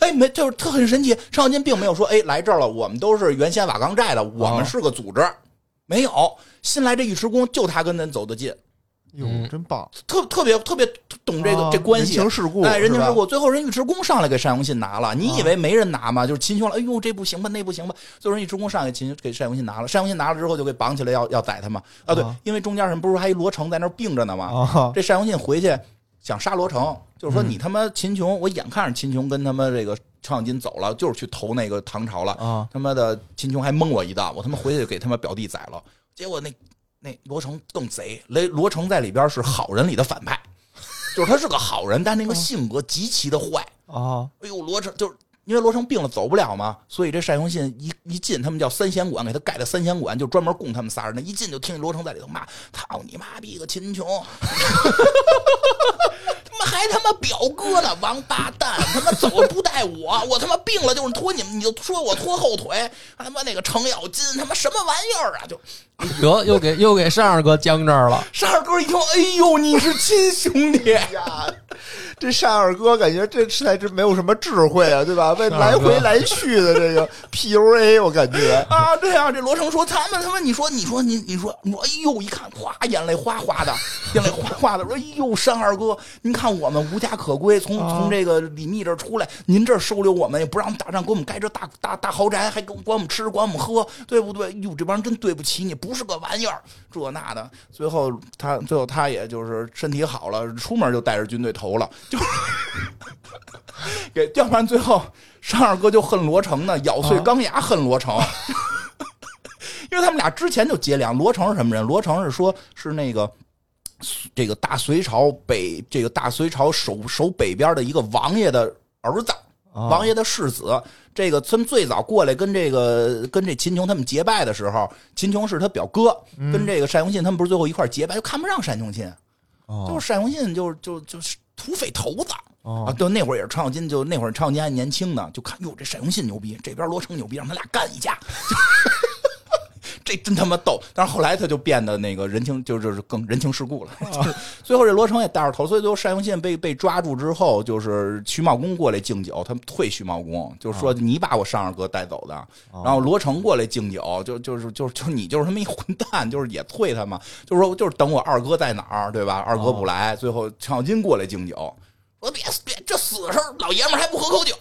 哎，没，就是他很神奇。程咬金并没有说，哎，来这儿了，我们都是原先瓦岗寨的，我
哦
们是个组织，没有。新来这尉迟恭，就他跟咱走得近，
哟，真棒！
特特别特别懂嗯这个、
啊
这关系，
人情世故
哎，人情
是吧啊
世故。最后人尉迟恭上来给单雄信拿了，你以为没人拿吗？就是秦琼了，哎呦这不行吧，那不行吧。最后人尉迟恭上来给秦给单雄信拿了，单雄信拿了之后就给绑起来要要宰他嘛。啊对，
啊
因为中间什么不是还一罗成在那儿病着呢吗？
啊，嗯
这单雄信回去想杀罗成，就是说你他妈秦琼，我眼看着秦琼跟他妈这个程咬金走了，就是去投那个唐朝了。
啊
他妈的秦琼还蒙我一道，我他妈回去就给他妈表弟宰了。结果那那罗成更贼，雷罗成在里边是好人里的反派，就是他是个好人，但那个性格极其的坏。
啊
哎呦，罗成就是因为罗成病了走不了嘛，所以这单雄信一一进他们叫三贤馆，给他盖的三贤馆就专门供他们仨人的。一进就听见罗成在里头骂：“操你妈逼个秦琼！” 他妈还他妈表哥呢，王八蛋！他妈走了不带我，我他妈病了就是拖你们，你就说我拖后腿。他妈那个程咬金，他妈什么玩意儿啊？就
得，又给又给单二哥僵这儿 了。
沙二哥一听，哎呦，你是亲兄弟，
呀，这单二哥感觉这实在是没有什么智慧啊，对吧？为
单二
来
哥
回来去的这 个 PUA，我感觉
啊，对啊，这罗成说他们他们，你说你说你你说我哎呦，一看哗，眼泪哗哗的，眼泪哗哗的，说哎呦，山二哥，您看我们无家可归，从从这个李密这儿出来，您这儿收留我们，也不让我们打仗，给我们盖这大大大豪宅，还给我们管我们吃，管我们喝，对不对？哟，这帮人真对不起你，不是个玩意儿，这那的。最后他最后他也就是身体好了，出门就带着军队投了，就是。 给，要不然最后单二哥就恨罗成呢，咬碎钢牙恨罗成，因为他们俩之前就结梁。罗成是什么人？罗成是说是那个这个大隋朝北这个大隋朝守守北边的一个王爷的儿子，
哦
王爷的世子。这个他们最早过来跟这个跟这秦琼他们结拜
嗯
的时候，秦琼是他表哥，跟这个单雄信他们不是最后一块儿结拜，就看不上单雄信。就
哦
是单雄信就是就就是土匪头子。啊，
哦
对，那会儿也是程咬金，就那会儿程咬金还年轻呢，就看哟，这单雄信牛逼，这边罗成牛逼，让他俩干一架，这真他妈逗。但是后来他就变得那个人情，就是就是更人情世故了。就是 最后这罗成也带着头，所以最后单雄信被被抓住之后，就是徐茂公过来敬酒，他们退徐茂公，就是说你把我上二哥带走的，然后罗成过来敬酒，就就是就是就是你就是他妈一混蛋，就是也退他嘛，就是说就是等我二哥在哪儿，对吧？二哥不来，最后程咬金过来敬酒。说别别，这死事儿，老爷们儿还不喝口酒。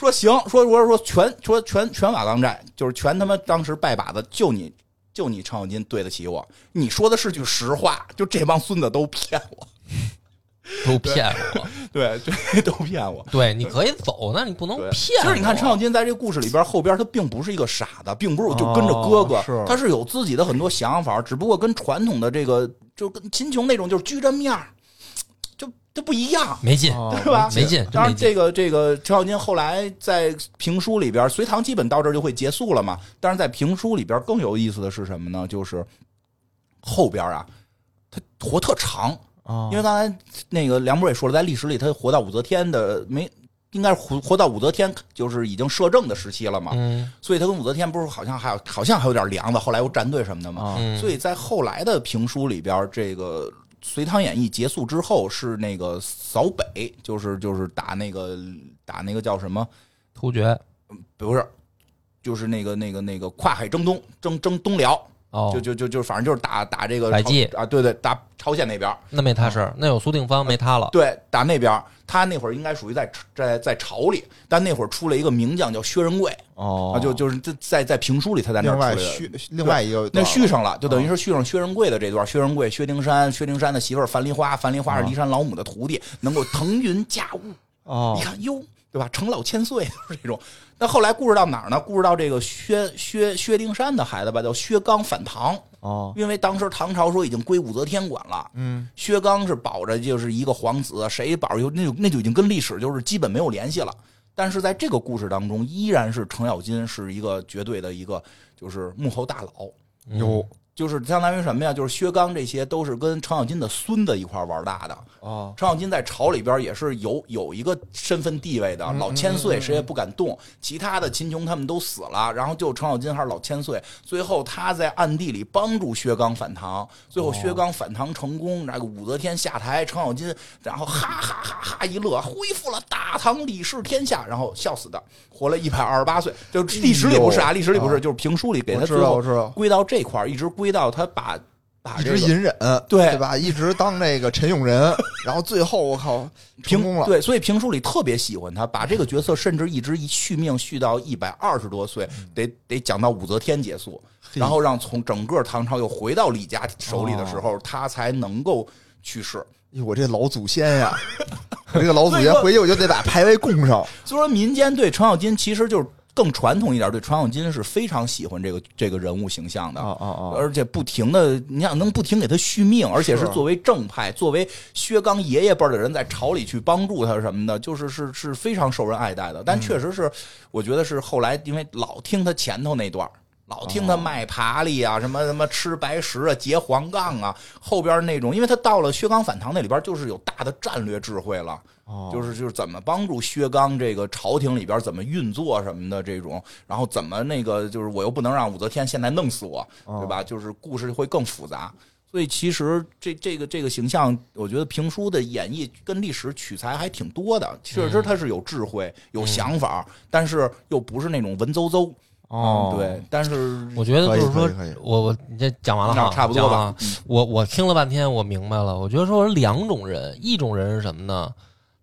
说行，说说说全说全全瓦岗寨，就是全他妈当时拜把子，就你就你程咬金对得起我。你说的是句实话，就这帮孙子都骗我，
都骗我。
对， 对，都骗我。
对，你可以走，但你不能
对，
骗我。
其实你看程咬金在这故事里边后边，他并不是一个傻子，并不是就跟着哥哥，
哦是
他是有自己的很多想法，只不过跟传统的这个就跟秦琼那种就是拘着面儿，就就不一样。
没劲，
哦
对吧？
没劲，真
当
没
然，
劲。
这个这个程咬金后来在评书里边，隋唐基本到这儿就会结束了嘛。但是在评书里边更有意思的是什么呢？就是后边啊，他活特长，
哦
因为刚才那个梁博也说了，在历史里他活到武则天的没。应该是活活到武则天就是已经摄政的时期了嘛，
嗯，
所以他跟武则天不是好像还有好像还有点梁子，后来又站队什么的嘛。
啊
嗯
所以在后来的评书里边，这个《隋唐演义》结束之后是那个扫北，就是就是打那个打那个叫什么？
突厥
不是，就是那个那个那个跨海征东，征征东辽，
哦
就，就就就反正就是打打这个
百济哦
朝啊，对对，打朝鲜那边，
那没他事儿，那有苏定方没他了。
对，打那边，他那会儿应该属于在在在朝里，但那会儿出了一个名将叫薛仁贵
哦
啊，就就是这在在评书里他在那儿
另
出来
外
的
续另外一个
那续上了，就等于是续上薛仁贵的这段。薛仁贵、薛丁山、薛丁山的媳妇儿樊梨花，樊梨花是骊山老母的徒弟，能够腾云驾雾。
哦
你看哟，对吧？成老千岁 就是这种。那后来故事到哪儿呢？故事到这个薛薛薛丁山的孩子吧，叫薛刚反唐，
哦
因为当时唐朝说已经归武则天管了。
嗯
薛刚是保着就是一个皇子，谁保着那就那就已经跟历史就是基本没有联系了。但是在这个故事当中，依然是程咬金是一个绝对的一个就是幕后大佬。
嗯
有
就是相当于什么呀？就是薛刚这些都是跟程咬金的孙子一块儿玩大的。
哦
程咬金在朝里边也是有有一个身份地位
嗯
的，老千岁谁也不敢动。其他的秦琼他们都死了，然后就程咬金还是老千岁。最后他在暗地里帮助薛刚反唐，最
哦
后薛刚反唐成功，那个武则天下台，程咬金然后哈哈哈哈一乐，恢复了大唐李氏天下，然后笑死的，活了一百二十八岁。就历史里不是啊，
哎呦
历史里不是，
啊
就是评书里给他
我知
最
道
后
我知道
归到这块儿，一直归到他把把
一
这
直
个
隐忍
对
对吧？一直当那个陈永 仁，然后最后我靠成
评
功了
对，所以评书里特别喜欢他，把这个角色甚至一直一续命续到一百二十多岁，
嗯
得得讲到武则天结束，然后让从整个唐朝又回到李家手里的时
哦
候，他才能够去世。
哎呦，我这老祖先 呀，我这个老祖先回去我就得把牌位供上。
所以说，民间对程咬金其实就是更传统一点，对程咬金是非常喜欢这个这个人物形象的。
啊啊！
而且不停的，你想能不停给他续命，而且是
是
作为正派，作为薛刚爷爷辈儿的人在朝里去帮助他什么的，就是是是非常受人爱戴的。但确实是，我觉得是后来因为老听他前头那段儿。老听他卖爬犁啊，什么什么吃白石啊，结黄杠啊，后边那种，因为他到了薛刚反唐那里边，就是有大的战略智慧了，
哦
就是就是怎么帮助薛刚这个朝廷里边怎么运作什么的这种，然后怎么那个就是我又不能让武则天现在弄死我，对吧？就是故事会更复杂。所以其实这这个这个形象，我觉得评书的演绎跟历史取材还挺多的，确实他是有智慧、有想法，但是又不是那种文绉绉。
哦
嗯对，但是
我觉得就是说
可以可以可以，
我我你这讲完了哈
那，差不多
讲完
吧嗯
了。。我我听了半天，我明白了。我觉得说两种人，一种人是什么呢？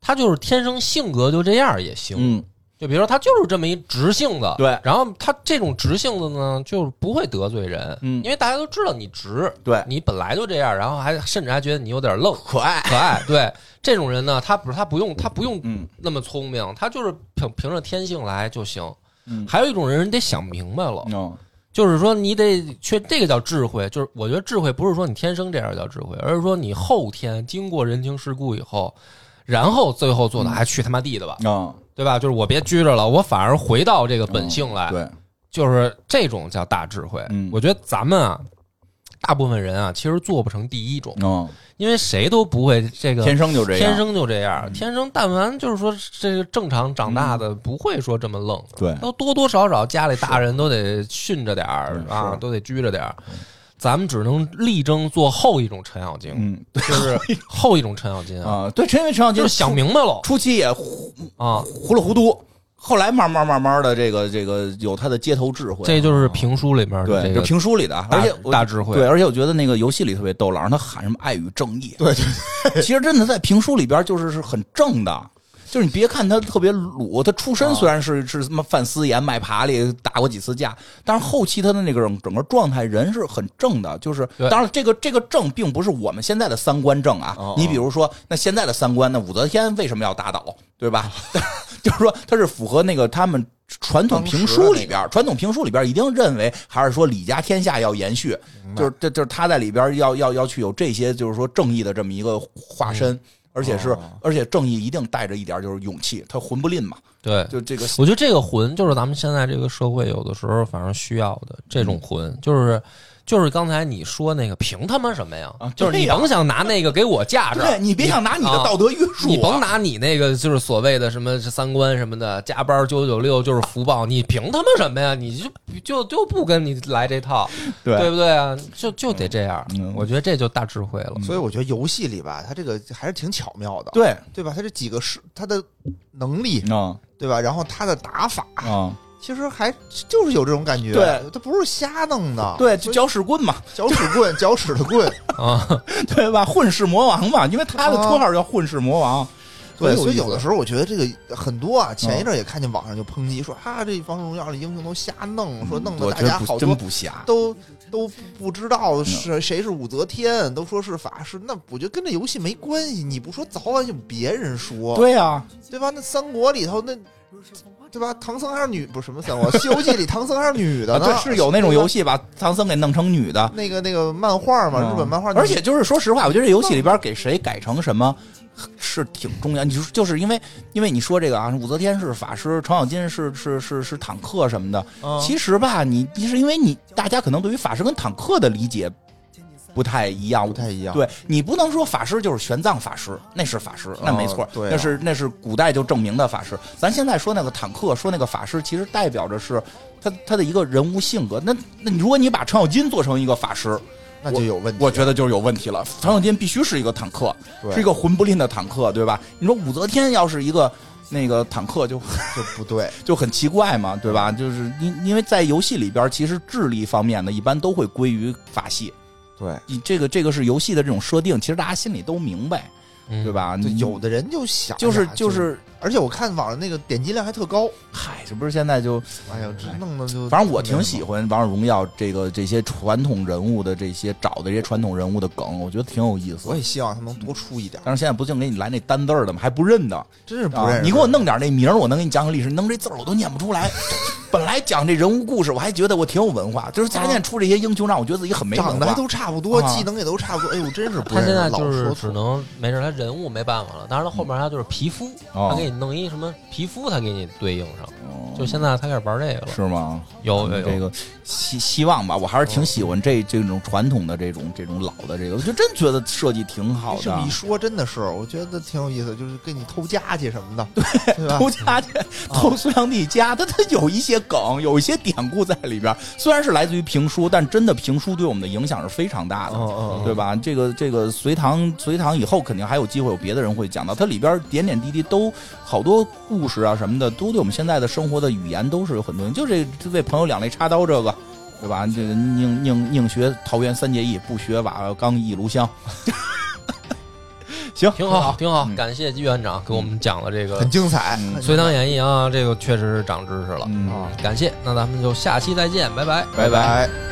他就是天生性格就这样也行，
嗯，
就比如说他就是这么一直性子，
对
然后他这种直性子呢，就是不会得罪人，
嗯
因为大家都知道你直，
对
你本来就这样，然后还甚至还觉得你有点愣
可爱。
可爱。对这种人呢，他不是他不用他不用
嗯
那么聪明，他就是凭凭着天性来就行。
嗯
还有一种人，你得想明白了，
嗯
就是说你得确这个叫智慧，就是我觉得智慧不是说你天生这样叫智慧，而是说你后天经过人情世故以后，然后最后做的还去他妈地的吧，
嗯，
对吧？就是我别拘着了，我反而回到哦这个本性来，
对，
就是这种叫大智慧。
嗯
我觉得咱们啊，大部分人啊，其实做不成第一种，
嗯，
因为谁都不会这个
天生就这样，
天生就这样，嗯天生但凡就是说这个正常长大的，不会说这么愣，
对
都多多少少家里大人都得训着点儿
嗯
啊
是，
都得拘着点儿。咱们只能力争做后一种陈小晶，
嗯
就是后一种陈小晶啊，
啊，对，陈因为陈小
就是
金
想明白了
初期也糊
啊，
糊里糊涂，后来慢慢慢慢的这个这个有他的街头智慧，
这就是评书里面的
对，
这
就
个
评书里的，
大
而且我
大智慧
对，而且我觉得那个游戏里特别逗，老让他喊什么爱与正义，
对对，
其实真的在评书里边就是是很正的。就是你别看他特别鲁，他出
啊
身虽然是是什么范思盐、麦爬里打过几次架，但是后期他的那个整个状态，人是很正的。就是
对
当然，这个这个正并不是我们现在的三观正啊。
哦哦
你比如说，那现在的三观，那武则天为什么要打倒，对吧？就是说，他是符合那个他们传统评书里边，传统评书里边一定认为还是说李家天下要延续，就是这就是他在里边要要要去有这些就是说正义的这么一个
嗯
化身，而且是、
哦
而且正义一定带着一点就是勇气，他魂不吝嘛，
对。
就 这个
我觉得这个魂就是咱们现在这个社会有的时候反正需要的这
嗯
种魂，就是就是刚才你说那个凭他妈什么呀
啊？
就是你
对呀
甭想拿那个给我架着
对，你别想拿你的
啊
道德约束、
你甭。拿你那个就是所谓的什么三观什么的，加班九九六就是福报，你凭他妈什么呀？你就就就不跟你来这套，
对
不对啊？就就得这样，
嗯
我觉得这就大智慧了。
所以我觉得游戏里吧，它这个还是挺巧妙的，
对，
对吧？它这几个是它的能力，
啊
对吧？然后它的打法，
啊，
其实还就是有这种感觉，
对，
它不是瞎弄的，
对，
所
就
以
搅屎棍嘛，
搅屎棍，搅屎的棍，
啊，
对吧？混世魔王嘛，因为他的绰号叫混世魔王。
对，啊所
所
以
以
有的
时
时候我觉得这个很多啊，前一阵儿也看见网上就抨击说啊，这《王者荣耀》里英雄都瞎弄，
嗯
说弄得大家好
真
多
不嗯瞎，
都都不知道是谁是武则天，都说是法师，那我觉得跟这游戏没关系，你不说早晚有别人说，
对啊呀，
对吧？那三国里头那。对吧？唐僧还是女，不是什么三国，《西游记》里唐僧还是女的
啊
呢。
对，是有那种
对吧
游戏把唐僧给弄成女的，
那个那个漫画嘛，
嗯
日本漫画，
而且就是说实话，我觉得这游戏里边给谁改成什么是挺重要。你就就是因为因为你说这个啊，武则天是法师，程咬金是是是是坦克什么的。
嗯
其实吧，你你是因为你大家可能对于法师跟坦克的理解不太一样，
不太一样。
对你不能说法师就是玄奘法师，那是法师，那没错，
对啊
那是那是古代就证明的法师。咱现在说那个坦克，说那个法师，其实代表着是他他的一个人物性格。那那你如果你把程咬金做成一个法师，
那就有问题
我觉得就是有问题了。程咬金必须是一个坦克，
对
是一个魂不吝的坦克，对吧？你说武则天要是一个那个坦克就，就
就不对。
很奇怪嘛，对吧？就是因因为在游戏里边，其实智力方面呢，一般都会归于法系。
对，
你这个这个是游戏的这种设定，其实大家心里都明白，
嗯
对？吧？
就
你
有的人就想呀，
就是就是，
而且我看网上那个点击量还特高，
嗨，这不是现在就，
哎呀，这弄的就
反正我挺喜欢《王者荣耀》这个这些传统人物的这些找的这些传统人物的梗，我觉得挺有意思
我。也希望他能多出一点，
但是现在不净给你来那单字儿的吗？还不认得，
真是不
啊
认识。
你给我弄点那名儿，我能给你讲讲历史。你弄这字儿我都念不出来。 本来讲这人物故事，我还觉得我挺有文化，就是家现出这些英雄，让我觉得自己很没文化。
啊长得还都差不多，
啊
技能也都差不多，哎呦，真是不
他
认
现
识。
在
老
就是
说
只
错，
能没事，他人物没办法了。当然，他后面他就是皮肤，
哦
他给你弄一什么皮肤，他给你对应上。就现在他开始玩这个了，
是吗？
有有有
这个希希望吧，我还是挺喜欢这这种传统的这种这种老的这个，我就真觉得设计挺好
这么
的
一。说，真的是，我觉得挺有意思，就是跟你偷家去什么的，对
啊
吧？
偷家去，偷隋炀帝家，它它有一些梗，有一些典故在里边。虽然是来自于评书，但真的评书对我们的影响是非常
哦
大的。
嗯嗯嗯
对吧？这个这个隋唐隋唐以后肯定还有机会有别的人会讲到，它里边点点滴滴都好多故事啊什么的，都对我们现在的生活的语言都是有很多。就这这为朋友两肋插刀这个。对吧？这个宁宁宁学桃园三结义，不学瓦岗一炉香。行，
挺好，挺好。
嗯
感谢季院长给我们讲了这个
很精彩。
嗯
《隋唐演义》啊，这个确实是长知识了。
嗯
啊，感谢，那咱们就下期再见，拜拜。
拜拜
拜。